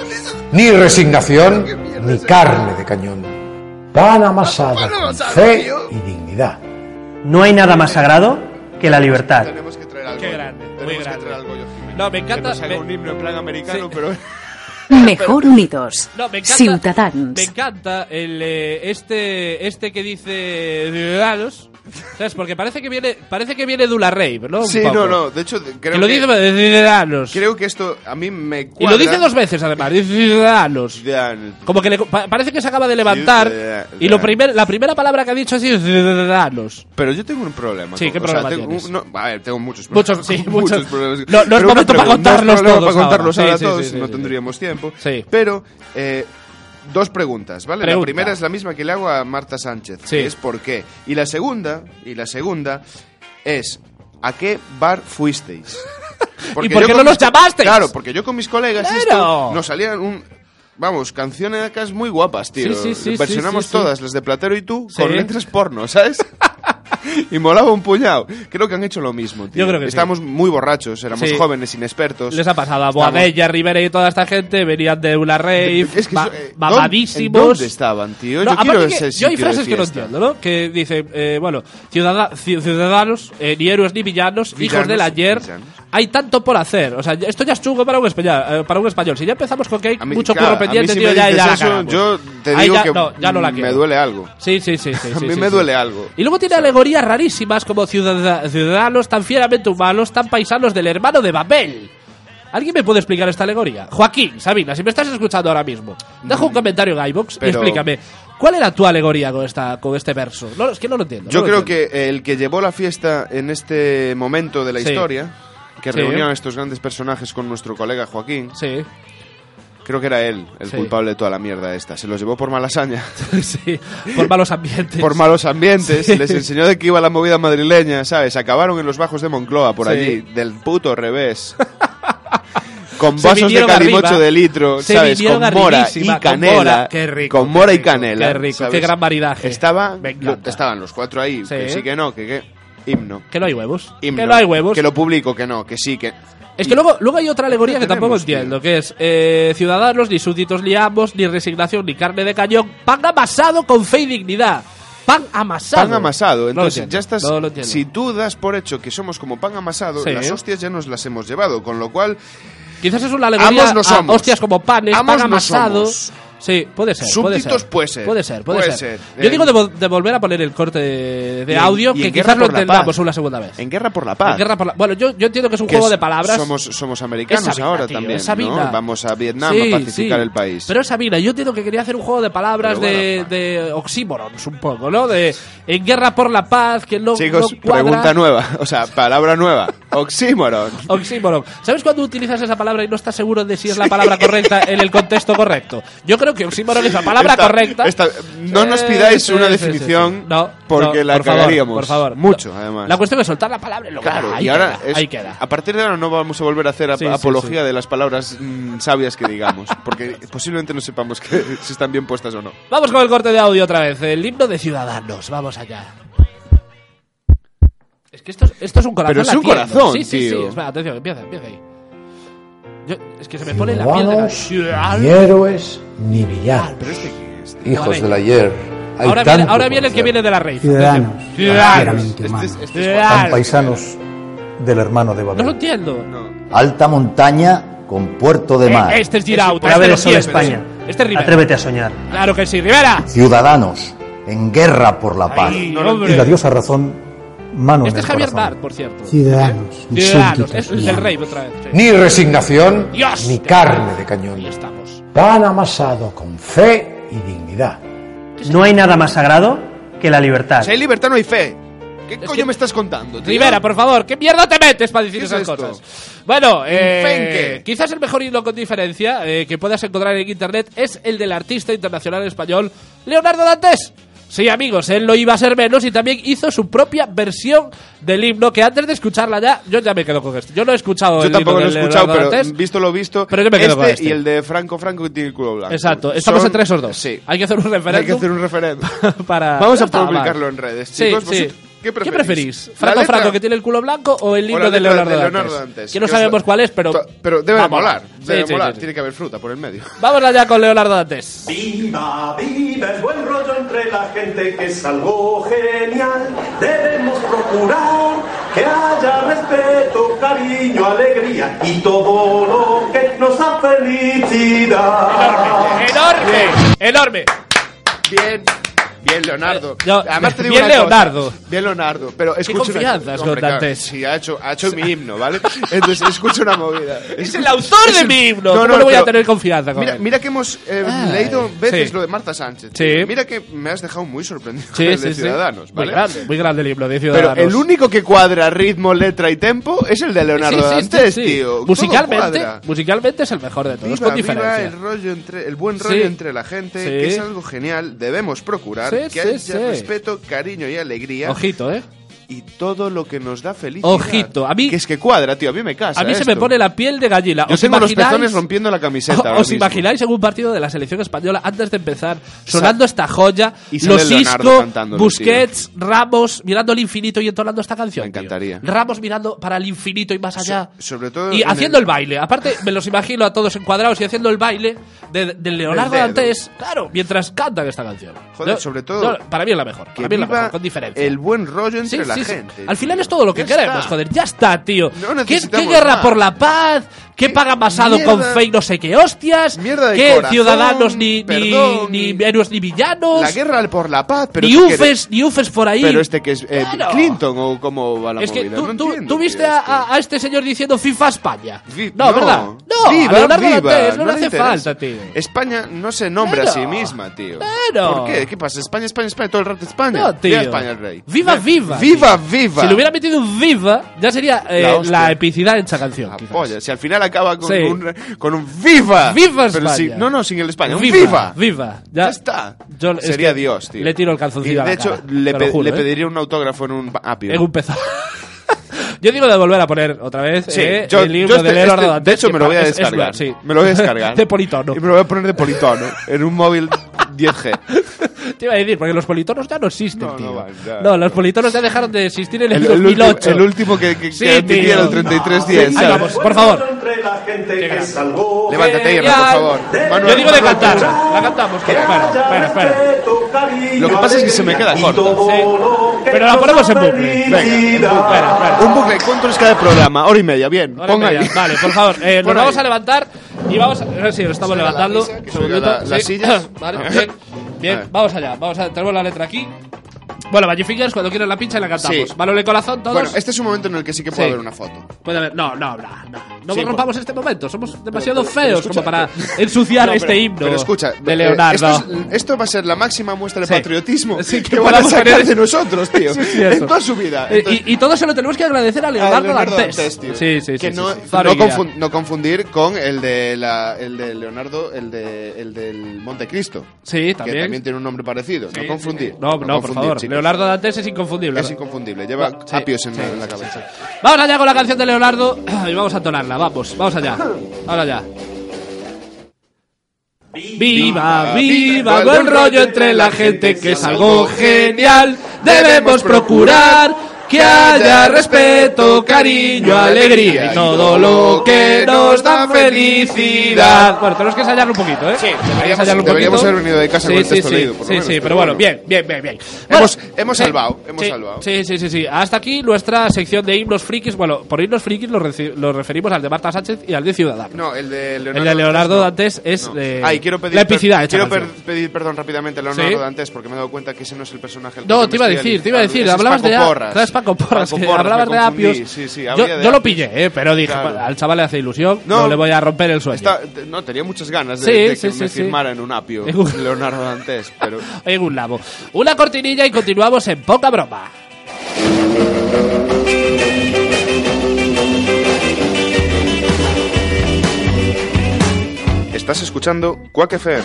Speaker 10: Ni resignación, ni carne de cañón.
Speaker 9: Pan amasado con fe y dignidad.
Speaker 11: No hay nada más sagrado que la libertad.
Speaker 5: Tenemos que traer algo.
Speaker 3: Qué grande, muy
Speaker 5: Tenemos
Speaker 3: grande.
Speaker 5: que traer algo, yo, Jimena.
Speaker 3: No, me encanta-
Speaker 5: Que nos haga
Speaker 3: me-
Speaker 5: un himno en plan americano,
Speaker 3: Sí. [LAUGHS]
Speaker 5: pero...
Speaker 12: Mejor unidos.
Speaker 3: No, me encanta,
Speaker 12: Ciudadans.
Speaker 3: Me encanta el, eh, este, este que dice Ciudadanos. ¿Sabes? Porque parece que viene, parece que viene Dula Rave, ¿no? Un
Speaker 5: Sí,
Speaker 3: poco.
Speaker 5: no, no. De hecho, de- creo
Speaker 3: que lo
Speaker 5: que-
Speaker 3: dice de Ciudadanos.
Speaker 5: Creo que esto a mí me
Speaker 3: y
Speaker 5: cuadra.
Speaker 3: lo dice dos veces, además. Dice Ciudadanos. Como que le- pa- parece que se acaba de levantar.
Speaker 5: Ciudadanos.
Speaker 3: Y lo primer, la primera palabra que ha dicho ha sido Ciudadanos.
Speaker 5: Pero yo tengo un problema.
Speaker 3: Sí,
Speaker 5: con-
Speaker 3: ¿qué
Speaker 5: o sea,
Speaker 3: problema
Speaker 5: tengo un-
Speaker 3: tienes?
Speaker 5: no, a ver, tengo muchos problemas.
Speaker 3: Muchos, sí,
Speaker 5: [LAUGHS]
Speaker 3: muchos.
Speaker 5: problemas.
Speaker 3: No- no es
Speaker 5: Pero una
Speaker 3: momento para
Speaker 5: pregunta, no es
Speaker 3: contarlos
Speaker 5: problema
Speaker 3: todos
Speaker 5: para contarlos
Speaker 3: ahora.
Speaker 5: ahora
Speaker 3: Sí, sí,
Speaker 5: todos,
Speaker 3: sí, sí,
Speaker 5: no
Speaker 3: sí.
Speaker 5: tendríamos tiempo.
Speaker 3: Sí.
Speaker 5: Pero, eh, dos preguntas, ¿vale?
Speaker 3: Pregunta.
Speaker 5: La primera es la misma que le hago a Marta Sánchez,
Speaker 3: Sí.
Speaker 5: que es por qué. Y la segunda, y la segunda es... ¿A qué bar fuisteis?
Speaker 3: [LAUGHS] ¿Y por qué
Speaker 5: yo con
Speaker 3: no los
Speaker 5: mis co-
Speaker 3: llamasteis?
Speaker 5: Claro, porque yo con mis colegas
Speaker 3: Claro.
Speaker 5: esto, nos salían un... Vamos, canciones acá muy guapas, tío.
Speaker 3: Sí, sí, sí, sí,
Speaker 5: Versionamos
Speaker 3: sí, sí.
Speaker 5: todas, las de Platero y tú,
Speaker 3: Sí.
Speaker 5: con letras
Speaker 3: [LAUGHS]
Speaker 5: porno, ¿sabes? y molaba un puñado. Creo que han hecho lo mismo, tío.
Speaker 3: Yo creo que sí.
Speaker 5: Estábamos muy borrachos, éramos
Speaker 3: Sí.
Speaker 5: jóvenes, inexpertos.
Speaker 3: Les ha pasado a
Speaker 5: Estamos-
Speaker 3: Boadella, Rivera y toda esta gente. Venían de Dula Rave.
Speaker 5: Es que
Speaker 3: ba-
Speaker 5: eso, eh, ¿dónde-
Speaker 3: mamadísimos.
Speaker 5: en ¿Dónde estaban, tío?
Speaker 3: No,
Speaker 5: yo quiero
Speaker 3: aparte que
Speaker 5: ese
Speaker 3: yo hay
Speaker 5: sitio de
Speaker 3: frases que no
Speaker 5: fiesta.
Speaker 3: entiendo, ¿no? Que dicen, eh, bueno, ciudada- ci- ciudadanos, eh, ni héroes ni villanos, hijos
Speaker 5: Villanos,
Speaker 3: del ayer,
Speaker 5: villanos.
Speaker 3: hay tanto por hacer. O sea, ya- esto ya es chungo para un español. eh, para un español. Si ya empezamos con que hay
Speaker 5: A mí,
Speaker 3: mucho
Speaker 5: claro,
Speaker 3: curro pendiente,
Speaker 5: a mí si
Speaker 3: tío,
Speaker 5: me
Speaker 3: ya,
Speaker 5: dices
Speaker 3: ya la
Speaker 5: eso,
Speaker 3: cagamos.
Speaker 5: Yo te
Speaker 3: Ahí
Speaker 5: digo
Speaker 3: ya-
Speaker 5: que
Speaker 3: no, ya no la
Speaker 5: me
Speaker 3: quiero.
Speaker 5: duele algo.
Speaker 3: Sí, sí, sí. sí,
Speaker 5: a [LAUGHS]
Speaker 3: sí,
Speaker 5: mí
Speaker 3: sí,
Speaker 5: me
Speaker 3: sí.
Speaker 5: duele algo.
Speaker 3: Y luego tiene alegorías categorías rarísimas como ciudad- ciudadanos tan fieramente humanos, tan paisanos del hermano de Babel. ¿Alguien me puede explicar esta alegoría? Joaquín, Sabina, si me estás escuchando ahora mismo, deja un comentario en iBox y
Speaker 5: Mm, Pero-
Speaker 3: explícame. ¿Cuál era tu alegoría con, esta, con este verso? No, es que no lo entiendo.
Speaker 5: Yo
Speaker 3: no lo
Speaker 5: creo
Speaker 3: entiendo.
Speaker 5: que el que llevó la fiesta en este momento de la
Speaker 3: Sí.
Speaker 5: historia, que
Speaker 3: Sí.
Speaker 5: reunió a estos grandes personajes con nuestro colega Joaquín, creo que era él el
Speaker 3: Sí.
Speaker 5: culpable de toda la mierda esta. Se los llevó
Speaker 3: [LAUGHS]
Speaker 5: por malasaña,
Speaker 3: [LAUGHS] Sí, por malos ambientes.
Speaker 5: por malos ambientes,
Speaker 3: Sí.
Speaker 5: les enseñó de qué iba la movida madrileña, ¿sabes? Acabaron en los bajos de Moncloa, por
Speaker 3: Sí.
Speaker 5: allí, del puto
Speaker 3: [LAUGHS]
Speaker 5: revés. Con
Speaker 3: Se
Speaker 5: vasos de
Speaker 3: vinieron
Speaker 5: calimocho
Speaker 3: arriba.
Speaker 5: de litro,
Speaker 3: Se
Speaker 5: ¿sabes?
Speaker 3: vinieron
Speaker 5: Con mora y
Speaker 3: arribísima, con
Speaker 5: canela.
Speaker 3: mora. Qué rico,
Speaker 5: con
Speaker 3: qué
Speaker 5: mora y
Speaker 3: rico,
Speaker 5: canela.
Speaker 3: qué rico,
Speaker 5: ¿sabes?
Speaker 3: qué gran maridaje.
Speaker 5: Estaba,
Speaker 3: Me encanta.
Speaker 5: estaban los cuatro ahí,
Speaker 3: Sí.
Speaker 5: que sí que no, que qué. Himno.
Speaker 3: Que no hay huevos.
Speaker 5: Himno.
Speaker 3: Que no hay huevos.
Speaker 5: Que lo publico, que no, que sí, que.
Speaker 3: Es que luego, luego hay otra alegoría que tampoco
Speaker 5: tenemos, tío?
Speaker 3: entiendo, que es eh, ciudadanos, ni súbditos, ni ambos, ni resignación, ni carne de cañón, pan amasado con fe y dignidad. Pan amasado.
Speaker 5: Pan amasado. Entonces,
Speaker 3: entiendo,
Speaker 5: ya estás.
Speaker 3: no lo entiendo.
Speaker 5: si tú das por hecho que somos como pan amasado,
Speaker 3: Sí.
Speaker 5: las hostias ya nos las hemos llevado. Con lo cual,
Speaker 3: Quizás es una alegoría
Speaker 5: Amos no
Speaker 3: a
Speaker 5: somos.
Speaker 3: hostias como panes,
Speaker 5: Amos
Speaker 3: pan
Speaker 5: no
Speaker 3: amasado.
Speaker 5: somos.
Speaker 3: Sí, puede ser.
Speaker 5: Súbditos
Speaker 3: puede
Speaker 5: puede
Speaker 3: ser.
Speaker 5: ser.
Speaker 3: Puede ser, puede,
Speaker 5: Puede
Speaker 3: ser.
Speaker 5: ser.
Speaker 3: Yo
Speaker 5: Eh,
Speaker 3: digo de, vol- de volver a poner el corte de, de
Speaker 5: Y en-
Speaker 3: audio,
Speaker 5: y en
Speaker 3: que
Speaker 5: Guerra
Speaker 3: quizás lo
Speaker 5: por la Paz.
Speaker 3: entendamos una segunda vez.
Speaker 5: en guerra por la paz.
Speaker 3: Pues. En guerra por la- Bueno, yo, yo entiendo que es un
Speaker 5: Que
Speaker 3: juego
Speaker 5: es-
Speaker 3: de palabras.
Speaker 5: Somos, somos americanos
Speaker 3: Sabina,
Speaker 5: ahora
Speaker 3: tío,
Speaker 5: también.
Speaker 3: es Sabina.
Speaker 5: ¿no? Vamos a Vietnam
Speaker 3: Sí,
Speaker 5: a pacificar
Speaker 3: sí.
Speaker 5: el país.
Speaker 3: Pero Sabina, yo entiendo que quería hacer un juego de palabras
Speaker 5: Pero
Speaker 3: de, de oxímorons un poco, ¿no? De en guerra por la paz, que no,
Speaker 5: Chicos,
Speaker 3: no cuadra.
Speaker 5: pregunta nueva. [LAUGHS] O sea, palabra nueva. Oxímoron.
Speaker 3: Oxímoron. ¿Sabes cuando utilizas esa palabra y no estás seguro de si es la palabra correcta en el contexto correcto? Yo creo que oxímoron es la palabra
Speaker 5: Esta-
Speaker 3: correcta.
Speaker 5: esta- no nos
Speaker 3: Eh,
Speaker 5: pidáis
Speaker 3: sí,
Speaker 5: una
Speaker 3: sí,
Speaker 5: definición
Speaker 3: sí, sí. No,
Speaker 5: porque
Speaker 3: no,
Speaker 5: la
Speaker 3: por favor,
Speaker 5: cagaríamos.
Speaker 3: por favor.
Speaker 5: Mucho,
Speaker 3: No.
Speaker 5: además.
Speaker 3: La cuestión es soltar la palabra y luego
Speaker 5: Claro,
Speaker 3: ahí
Speaker 5: y ahora
Speaker 3: queda,
Speaker 5: es-
Speaker 3: ahí queda.
Speaker 5: a partir de ahora no vamos a volver a hacer ap-
Speaker 3: Sí, sí,
Speaker 5: apología de las palabras mm, sabias que digamos, porque posiblemente no sepamos que, si están bien puestas o no.
Speaker 3: Vamos con el corte de audio otra vez. El himno de Ciudadanos. Vamos allá. Es que esto, es- esto es un corazón.
Speaker 5: Pero es un
Speaker 3: latiendo.
Speaker 5: corazón,
Speaker 3: sí, Sí, sí,
Speaker 5: tío.
Speaker 3: Espera, atención, empieza, empieza ahí. Yo- es que se me pone la piel de este la
Speaker 9: Ciudadanos, ni héroes, ni villanos.
Speaker 3: Hijos del
Speaker 9: ayer.
Speaker 3: Ahora viene, ahora viene el que viene de la raíz.
Speaker 9: Ciudadanos,
Speaker 3: Atención. Ciudadanos.
Speaker 9: enteramente humanos,
Speaker 3: Este es- este es-
Speaker 9: tan
Speaker 3: Ciudadanos.
Speaker 9: paisanos del hermano de
Speaker 3: No lo
Speaker 9: Babel.
Speaker 3: entiendo.
Speaker 10: Alta montaña con puerto de mar.
Speaker 3: Eh, este es Giraud.
Speaker 11: Por haber
Speaker 3: este
Speaker 11: solo
Speaker 3: lo
Speaker 11: España.
Speaker 3: entiendo. Este es Rivera.
Speaker 11: Atrévete a soñar.
Speaker 3: Claro que sí, Rivera.
Speaker 10: Ciudadanos en guerra por la paz.
Speaker 3: Ay,
Speaker 9: Y
Speaker 3: hombre.
Speaker 9: la diosa razón, mano en
Speaker 3: Este
Speaker 9: el
Speaker 3: es Javier
Speaker 9: corazón.
Speaker 3: Bart, por cierto.
Speaker 9: Ciudadanos, ni
Speaker 3: Ciudadanos.
Speaker 9: súbditos,
Speaker 3: Es el
Speaker 9: ni
Speaker 3: del
Speaker 9: amos.
Speaker 3: rey otra vez. sí.
Speaker 9: Ni resignación,
Speaker 3: Dios,
Speaker 9: ni
Speaker 3: te
Speaker 9: carne
Speaker 3: cago.
Speaker 9: de cañón.
Speaker 3: Ahí estamos.
Speaker 9: Pan amasado con fe y dignidad.
Speaker 11: No hay nada más sagrado que la libertad.
Speaker 5: Si hay libertad no hay fe. ¿Qué coño
Speaker 3: que-
Speaker 5: me estás contando? tío?
Speaker 3: Rivera, por favor, ¿qué mierda te metes para decir
Speaker 5: ¿Qué es
Speaker 3: esas
Speaker 5: esto?
Speaker 3: cosas? Bueno, eh,
Speaker 5: Fenke.
Speaker 3: quizás el mejor hilo con diferencia eh, que puedas encontrar en internet es el del artista internacional español Leonardo Dantes. Sí, amigos, él no iba a ser menos y también hizo su propia versión del himno que antes de escucharla ya, yo ya me quedo con esto. Yo no he escuchado
Speaker 5: Yo
Speaker 3: el
Speaker 5: tampoco lo
Speaker 3: himno
Speaker 5: he
Speaker 3: de
Speaker 5: escuchado,
Speaker 3: Leonardo
Speaker 5: pero
Speaker 3: Dantes.
Speaker 5: visto lo visto,
Speaker 3: Pero yo me quedo
Speaker 5: este,
Speaker 3: con este.
Speaker 5: y el de Franco Franco que tiene el culo blanco.
Speaker 3: Exacto, estamos
Speaker 5: Son-
Speaker 3: entre esos dos.
Speaker 5: Sí.
Speaker 3: Hay que hacer un referéndum.
Speaker 5: Hay que hacer
Speaker 3: [LAUGHS]
Speaker 5: un referéndum.
Speaker 3: para
Speaker 5: Vamos
Speaker 3: Ya
Speaker 5: a
Speaker 3: está, va.
Speaker 5: publicarlo en redes,
Speaker 3: Sí,
Speaker 5: chicos.
Speaker 3: sí.
Speaker 5: Vosotros, ¿Qué preferís? ¿La
Speaker 3: ¿Franco
Speaker 5: letra?
Speaker 3: Franco que tiene el culo blanco o el
Speaker 5: O
Speaker 3: libro
Speaker 5: la
Speaker 3: de
Speaker 5: letra
Speaker 3: Leonardo,
Speaker 5: de
Speaker 3: Dantes?
Speaker 5: Leonardo Dantes?
Speaker 3: Que no
Speaker 5: Que os la-
Speaker 3: sabemos cuál es, pero.
Speaker 5: To- Pero debe de
Speaker 3: Vamos.
Speaker 5: molar.
Speaker 3: Sí,
Speaker 5: Debe
Speaker 3: sí,
Speaker 5: de molar.
Speaker 3: sí, sí.
Speaker 5: Tiene que haber fruta por el medio. [LAUGHS]
Speaker 3: Vamos allá con Leonardo Dantes.
Speaker 13: Viva, viva el buen rollo entre la gente que es algo genial. Debemos procurar que haya respeto, cariño, alegría y todo lo que nos da felicidad.
Speaker 3: ¡Enorme! ¡Enorme!
Speaker 5: Bien, bien Leonardo.
Speaker 3: yo-
Speaker 5: Además te digo
Speaker 3: Eh, bien
Speaker 5: una cosa,
Speaker 3: Leonardo.
Speaker 5: bien Leonardo. Pero escucha una
Speaker 3: confianzas
Speaker 5: cosa,
Speaker 3: con
Speaker 5: hombre, claro,
Speaker 3: Dantes.
Speaker 5: Sí, ha hecho, ha hecho mi himno, ¿vale? Entonces escucha una movida.
Speaker 3: [LAUGHS] Es el autor de mi himno.
Speaker 5: No,
Speaker 3: ¿Cómo
Speaker 5: no,
Speaker 3: no voy a
Speaker 5: pero-
Speaker 3: tener confianza con
Speaker 5: Mira,
Speaker 3: él?
Speaker 5: mira que hemos eh,
Speaker 3: Ay.
Speaker 5: leído veces
Speaker 3: Sí.
Speaker 5: lo de Marta Sánchez.
Speaker 3: Sí.
Speaker 5: Mira que me has dejado muy sorprendido
Speaker 3: Sí,
Speaker 5: con el
Speaker 3: sí,
Speaker 5: de
Speaker 3: sí.
Speaker 5: Ciudadanos, ¿vale?
Speaker 3: Muy grande, muy grande el libro de Ciudadanos.
Speaker 5: Pero el único que cuadra ritmo, letra y tempo es el de Leonardo
Speaker 3: Sí, sí, sí,
Speaker 5: Dantes,
Speaker 3: sí.
Speaker 5: tío. Todo
Speaker 3: Musicalmente,
Speaker 5: cuadra.
Speaker 3: musicalmente es el mejor de todos,
Speaker 5: Viva,
Speaker 3: con
Speaker 5: viva
Speaker 3: diferencia.
Speaker 5: el rollo entre el buen
Speaker 3: Sí.
Speaker 5: rollo entre la gente,
Speaker 3: Sí.
Speaker 5: que es algo genial, debemos procurar
Speaker 3: Sí,
Speaker 5: que
Speaker 3: sí,
Speaker 5: haya
Speaker 3: sí.
Speaker 5: respeto, cariño y alegría
Speaker 3: Ojito, ¿eh?
Speaker 5: y todo lo que nos da felicidad.
Speaker 3: Ojito, a mí-
Speaker 5: que es que cuadra, tío, a mí me casa.
Speaker 3: A mí se
Speaker 5: esto.
Speaker 3: me pone la piel de gallina.
Speaker 5: Yo
Speaker 3: ¿Os
Speaker 5: tengo los
Speaker 3: imagináis-
Speaker 5: pezones rompiendo la camiseta.
Speaker 3: [LAUGHS]
Speaker 5: ahora
Speaker 3: ¿Os
Speaker 5: mismo.
Speaker 3: imagináis en un partido de la selección española antes de empezar sonando esta joya?
Speaker 5: y sale
Speaker 3: los
Speaker 5: Leonardo
Speaker 3: Isco,
Speaker 5: cantándolo,
Speaker 3: Busquets, Ramos mirando al infinito y entonando esta canción.
Speaker 5: Me
Speaker 3: tío.
Speaker 5: encantaría.
Speaker 3: Ramos mirando para el infinito y más allá.
Speaker 5: Sobre todo
Speaker 3: y
Speaker 5: en
Speaker 3: haciendo el...
Speaker 5: el-
Speaker 3: baile. Aparte, me los imagino a todos encuadrados y haciendo el baile de, de Leonardo
Speaker 5: Del dedo.
Speaker 3: Dantes, claro, mientras cantan esta canción.
Speaker 5: Joder,
Speaker 3: Yo-
Speaker 5: sobre todo-
Speaker 3: yo- para mí es la mejor.
Speaker 5: que
Speaker 3: Para mí es la
Speaker 5: viva
Speaker 3: mejor, con diferencia.
Speaker 5: El buen
Speaker 3: Sí,
Speaker 5: rollo entre la
Speaker 3: sí, sí.
Speaker 5: gente.
Speaker 3: Al final
Speaker 5: tío.
Speaker 3: es todo lo que
Speaker 5: Ya
Speaker 3: queremos,
Speaker 5: está.
Speaker 3: joder. Ya está, tío.
Speaker 5: No
Speaker 3: ¿Qué,
Speaker 5: necesitamos
Speaker 3: qué guerra
Speaker 5: más.
Speaker 3: por la paz? que pagan basado
Speaker 5: Mierda.
Speaker 3: con fake no sé qué hostias,
Speaker 5: Mierda de
Speaker 3: que
Speaker 5: corazón,
Speaker 3: ciudadanos ni, ni,
Speaker 5: perdón,
Speaker 3: ni héroes ni villanos,
Speaker 5: La guerra por la paz, pero
Speaker 3: ni
Speaker 5: tú
Speaker 3: ufes,
Speaker 5: quieres-
Speaker 3: ni ufes por ahí.
Speaker 5: Pero este que es eh,
Speaker 3: Claro.
Speaker 5: Clinton o cómo va la
Speaker 3: es que
Speaker 5: movida.
Speaker 3: tú,
Speaker 5: no
Speaker 3: tú-
Speaker 5: entiendo,
Speaker 3: tú viste
Speaker 5: tío.
Speaker 3: a, a este señor diciendo FIFA España.
Speaker 5: Vi-
Speaker 3: no, ¿verdad? No,
Speaker 5: viva,
Speaker 3: a Leonardo
Speaker 5: viva,
Speaker 3: Dantes no, le hace
Speaker 5: interesa.
Speaker 3: falta, tío.
Speaker 5: España no se nombra a sí
Speaker 3: Claro.
Speaker 5: misma, tío.
Speaker 3: Claro.
Speaker 5: ¿Por qué? ¿Qué pasa? España, España, España, todo el rato España.
Speaker 3: No, tío.
Speaker 5: Viva España el rey.
Speaker 3: Viva, viva.
Speaker 5: Viva,
Speaker 3: tío.
Speaker 5: viva.
Speaker 3: Si le hubiera metido un viva, ya sería eh,
Speaker 5: La
Speaker 3: la,
Speaker 5: hostia.
Speaker 3: epicidad en esa canción. quizás.
Speaker 5: Oye, si al final acaba con,
Speaker 3: Sí.
Speaker 5: un, con un [LAUGHS] viva.
Speaker 3: ¡Viva
Speaker 5: Pero
Speaker 3: España!
Speaker 5: sí- no, no, sin el España. Un
Speaker 3: Viva,
Speaker 5: viva.
Speaker 3: viva. Ya, está.
Speaker 5: Sería Dios, tío.
Speaker 3: Le tiro el
Speaker 5: Y
Speaker 3: calzoncillo a la
Speaker 5: de hecho,
Speaker 3: cara,
Speaker 5: le,
Speaker 3: te lo
Speaker 5: pe-
Speaker 3: juro,
Speaker 5: le
Speaker 3: ¿eh?
Speaker 5: pediría un autógrafo en un ba- apio.
Speaker 3: En un pezón. [LAUGHS] Yo digo de volver a poner otra vez
Speaker 5: Sí,
Speaker 3: eh,
Speaker 5: yo-
Speaker 3: el himno
Speaker 5: yo este-
Speaker 3: de Leonardo
Speaker 5: este-
Speaker 3: Dantes,
Speaker 5: de hecho,
Speaker 3: que
Speaker 5: me lo voy
Speaker 3: [LAUGHS]
Speaker 5: a
Speaker 3: es- es
Speaker 5: descargar.
Speaker 3: verdad, sí. [LAUGHS]
Speaker 5: Me lo voy a descargar.
Speaker 3: de politono.
Speaker 5: Y me lo voy a poner de politono. en un móvil 10G.
Speaker 3: [LAUGHS] Te iba a decir, porque los politonos ya no existen, tío. No,
Speaker 5: ya,
Speaker 3: los politonos ya dejaron de existir en el,
Speaker 5: El, el ulti-
Speaker 3: 2008.
Speaker 5: el último que, que,
Speaker 3: Sí,
Speaker 5: que admitía era el
Speaker 3: tío.
Speaker 5: 3310.
Speaker 3: Ahí
Speaker 5: ¿sabes?
Speaker 3: vamos, por favor.
Speaker 13: Entre la gente que salvó
Speaker 5: Levántate, Irra,
Speaker 13: genial.
Speaker 5: por favor. Manuel,
Speaker 3: Eh, Yo digo de
Speaker 5: Manuel,
Speaker 3: cantar. La cantamos. pero Espera, espera, espera.
Speaker 13: Respeto, cariño,
Speaker 5: Lo que pasa es que se me queda
Speaker 13: alegría y
Speaker 5: corta.
Speaker 13: todo lo que
Speaker 3: Pero la
Speaker 13: nos
Speaker 3: ponemos en
Speaker 13: da
Speaker 3: bucle.
Speaker 13: felicidad.
Speaker 5: Un bucle, ¿cuánto es cada programa? Hora y media, bien.
Speaker 3: Hora y
Speaker 5: Ponga
Speaker 3: media.
Speaker 5: ahí.
Speaker 3: Vale, por favor, eh, nos
Speaker 5: Pon ahí.
Speaker 3: vamos a levantar y vamos a... eh, Sí, lo estamos
Speaker 5: Suena la
Speaker 3: levantando.
Speaker 5: mesa, que
Speaker 3: Un
Speaker 5: suena
Speaker 3: segundito,
Speaker 5: la- las
Speaker 3: sí.
Speaker 5: sillas.
Speaker 3: [LAUGHS] vale, bien, bien,
Speaker 5: A ver.
Speaker 3: vamos allá. Vamos a, tenemos la letra aquí. Bueno, Magic Fingers, cuando quieran la pincha la cantamos.
Speaker 5: Sí.
Speaker 3: Valor de corazón, todos.
Speaker 5: Bueno, este es un momento en el que sí que puedo
Speaker 3: Sí.
Speaker 5: ver una foto.
Speaker 3: Puede haber- No, no, no, no. No
Speaker 5: Sí, pues-
Speaker 3: rompamos este momento. Somos demasiado
Speaker 5: pero- pero
Speaker 3: feos
Speaker 5: escucha-
Speaker 3: como para [LAUGHS] ensuciar
Speaker 5: No, pero-
Speaker 3: este himno
Speaker 5: Pero escucha,
Speaker 3: de
Speaker 5: eh,
Speaker 3: Leonardo.
Speaker 5: esto, es- esto va a ser la máxima muestra de
Speaker 3: Sí.
Speaker 5: patriotismo
Speaker 3: Sí, que
Speaker 5: que, van a
Speaker 3: podamos
Speaker 5: sacar
Speaker 3: tener-
Speaker 5: de nosotros, tío.
Speaker 3: [LAUGHS] Sí, es cierto.
Speaker 5: en toda su vida.
Speaker 3: Eh,
Speaker 5: Entonces-
Speaker 3: y, y todo se lo tenemos que agradecer a Leonardo,
Speaker 5: Ah, Leonardo
Speaker 3: Dantes.
Speaker 5: Dantes, tío.
Speaker 3: Sí, sí, sí.
Speaker 5: Que
Speaker 3: sí,
Speaker 5: no,
Speaker 3: sí.
Speaker 5: no
Speaker 3: Faro Guía.
Speaker 5: confun- no confundir con el de, la, el de Leonardo, el, de, el del Montecristo.
Speaker 3: Sí, también.
Speaker 5: Que también tiene un nombre parecido. no confundir.
Speaker 3: No, no, por
Speaker 5: confundir,
Speaker 3: favor.
Speaker 5: chicos.
Speaker 3: Leonardo Dantes es inconfundible.
Speaker 5: Es inconfundible. Lleva
Speaker 3: No, sí,
Speaker 5: apios en,
Speaker 3: sí,
Speaker 5: la, en
Speaker 3: sí,
Speaker 5: la
Speaker 3: sí,
Speaker 5: cabeza.
Speaker 3: Vamos allá con la canción de Leonardo [CLEARS THROAT] y vamos a entonarla, vamos, vamos allá. Vamos allá. Viva, viva, buen rollo entre la gente que es algo genial. Debemos procurar que haya respeto, cariño, alegría y todo lo que nos da felicidad. Bueno, tenemos que ensayarlo un poquito, ¿eh? Sí,
Speaker 5: deberíamos- deberíamos haber venido de casa con el texto leído, por lo
Speaker 3: Sí,
Speaker 5: menos,
Speaker 3: sí,
Speaker 5: pero
Speaker 3: pero bueno,
Speaker 5: bueno.
Speaker 3: bien, bien, bien, bien.
Speaker 5: Hemos-
Speaker 3: Bueno,
Speaker 5: hemos
Speaker 3: sí,
Speaker 5: salvado, hemos
Speaker 3: sí,
Speaker 5: salvado.
Speaker 3: Sí, sí, sí, sí. Hasta aquí nuestra sección de himnos frikis. Bueno, por himnos frikis nos, reci- nos referimos al de Marta Sánchez y al de Ciudadanos.
Speaker 5: No, el de Leonardo,
Speaker 3: el de Leonardo
Speaker 5: no.
Speaker 3: Dantes es eh,
Speaker 5: Ay, quiero pedir,
Speaker 3: la
Speaker 5: per-
Speaker 3: epicidad hecha
Speaker 5: quiero per-
Speaker 3: canción.
Speaker 5: pedir perdón rápidamente a Leonardo
Speaker 3: Sí.
Speaker 5: Dantes porque me he dado cuenta que ese no es el personaje. al que
Speaker 3: No,
Speaker 5: yo
Speaker 3: te iba a
Speaker 5: me estoy
Speaker 3: decir, te iba a
Speaker 5: al-
Speaker 3: decir,
Speaker 5: ese es
Speaker 3: hablabas
Speaker 5: Paco
Speaker 3: de a-
Speaker 5: Porras.
Speaker 3: claro, es Paco Porras,
Speaker 5: Paco
Speaker 3: que
Speaker 5: Porras,
Speaker 3: hablabas
Speaker 5: me
Speaker 3: de
Speaker 5: confundí,
Speaker 3: apios.
Speaker 5: sí, sí,
Speaker 3: yo
Speaker 5: había de
Speaker 3: yo lo
Speaker 5: apios.
Speaker 3: pillé, eh, pero dije,
Speaker 5: Claro.
Speaker 3: al chaval le hace ilusión, no,
Speaker 5: No.
Speaker 3: le voy a romper el sueño.
Speaker 5: Está- no, tenía muchas ganas de,
Speaker 3: Sí,
Speaker 5: de que
Speaker 3: sí,
Speaker 5: me
Speaker 3: sí, sí.
Speaker 5: firmara en un
Speaker 3: [LAUGHS]
Speaker 5: apio
Speaker 3: En un-
Speaker 5: Leonardo Dantes, pero...
Speaker 3: En un labo. Una cortinilla y continuamos en poca broma.
Speaker 5: Estás escuchando Quack FM.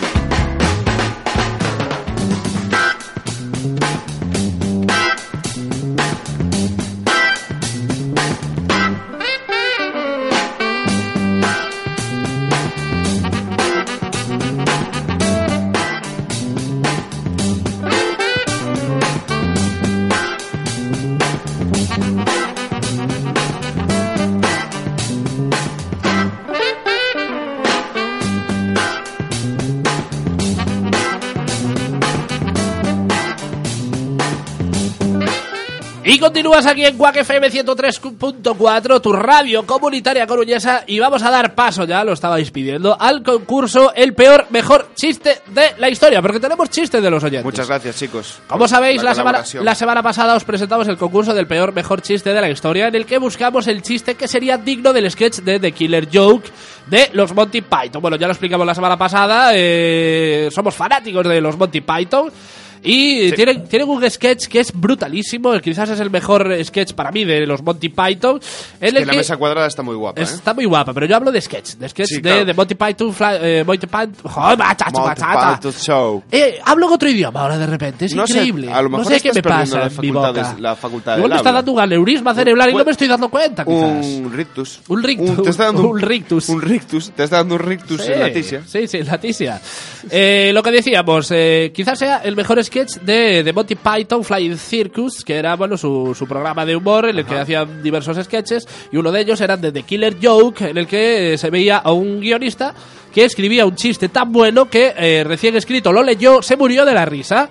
Speaker 3: Y continúas aquí en Quack FM 103.4, tu radio comunitaria coruñesa, y vamos a dar paso, ya lo estabais pidiendo, al concurso El peor, mejor chiste de la historia, porque tenemos chistes de los oyentes.
Speaker 5: Muchas gracias, chicos.
Speaker 3: Como sabéis, la, semana,
Speaker 5: colaboración.
Speaker 3: la semana pasada os presentamos el concurso del peor mejor chiste de la historia, en el que buscamos el chiste que sería digno del sketch de The Killer Joke de los Monty Python. Bueno, ya lo explicamos la semana pasada, eh, somos fanáticos de los Monty Python. Y tienen, tienen un sketch que es brutalísimo, quizás es el mejor sketch para mí de los Monty Python. en
Speaker 5: Es que
Speaker 3: el
Speaker 5: la
Speaker 3: que-
Speaker 5: mesa cuadrada está muy guapa, ¿eh?
Speaker 3: Está muy guapa, pero yo hablo de sketch, de sketch
Speaker 5: Sí,
Speaker 3: de,
Speaker 5: claro.
Speaker 3: de Monty Python, fly- eh, Monty Python, joder, bachata,
Speaker 5: Monty
Speaker 3: bachata.
Speaker 5: Python Show.
Speaker 3: Eh, hablo en otro idioma ahora de repente, es
Speaker 5: No sé,
Speaker 3: increíble.
Speaker 5: a lo mejor
Speaker 3: no sé qué
Speaker 5: estás
Speaker 3: me
Speaker 5: perdiendo
Speaker 3: pasa
Speaker 5: la
Speaker 3: en mi
Speaker 5: facultad
Speaker 3: boca.
Speaker 5: de- la facultad
Speaker 3: Igual
Speaker 5: del
Speaker 3: me está
Speaker 5: habla.
Speaker 3: dando un aneurisma cerebral y
Speaker 5: Pu-
Speaker 3: no me estoy dando cuenta, quizás.
Speaker 5: Un rictus.
Speaker 3: Un rictus.
Speaker 5: te está dando
Speaker 3: Un rictus.
Speaker 5: Un rictus. Te está dando un rictus
Speaker 3: Sí,
Speaker 5: en la tisia.
Speaker 3: Sí, sí, en la tisia. Eh, lo que decíamos, eh, quizás sea el mejor sketch de, de Monty Python Flying Circus, que era bueno su, su programa de humor en el que hacían diversos sketches, y uno de ellos era de The Killer Joke, en el que eh, se veía a un guionista que escribía un chiste tan bueno que eh, recién escrito lo leyó, se murió de la risa.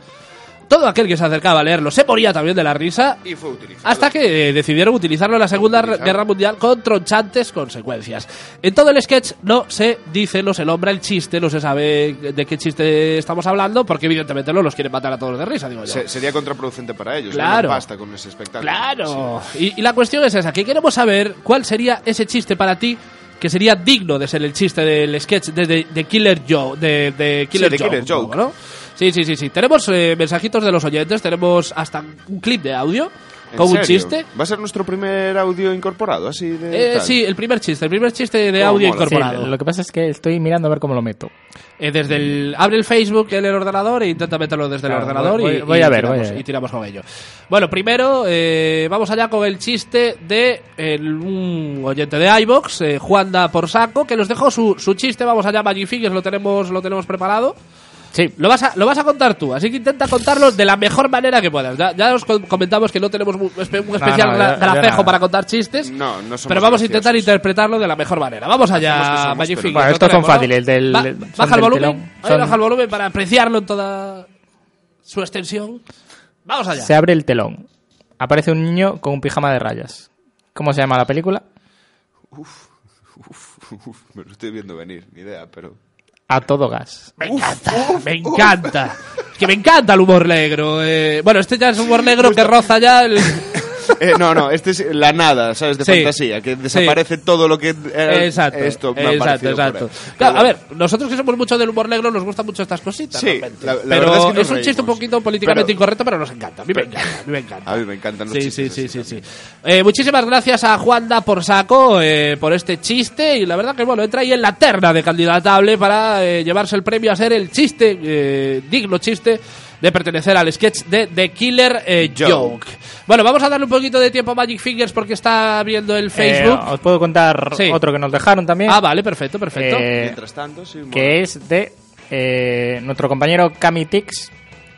Speaker 3: Todo aquel que se acercaba a leerlo se moría también de la risa.
Speaker 5: Y fue utilizado.
Speaker 3: Hasta que eh, decidieron utilizarlo en la Segunda Guerra Mundial con tronchantes consecuencias. En todo el sketch no se dice, no se nombra el chiste, no se sabe de qué chiste estamos hablando, porque evidentemente no los quieren matar a todos de risa, digo yo.
Speaker 5: Se- sería contraproducente para ellos.
Speaker 3: Claro.
Speaker 5: ganan pasta con ese espectáculo.
Speaker 3: Claro. Y, y la cuestión es esa, que queremos saber cuál sería ese chiste para ti que sería digno de ser el chiste del sketch de, de- de Killer Joe. De, de Killer
Speaker 5: Sí, de
Speaker 3: Joke,
Speaker 5: Killer
Speaker 3: un
Speaker 5: Joke.
Speaker 3: poco, ¿no? Sí, sí, sí, sí. Tenemos eh, mensajitos de los oyentes, tenemos hasta un clip de audio
Speaker 5: ¿En
Speaker 3: con un
Speaker 5: serio?
Speaker 3: chiste.
Speaker 5: ¿Va a ser nuestro primer audio incorporado? así de
Speaker 3: Eh,
Speaker 5: tal?
Speaker 3: sí, el primer chiste, el primer chiste de
Speaker 1: Oh,
Speaker 5: Cómo
Speaker 3: audio
Speaker 5: mola.
Speaker 3: incorporado.
Speaker 1: Sí, lo que pasa es que estoy mirando a ver cómo lo meto.
Speaker 3: Eh, desde el abre el Facebook en el ordenador e intenta meterlo desde
Speaker 1: Claro,
Speaker 3: el ordenador
Speaker 1: Ah, voy-
Speaker 3: y,
Speaker 1: voy
Speaker 3: y
Speaker 1: a ver,
Speaker 3: tiramos,
Speaker 1: voy a ver.
Speaker 3: y tiramos con ello. Bueno, primero eh, vamos allá con el chiste de el- un oyente de iBox, eh, Juan da por saco, que nos dejó su, su chiste. Vamos allá, Magnifiques, lo tenemos lo tenemos preparado.
Speaker 1: Sí.
Speaker 3: Lo vas, a, lo vas a contar tú, así que intenta contarlo de la mejor manera que puedas. Ya, ya os co- comentamos que no tenemos un, espe- un especial
Speaker 5: no, yo-
Speaker 3: gra-
Speaker 5: yo
Speaker 3: gracejo
Speaker 5: nada.
Speaker 3: para contar chistes,
Speaker 5: No, no somos
Speaker 3: pero vamos a
Speaker 5: graciosos.
Speaker 3: intentar interpretarlo de la mejor manera. Vamos
Speaker 5: Hacemos que
Speaker 3: allá,
Speaker 5: somos,
Speaker 3: Magnifiques.
Speaker 5: pero- Bueno,
Speaker 3: lo
Speaker 1: estos son
Speaker 3: tenemos, ¿no?
Speaker 1: fáciles, del-
Speaker 3: Ba-
Speaker 1: del- son
Speaker 3: baja el
Speaker 1: del
Speaker 3: volumen,
Speaker 1: telón,
Speaker 3: ahí baja
Speaker 1: son-
Speaker 3: el volumen para apreciarlo en toda su extensión. Vamos allá.
Speaker 1: Se abre el telón. Aparece un niño con un pijama de rayas. ¿Cómo se llama la película?
Speaker 5: [LAUGHS] Uf, me lo estoy viendo venir, ni idea, pero.
Speaker 1: A todo gas.
Speaker 3: Me encanta, me encanta. Es que me encanta el humor negro. eh. bueno, este ya es humor negro que roza ya
Speaker 5: [LAUGHS]
Speaker 3: el...
Speaker 5: Eh, no, no, este es la nada, ¿sabes? De
Speaker 3: Sí.
Speaker 5: fantasía, que desaparece todo lo que. era-
Speaker 3: Exacto.
Speaker 5: Eh, Esto me ha
Speaker 3: exacto,
Speaker 5: parecido por ahí.
Speaker 3: exacto.
Speaker 5: Pero
Speaker 3: Claro, a
Speaker 5: bueno.
Speaker 3: ver, nosotros que somos mucho del humor negro nos gustan mucho estas cositas.
Speaker 5: Sí,
Speaker 3: realmente.
Speaker 5: la- la
Speaker 3: pero
Speaker 5: verdad es que nos
Speaker 3: un chiste un
Speaker 5: reímos.
Speaker 3: poquito políticamente
Speaker 5: Pero-
Speaker 3: incorrecto, pero nos encanta. A mí me encanta, a mí me encanta.
Speaker 5: A mí me encantan los
Speaker 3: Sí,
Speaker 5: chistes.
Speaker 3: sí, sí, sí, sí. Eh, muchísimas gracias a Juanda por saco eh, por este chiste y la verdad que bueno entra ahí en la terna de candidatable para eh, llevarse el premio a ser el chiste eh, digno chiste de pertenecer al sketch de The Killer eh, Joke.
Speaker 1: Joke.
Speaker 3: Bueno, vamos a darle un poquito de tiempo a Magic Fingers porque está viendo el Facebook.
Speaker 1: Eh, os puedo contar
Speaker 3: Sí.
Speaker 1: otro que nos dejaron también.
Speaker 3: Ah, vale, perfecto, perfecto.
Speaker 1: Eh,
Speaker 5: Mientras tanto, sí, mola.
Speaker 1: que es de eh, nuestro compañero Cami Tix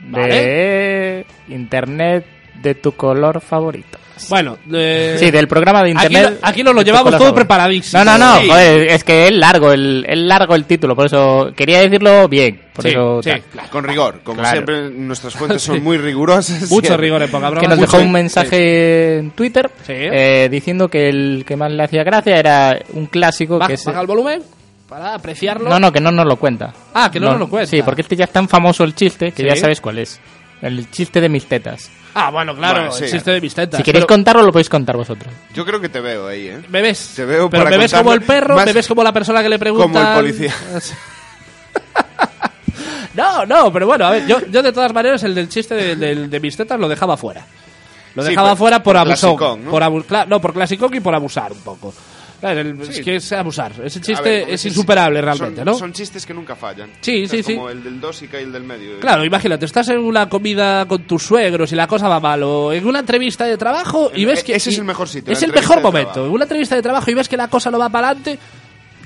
Speaker 1: de Internet de tu color favorito.
Speaker 3: Bueno, eh,
Speaker 1: sí, del programa de
Speaker 3: aquí
Speaker 1: internet.
Speaker 3: lo- aquí nos lo
Speaker 1: de tu
Speaker 3: llevamos
Speaker 1: color
Speaker 3: todo
Speaker 1: favorito.
Speaker 3: preparadísimo.
Speaker 1: No, no, no,
Speaker 3: Sí.
Speaker 1: joder, es que es largo, el, es largo el título, por eso quería decirlo bien. Por
Speaker 3: Sí,
Speaker 1: eso
Speaker 3: sí,
Speaker 1: tal.
Speaker 5: Con rigor, como
Speaker 1: Claro.
Speaker 5: siempre, nuestras
Speaker 3: [LAUGHS]
Speaker 5: fuentes son muy rigurosas.
Speaker 3: Mucho rigor en poca broma.
Speaker 1: que nos
Speaker 3: Mucho-
Speaker 1: dejó un mensaje en Twitter
Speaker 3: Sí.
Speaker 1: eh, diciendo que el que más le hacía gracia era un clásico
Speaker 3: Baja,
Speaker 1: que es...
Speaker 3: baja el volumen para apreciarlo.
Speaker 1: No, no, que no nos lo cuenta.
Speaker 3: Ah, que no nos lo cuenta.
Speaker 1: Sí, porque este ya es tan famoso el chiste que
Speaker 3: Sí.
Speaker 1: ya sabes cuál es. El chiste de mis tetas.
Speaker 3: Ah, bueno, claro,
Speaker 5: Bueno, sí.
Speaker 3: el chiste de mis tetas.
Speaker 1: Si queréis
Speaker 3: Pero-
Speaker 1: contarlo, lo podéis contar vosotros.
Speaker 5: Yo creo que te veo ahí, ¿eh?
Speaker 3: Me ves.
Speaker 5: Te veo
Speaker 3: Pero
Speaker 5: para
Speaker 3: me ves como el
Speaker 5: contarlo
Speaker 3: perro,
Speaker 5: más
Speaker 3: me ves como la persona que le pregunta.
Speaker 5: Como el policía.
Speaker 3: [LAUGHS] No, no, pero bueno, a ver, yo, yo de todas maneras el del chiste de, del- de mis tetas lo dejaba fuera. Lo
Speaker 5: Sí,
Speaker 3: dejaba
Speaker 5: por-
Speaker 3: fuera por
Speaker 5: por
Speaker 3: abusón.
Speaker 5: clasicón, ¿no?
Speaker 3: Por abu- cla- no, por clasicón y por abusar un poco. Claro, el- Es
Speaker 5: Sí.
Speaker 3: que es abusar. Ese
Speaker 5: A
Speaker 3: chiste
Speaker 5: ver, como
Speaker 3: es
Speaker 5: dices,
Speaker 3: insuperable
Speaker 5: son-
Speaker 3: realmente, ¿no?
Speaker 5: Son chistes que nunca fallan.
Speaker 3: Sí, sí,
Speaker 5: Es
Speaker 3: sí.
Speaker 5: Como el del dos y cae el del medio.
Speaker 3: Claro, imagínate, estás en una comida con tus suegros y la cosa va mal, o en una entrevista de trabajo y
Speaker 5: El- e-
Speaker 3: ves que.
Speaker 5: ese es
Speaker 3: y-
Speaker 5: el mejor sitio,
Speaker 3: Es
Speaker 5: la
Speaker 3: el
Speaker 5: entrevista
Speaker 3: mejor
Speaker 5: de
Speaker 3: momento.
Speaker 5: trabajo.
Speaker 3: En una entrevista de trabajo y ves que la cosa no va para adelante.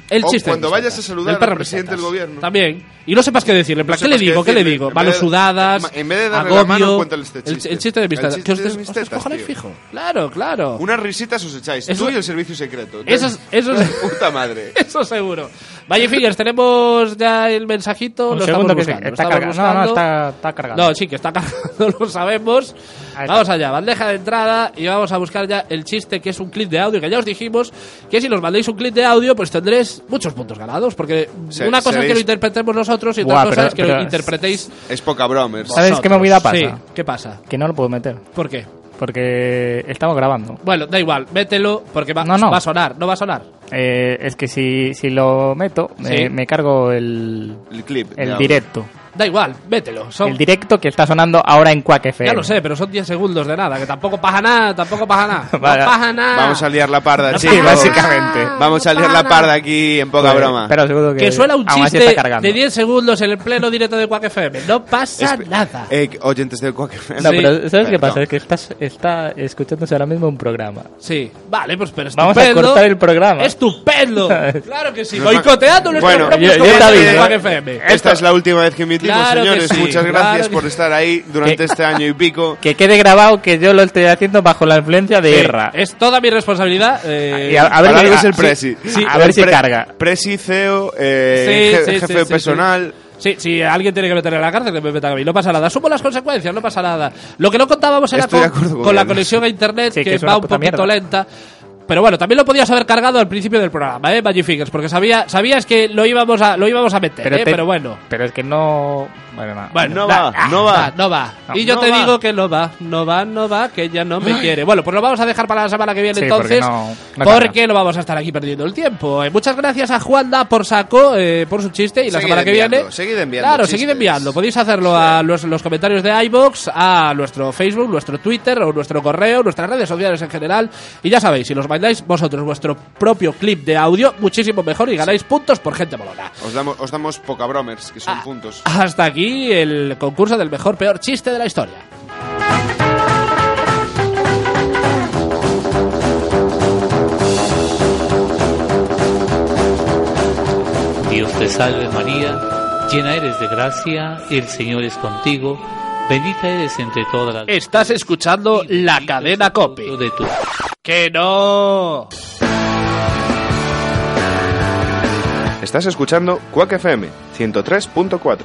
Speaker 3: El
Speaker 5: O
Speaker 3: chiste. de
Speaker 5: cuando
Speaker 3: mis
Speaker 5: vayas
Speaker 3: tetas,
Speaker 5: a saludar
Speaker 3: el perro
Speaker 5: al
Speaker 3: de mis
Speaker 5: presidente
Speaker 3: tetas.
Speaker 5: del gobierno.
Speaker 3: También. Y no sepas qué decirle. En plan,
Speaker 5: No
Speaker 3: ¿qué le
Speaker 5: sepas qué
Speaker 3: digo? ¿Qué le
Speaker 5: decirle.
Speaker 3: digo?
Speaker 5: En vez de-
Speaker 3: Manos sudadas.
Speaker 5: en vez de darle la
Speaker 3: agobio,
Speaker 5: mano, cuéntale este chiste.
Speaker 3: El, el chiste de mis
Speaker 5: El
Speaker 3: tetas.
Speaker 5: chiste
Speaker 3: Que os
Speaker 5: de
Speaker 3: des-
Speaker 5: mis
Speaker 3: os des
Speaker 5: tetas,
Speaker 3: cojones
Speaker 5: tío.
Speaker 3: fijo. Claro, claro.
Speaker 5: Unas risitas os echáis.
Speaker 3: Eso-
Speaker 5: Tú y el servicio secreto.
Speaker 3: Eso es- eso es-
Speaker 5: [LAUGHS] Puta madre.
Speaker 3: [LAUGHS] Eso seguro. Valle Fingers, tenemos ya el mensajito.
Speaker 1: Un
Speaker 3: lo
Speaker 1: segundo
Speaker 3: estamos
Speaker 1: que se-
Speaker 3: buscando, lo
Speaker 1: está
Speaker 3: estamos
Speaker 1: cargando. No, no,
Speaker 3: buscando.
Speaker 1: está, está cargando.
Speaker 3: No, sí, que está cargando, [LAUGHS] lo sabemos.
Speaker 1: está.
Speaker 3: Vamos allá, bandeja de entrada y vamos a buscar ya el chiste que es un clip de audio, que ya os dijimos que si nos mandéis un clip de audio, pues tendréis muchos puntos ganados, porque
Speaker 5: Se-
Speaker 3: una cosa es que
Speaker 5: seréis-
Speaker 3: lo interpretemos nosotros y otra
Speaker 1: Buah,
Speaker 3: cosa
Speaker 1: pero-
Speaker 3: es que lo
Speaker 1: pero-
Speaker 3: interpretéis
Speaker 5: Es poca bromers.
Speaker 1: ¿Sabes qué
Speaker 3: vosotros.
Speaker 1: movida pasa?
Speaker 3: Sí, ¿qué pasa?
Speaker 1: Que no lo puedo meter.
Speaker 3: ¿Por qué?
Speaker 1: Porque estamos grabando.
Speaker 3: Bueno, da igual, mételo porque va,
Speaker 1: No, no.
Speaker 3: va a sonar, no va a sonar.
Speaker 1: Eh, es que si, si lo meto,
Speaker 3: Sí.
Speaker 1: me, me cargo el,
Speaker 5: El clip. de
Speaker 1: el
Speaker 5: audio.
Speaker 1: directo.
Speaker 3: Da igual, mételo. Son-
Speaker 1: El directo que está sonando ahora en Quack FM.
Speaker 3: ya lo sé, pero son 10 segundos de nada, que tampoco pasa nada, tampoco pasa
Speaker 1: [LAUGHS]
Speaker 3: nada. No
Speaker 1: Vaya.
Speaker 3: pasa nada.
Speaker 5: Vamos a liar la
Speaker 3: Ah.
Speaker 5: parda,
Speaker 1: Sí,
Speaker 5: chicos.
Speaker 1: básicamente.
Speaker 5: Vamos a liar la parda aquí en poca
Speaker 1: Pues,
Speaker 5: broma.
Speaker 1: Pero seguro que,
Speaker 3: Que suena un
Speaker 1: aún así
Speaker 3: chiste
Speaker 1: está cargando.
Speaker 3: de 10 segundos en el pleno directo de Quack FM. No pasa
Speaker 5: Espe-
Speaker 3: nada.
Speaker 5: Eh, oyentes del Quack FM.
Speaker 1: No, pero ¿sabes qué
Speaker 5: Perdón.
Speaker 1: pasa? Es que estás, está escuchándose ahora mismo un programa.
Speaker 3: Sí, vale, pues pero estupendo.
Speaker 1: Vamos a cortar el programa. [LAUGHS]
Speaker 3: ¡Estupendo! claro que sí.
Speaker 5: Nos
Speaker 3: Boicoteando
Speaker 5: va-
Speaker 3: nuestro
Speaker 5: Bueno,
Speaker 3: propio
Speaker 1: yo- yo
Speaker 3: programa
Speaker 1: te
Speaker 3: de
Speaker 1: aviso.
Speaker 3: Quack FM.
Speaker 5: Esta es la última vez que emitimos,
Speaker 3: Claro que
Speaker 5: señores.
Speaker 3: sí,
Speaker 5: Muchas
Speaker 3: claro
Speaker 5: gracias
Speaker 3: que
Speaker 5: por
Speaker 3: sí.
Speaker 5: estar ahí durante este año
Speaker 3: [LAUGHS]
Speaker 5: y pico.
Speaker 1: Que quede grabado que yo lo estoy haciendo bajo la influencia de
Speaker 3: Sí, Eh,
Speaker 1: Irra.
Speaker 3: Es toda mi responsabilidad. eh,
Speaker 1: Y a- a ver
Speaker 5: Para
Speaker 1: qué-
Speaker 5: algo es
Speaker 1: a-
Speaker 5: el
Speaker 1: sí,
Speaker 5: presi.
Speaker 1: sí, a ver si carga.
Speaker 5: Presi, CEO, eh,
Speaker 3: Sí,
Speaker 5: je-
Speaker 3: sí,
Speaker 5: jefe
Speaker 3: sí,
Speaker 5: de
Speaker 3: sí,
Speaker 5: personal.
Speaker 3: Sí, si alguien tiene que meter en la cárcel, que me metan a mí. No pasa nada. Asumo las consecuencias, no pasa nada. Lo que no contábamos era con,
Speaker 5: Estoy de acuerdo con
Speaker 3: con la
Speaker 5: Diana.
Speaker 3: conexión a internet,
Speaker 5: Sí,
Speaker 3: que,
Speaker 5: que es una
Speaker 3: va un
Speaker 5: puta
Speaker 3: poquito
Speaker 5: mierda.
Speaker 3: lenta. Pero bueno, también lo podías haber cargado al principio del programa, ¿eh? Magic Fingers, porque sabía, sabías que lo íbamos a, lo íbamos a meter, ¿eh?
Speaker 1: te-
Speaker 3: Pero bueno.
Speaker 1: Pero es que no. Bueno, no,
Speaker 3: Bueno,
Speaker 1: no
Speaker 3: da- ah,
Speaker 1: no va.
Speaker 3: No va.
Speaker 1: No,
Speaker 3: y yo
Speaker 1: no
Speaker 3: te
Speaker 1: va.
Speaker 3: digo que no va, no va, no va, que ya no me
Speaker 1: Ay.
Speaker 3: quiere. Bueno, pues lo vamos a dejar para la semana que viene
Speaker 1: Sí,
Speaker 3: entonces.
Speaker 1: porque no- no
Speaker 3: porque no vamos a estar aquí perdiendo el tiempo. Eh, muchas gracias a Juanda por saco, eh, por su chiste. Y la
Speaker 5: Seguid
Speaker 3: semana que
Speaker 5: enviando,
Speaker 3: viene.
Speaker 5: seguid enviando
Speaker 3: Claro,
Speaker 5: chistes.
Speaker 3: seguid enviando. Podéis hacerlo a los, los comentarios de iBox, a nuestro Facebook, nuestro Twitter o nuestro correo, nuestras redes sociales en general. Y ya sabéis, si nos mandáis vosotros vuestro propio clip de audio, muchísimo mejor y ganáis puntos por gente molona.
Speaker 5: Os damos, os damos poca bromers, que
Speaker 3: Ah.
Speaker 5: son puntos.
Speaker 3: Hasta aquí el concurso del mejor peor chiste de la historia.
Speaker 14: Dios te salve María, llena eres de gracia, el Señor es contigo, bendita eres entre todas las...
Speaker 3: Estás escuchando la cadena Cope.
Speaker 14: De tu...
Speaker 3: ¡Que no!
Speaker 5: Estás escuchando Quack FM 103.4.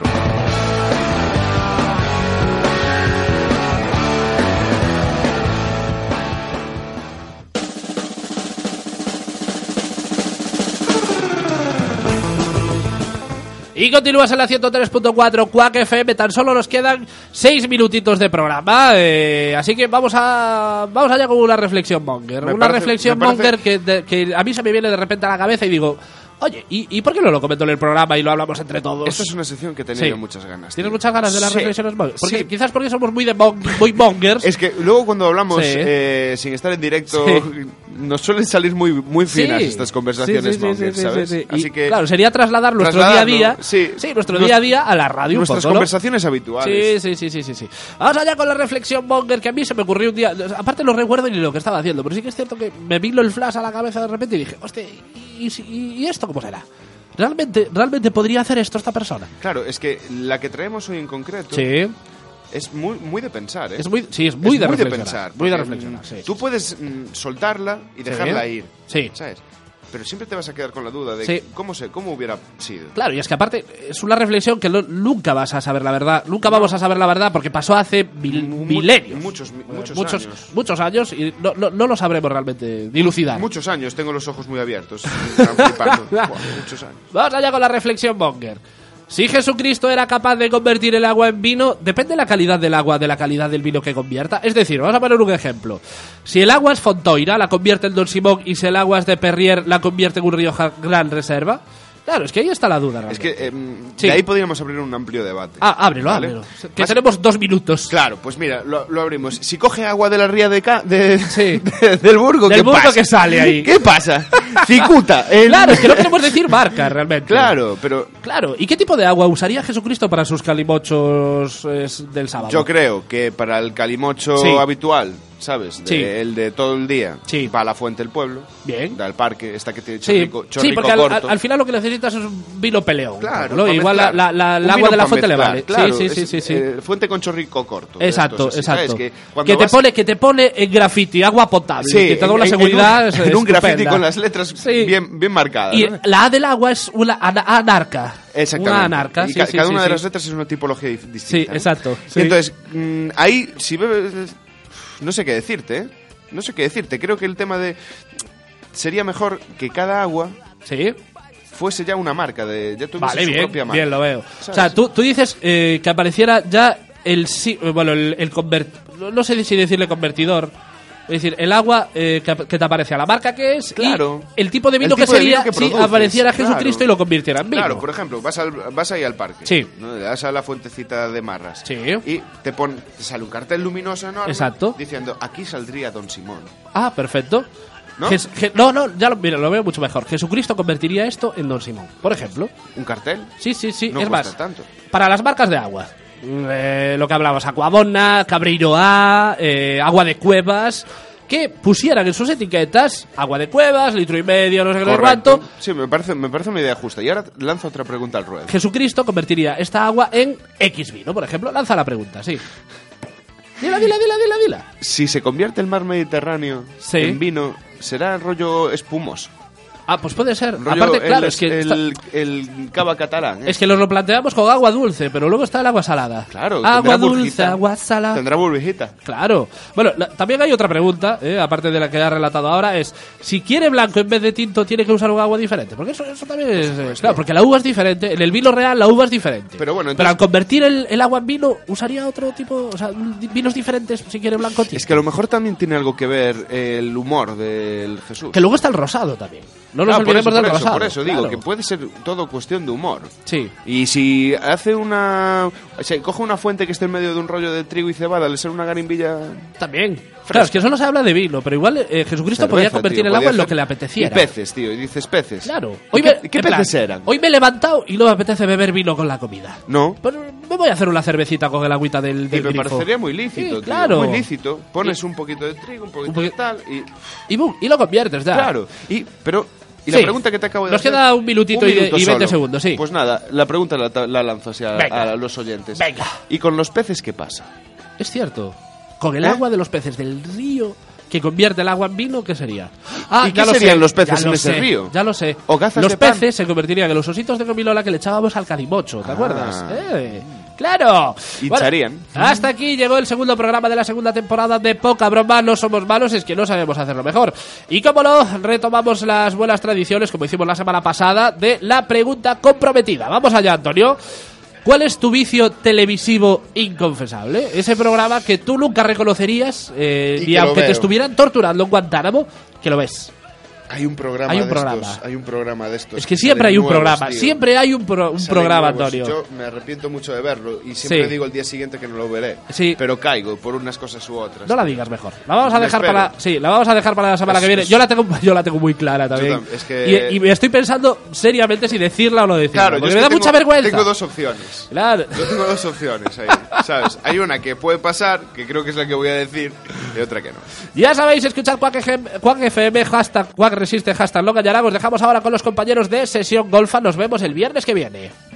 Speaker 3: Y continúas en la 103.4 Quack FM. Tan solo nos quedan 6 minutitos de programa. eh, así que vamos a vamos allá con una reflexión monger.
Speaker 5: Me
Speaker 3: una
Speaker 5: parece-
Speaker 3: reflexión
Speaker 5: me parece-
Speaker 3: monger que, de- que a mí se me viene de repente a la cabeza y digo, oye, ¿y, y por qué no lo comento en el programa y lo hablamos entre todos?
Speaker 5: Esta es una sección que tenía
Speaker 3: Sí.
Speaker 5: yo muchas ganas.
Speaker 3: ¿Tienes
Speaker 5: tío.
Speaker 3: muchas ganas de las
Speaker 5: Sí.
Speaker 3: reflexiones monger? Porque
Speaker 5: Sí.
Speaker 3: Quizás porque somos muy de mong- muy mongers.
Speaker 5: Es que luego cuando hablamos
Speaker 3: Sí.
Speaker 5: eh, sin estar en directo,
Speaker 3: Sí.
Speaker 5: nos suelen salir muy, muy
Speaker 3: Sí.
Speaker 5: finas estas conversaciones,
Speaker 3: Sí, sí, sí,
Speaker 5: monger,
Speaker 3: sí, sí,
Speaker 5: ¿sabes?
Speaker 3: sí, sí.
Speaker 5: Así
Speaker 3: Y,
Speaker 5: que
Speaker 3: claro, sería trasladar nuestro
Speaker 5: trasladarlo,
Speaker 3: día a día-
Speaker 5: sí,
Speaker 3: sí, nuestro
Speaker 5: Nues-
Speaker 3: día a día a la radio un
Speaker 5: Nuestras
Speaker 3: poco, ¿no?
Speaker 5: conversaciones habituales.
Speaker 3: Sí, sí, sí, sí, sí, sí. Vamos allá con la reflexión monger que a mí se me ocurrió un día. Aparte no recuerdo ni lo que estaba haciendo, pero sí que es cierto que me vino el flash a la cabeza de repente y dije, hostia, ¿y, si- y- y esto cómo será? ¿Realmente, ¿Realmente podría hacer esto esta persona?
Speaker 5: Claro, es que la que traemos hoy en concreto
Speaker 3: Sí.
Speaker 5: es muy, muy de pensar, ¿eh?
Speaker 3: Es muy- sí, es muy de reflexionar,
Speaker 5: pensar.
Speaker 3: muy de
Speaker 5: porque,
Speaker 3: reflexionar,
Speaker 5: mm,
Speaker 3: sí.
Speaker 5: Tú puedes mm, soltarla y dejarla ir.
Speaker 3: Sí.
Speaker 5: ¿Sabes? Pero siempre te vas a quedar con la duda de
Speaker 3: Sí.
Speaker 5: cómo sé, cómo hubiera sido.
Speaker 3: Claro, y es que aparte es una reflexión que no- nunca vas a saber la verdad, nunca vamos a saber la verdad porque pasó hace mil- milenios.
Speaker 5: Muchos, mi- muchos,
Speaker 3: muchos,
Speaker 5: años.
Speaker 3: muchos años y no, no- no lo sabremos realmente dilucidar.
Speaker 5: Muchos años, tengo los ojos
Speaker 3: [LAUGHS]
Speaker 5: muy abiertos. Están flipando. Buah, muchos años.
Speaker 3: Vamos allá con la reflexión Monger. Si Jesucristo era capaz de convertir el agua en vino, depende la calidad del agua de la calidad del vino que convierta. Es decir, vamos a poner un ejemplo. Si el agua es Fontoira, la convierte en Don Simón, y si el agua es de Perrier, la convierte en un Rioja Gran Reserva. Claro, es que ahí está la duda.
Speaker 5: Es
Speaker 3: realmente.
Speaker 5: que eh, mm,
Speaker 3: Sí.
Speaker 5: de ahí podríamos abrir un amplio debate.
Speaker 3: Ah, ábrelo,
Speaker 5: ¿Vale?
Speaker 3: ábrelo. Que tenemos dos minutos.
Speaker 5: Claro, pues mira, lo, lo abrimos. Si coge agua de la ría de, Ca- de- [LAUGHS] de- del Burgo,
Speaker 3: Del
Speaker 5: ¿qué
Speaker 3: Burgo
Speaker 5: pasa?
Speaker 3: que sale ahí.
Speaker 5: ¿Qué pasa? Cicuta. el-
Speaker 3: Claro, es que no queremos decir marca realmente.
Speaker 5: [LAUGHS] Claro, pero
Speaker 3: Claro, ¿y qué tipo de agua usaría Jesucristo para sus calimochos eh, del sábado?
Speaker 5: yo creo que para el calimocho
Speaker 3: Sí.
Speaker 5: habitual, ¿sabes? De-
Speaker 3: Sí.
Speaker 5: El de todo el día.
Speaker 3: Sí.
Speaker 5: Va a la fuente del pueblo.
Speaker 3: Bien.
Speaker 5: Da al parque, esta que tiene
Speaker 3: Sí,
Speaker 5: chorrico,
Speaker 3: sí,
Speaker 5: chorrico
Speaker 3: porque al,
Speaker 5: corto.
Speaker 3: al- al final lo que necesitas es un vino peleón.
Speaker 5: Claro,
Speaker 3: ¿no?
Speaker 5: pa'
Speaker 3: Igual la,
Speaker 5: mezclar.
Speaker 3: la- la- el
Speaker 5: Un
Speaker 3: agua
Speaker 5: vino
Speaker 3: de la
Speaker 5: pa'
Speaker 3: fuente
Speaker 5: mezclar,
Speaker 3: le vale.
Speaker 5: claro,
Speaker 3: sí, sí,
Speaker 5: es,
Speaker 3: sí, sí, sí.
Speaker 5: eh, fuente con chorrico corto. de
Speaker 3: exacto,
Speaker 5: estos así, ¿sabes?
Speaker 3: exacto.
Speaker 5: Que,
Speaker 3: Que,
Speaker 5: cuando
Speaker 3: te
Speaker 5: vas-
Speaker 3: pone, que te pone en graffiti agua potable.
Speaker 5: Sí,
Speaker 3: que te da
Speaker 5: en-
Speaker 3: una
Speaker 5: en- en un-
Speaker 3: seguridad.
Speaker 5: [LAUGHS] En un, graffiti con las letras bien, bien marcadas.
Speaker 3: Y
Speaker 5: ¿no?
Speaker 3: la A del agua es una ana- anarca.
Speaker 5: Exactamente.
Speaker 3: Una anarca.
Speaker 5: Y
Speaker 3: sí,
Speaker 5: ca-
Speaker 3: sí,
Speaker 5: cada
Speaker 3: sí,
Speaker 5: una de
Speaker 3: sí.
Speaker 5: las letras es una tipología dif-
Speaker 3: Sí,
Speaker 5: distinta. ¿no?
Speaker 3: exacto.
Speaker 5: Y
Speaker 3: sí.
Speaker 5: entonces, mm, ahí, si bebes. No sé qué decirte, ¿eh? No sé qué decirte. Creo que el tema de. Sería mejor que cada agua.
Speaker 3: Sí.
Speaker 5: Fuese ya una marca, de, ya tuviese
Speaker 3: Vale,
Speaker 5: su
Speaker 3: bien,
Speaker 5: propia marca.
Speaker 3: bien, lo veo. O sea,
Speaker 5: ¿Sabes?
Speaker 3: tú, tú dices eh, que apareciera ya el sí, eh, bueno, el, el convert, no no sé si decirle convertidor, es decir, el agua eh, que, ap- que te aparece a la marca que es, y
Speaker 5: Claro.
Speaker 3: el tipo de vino
Speaker 5: El
Speaker 3: que
Speaker 5: tipo de
Speaker 3: sería
Speaker 5: vino que
Speaker 3: si
Speaker 5: produces,
Speaker 3: apareciera
Speaker 5: claro.
Speaker 3: Jesucristo y lo convirtiera en vino.
Speaker 5: Claro, por ejemplo, vas, al, vas ahí al parque.
Speaker 3: Sí.
Speaker 5: ¿no? Le das a la fuentecita de Marras.
Speaker 3: Sí.
Speaker 5: Y te, pon, te sale un cartel luminoso enorme.
Speaker 3: Exacto.
Speaker 5: Diciendo, aquí saldría Don Simón.
Speaker 3: Ah, perfecto.
Speaker 5: ¿No?
Speaker 3: Jes- Je- no, no, ya lo, mira, lo veo mucho mejor. Jesucristo convertiría esto en Don Simón, por ejemplo.
Speaker 5: ¿Un cartel?
Speaker 3: Sí, sí, sí,
Speaker 5: No
Speaker 3: es
Speaker 5: cuesta
Speaker 3: más.
Speaker 5: tanto.
Speaker 3: Para las marcas de agua. mm, eh, lo que hablábamos, Aquabona, Cabreiro A, eh, agua de cuevas, que pusieran en sus etiquetas agua de cuevas, litro y medio, no sé qué, no sé
Speaker 5: Correcto.
Speaker 3: cuánto.
Speaker 5: Sí, me parece, me parece una idea justa. Y ahora lanzo otra pregunta al ruedo.
Speaker 3: Jesucristo convertiría esta agua en X vino, por ejemplo. Lanza la pregunta, sí. Dila, dila, dila, dila, dila.
Speaker 5: Si se convierte el mar Mediterráneo
Speaker 3: Sí.
Speaker 5: en vino, ¿será rollo espumoso?
Speaker 3: Ah, pues puede ser.
Speaker 5: Rollo,
Speaker 3: Aparte, claro,
Speaker 5: el,
Speaker 3: es que. está-
Speaker 5: el, el cava catalán. ¿eh?
Speaker 3: Es que nos lo planteamos con agua dulce, pero luego está el agua salada.
Speaker 5: Claro,
Speaker 3: agua
Speaker 5: tendrá
Speaker 3: dulce,
Speaker 5: burbujita.
Speaker 3: agua salada.
Speaker 5: Tendrá burbujita.
Speaker 3: Claro. Bueno, la- también hay otra pregunta, eh, aparte de la que ha relatado ahora, es si quiere blanco en vez de tinto, tiene que usar un agua diferente. Porque eso, eso también es... eh, claro, porque la uva es diferente. En el vino real la uva es diferente.
Speaker 5: Pero bueno,
Speaker 3: Pero al
Speaker 5: entonces,
Speaker 3: convertir el, el agua en vino, usaría otro tipo, o sea, di- vinos diferentes si quiere blanco tinto.
Speaker 5: es que a lo mejor también tiene algo que ver eh, el humor del Jesús.
Speaker 3: Que luego está el rosado también. No nos
Speaker 5: Ah,
Speaker 3: olvidemos
Speaker 5: por eso,
Speaker 3: del
Speaker 5: por eso,
Speaker 3: rosado.
Speaker 5: Por eso digo
Speaker 3: claro.
Speaker 5: que puede ser todo cuestión de humor.
Speaker 3: Sí.
Speaker 5: Y si hace una. O sea, coge una fuente que esté en medio de un rollo de trigo y cebada, le sale una garimbilla.
Speaker 3: También. Claro, es que solo se habla de vino, pero igual eh, Jesucristo podía
Speaker 5: Cerveza,
Speaker 3: convertir
Speaker 5: tío,
Speaker 3: el
Speaker 5: podía
Speaker 3: agua en lo
Speaker 5: hacer-
Speaker 3: que le apeteciera.
Speaker 5: Y peces, tío, y dices peces.
Speaker 3: Claro.
Speaker 5: ¿Y
Speaker 3: me-
Speaker 5: ¿Qué, qué
Speaker 3: en plan,
Speaker 5: peces eran?
Speaker 3: Hoy me he levantado y no me apetece beber vino con la comida.
Speaker 5: No.
Speaker 3: Pues, Me voy a hacer una cervecita con el agüita del,
Speaker 5: Y
Speaker 3: del
Speaker 5: Eh, me
Speaker 3: grifo.
Speaker 5: parecería muy lícito,
Speaker 3: Sí,
Speaker 5: tío,
Speaker 3: claro.
Speaker 5: Muy lícito. Pones un poquito de trigo, un poquito de tal y.
Speaker 3: Y boom, y lo conviertes, ya.
Speaker 5: Claro. Y, pero. Y la
Speaker 3: Sí.
Speaker 5: pregunta que te acabo de
Speaker 3: Nos
Speaker 5: hacer.
Speaker 3: queda un minutito y de-
Speaker 5: minuto
Speaker 3: y 20
Speaker 5: solo.
Speaker 3: segundos, sí.
Speaker 5: Pues nada, la pregunta la, ta- la lanzo hacia
Speaker 3: Venga.
Speaker 5: a los oyentes.
Speaker 3: Venga.
Speaker 5: ¿Y con los peces qué pasa?
Speaker 3: Es cierto. Con el
Speaker 5: ¿Eh?
Speaker 3: agua de los peces del río que convierte el agua en vino, ¿qué sería? Ah,
Speaker 5: ¿Y
Speaker 3: ya
Speaker 5: qué
Speaker 3: lo
Speaker 5: serían
Speaker 3: sé,
Speaker 5: los peces
Speaker 3: ya
Speaker 5: en
Speaker 3: lo
Speaker 5: ese
Speaker 3: sé,
Speaker 5: río?
Speaker 3: Ya lo sé.
Speaker 5: ¿O gazas
Speaker 3: los
Speaker 5: de pan? Ah.
Speaker 3: peces se convertirían en los ositos de comilola que le echábamos al calimocho, ¿te acuerdas? Eh, ¡Claro!
Speaker 5: Y
Speaker 3: Bueno,
Speaker 5: echarían.
Speaker 3: hasta aquí llegó el segundo programa de la segunda temporada de Poca Broma. No somos malos, es que no sabemos hacerlo mejor. Y como no, retomamos las buenas tradiciones, como hicimos la semana pasada, de la pregunta comprometida. Vamos allá, Antonio. ¿Cuál es tu vicio televisivo inconfesable? Ese programa que tú nunca reconocerías, eh,
Speaker 5: Y
Speaker 3: ni
Speaker 5: que lo
Speaker 3: aunque te
Speaker 5: veo.
Speaker 3: estuvieran torturando en Guantánamo, que lo ves.
Speaker 5: Hay un programa
Speaker 3: Hay un
Speaker 5: de
Speaker 3: programa.
Speaker 5: estos. Hay un programa Pues de estos.
Speaker 3: Es que
Speaker 5: salen
Speaker 3: siempre hay un
Speaker 5: nuevos,
Speaker 3: programa,
Speaker 5: tío.
Speaker 3: siempre hay un, pro- un
Speaker 5: Salen
Speaker 3: programa,
Speaker 5: nuevos.
Speaker 3: Antonio.
Speaker 5: Yo me arrepiento mucho de verlo y siempre
Speaker 3: Sí.
Speaker 5: digo el día siguiente que no lo veré.
Speaker 3: Sí.
Speaker 5: Pero caigo por unas cosas u otras.
Speaker 3: No la digas mejor. La vamos a
Speaker 5: Me
Speaker 3: dejar
Speaker 5: espero.
Speaker 3: para sí, la vamos a dejar para la semana
Speaker 5: Es-
Speaker 3: que viene.
Speaker 5: es-
Speaker 3: Yo la tengo yo la tengo muy clara también.
Speaker 5: tam- es que-
Speaker 3: y, y me estoy pensando seriamente si decirla o no decirla,
Speaker 5: Claro, yo
Speaker 3: porque
Speaker 5: es
Speaker 3: me
Speaker 5: que
Speaker 3: da
Speaker 5: tengo-
Speaker 3: mucha vergüenza.
Speaker 5: Tengo dos opciones.
Speaker 3: Claro.
Speaker 5: Yo tengo dos opciones ahí, ¿sabes? Hay una que puede pasar, que creo que es la que voy a decir, y otra que no.
Speaker 3: Ya sabéis, escuchad Quack FM, Quack FM, hashtag Quack Resiste, hashtag Loca Os dejamos ahora con los compañeros de Sesión Golfa. Nos vemos el viernes que viene.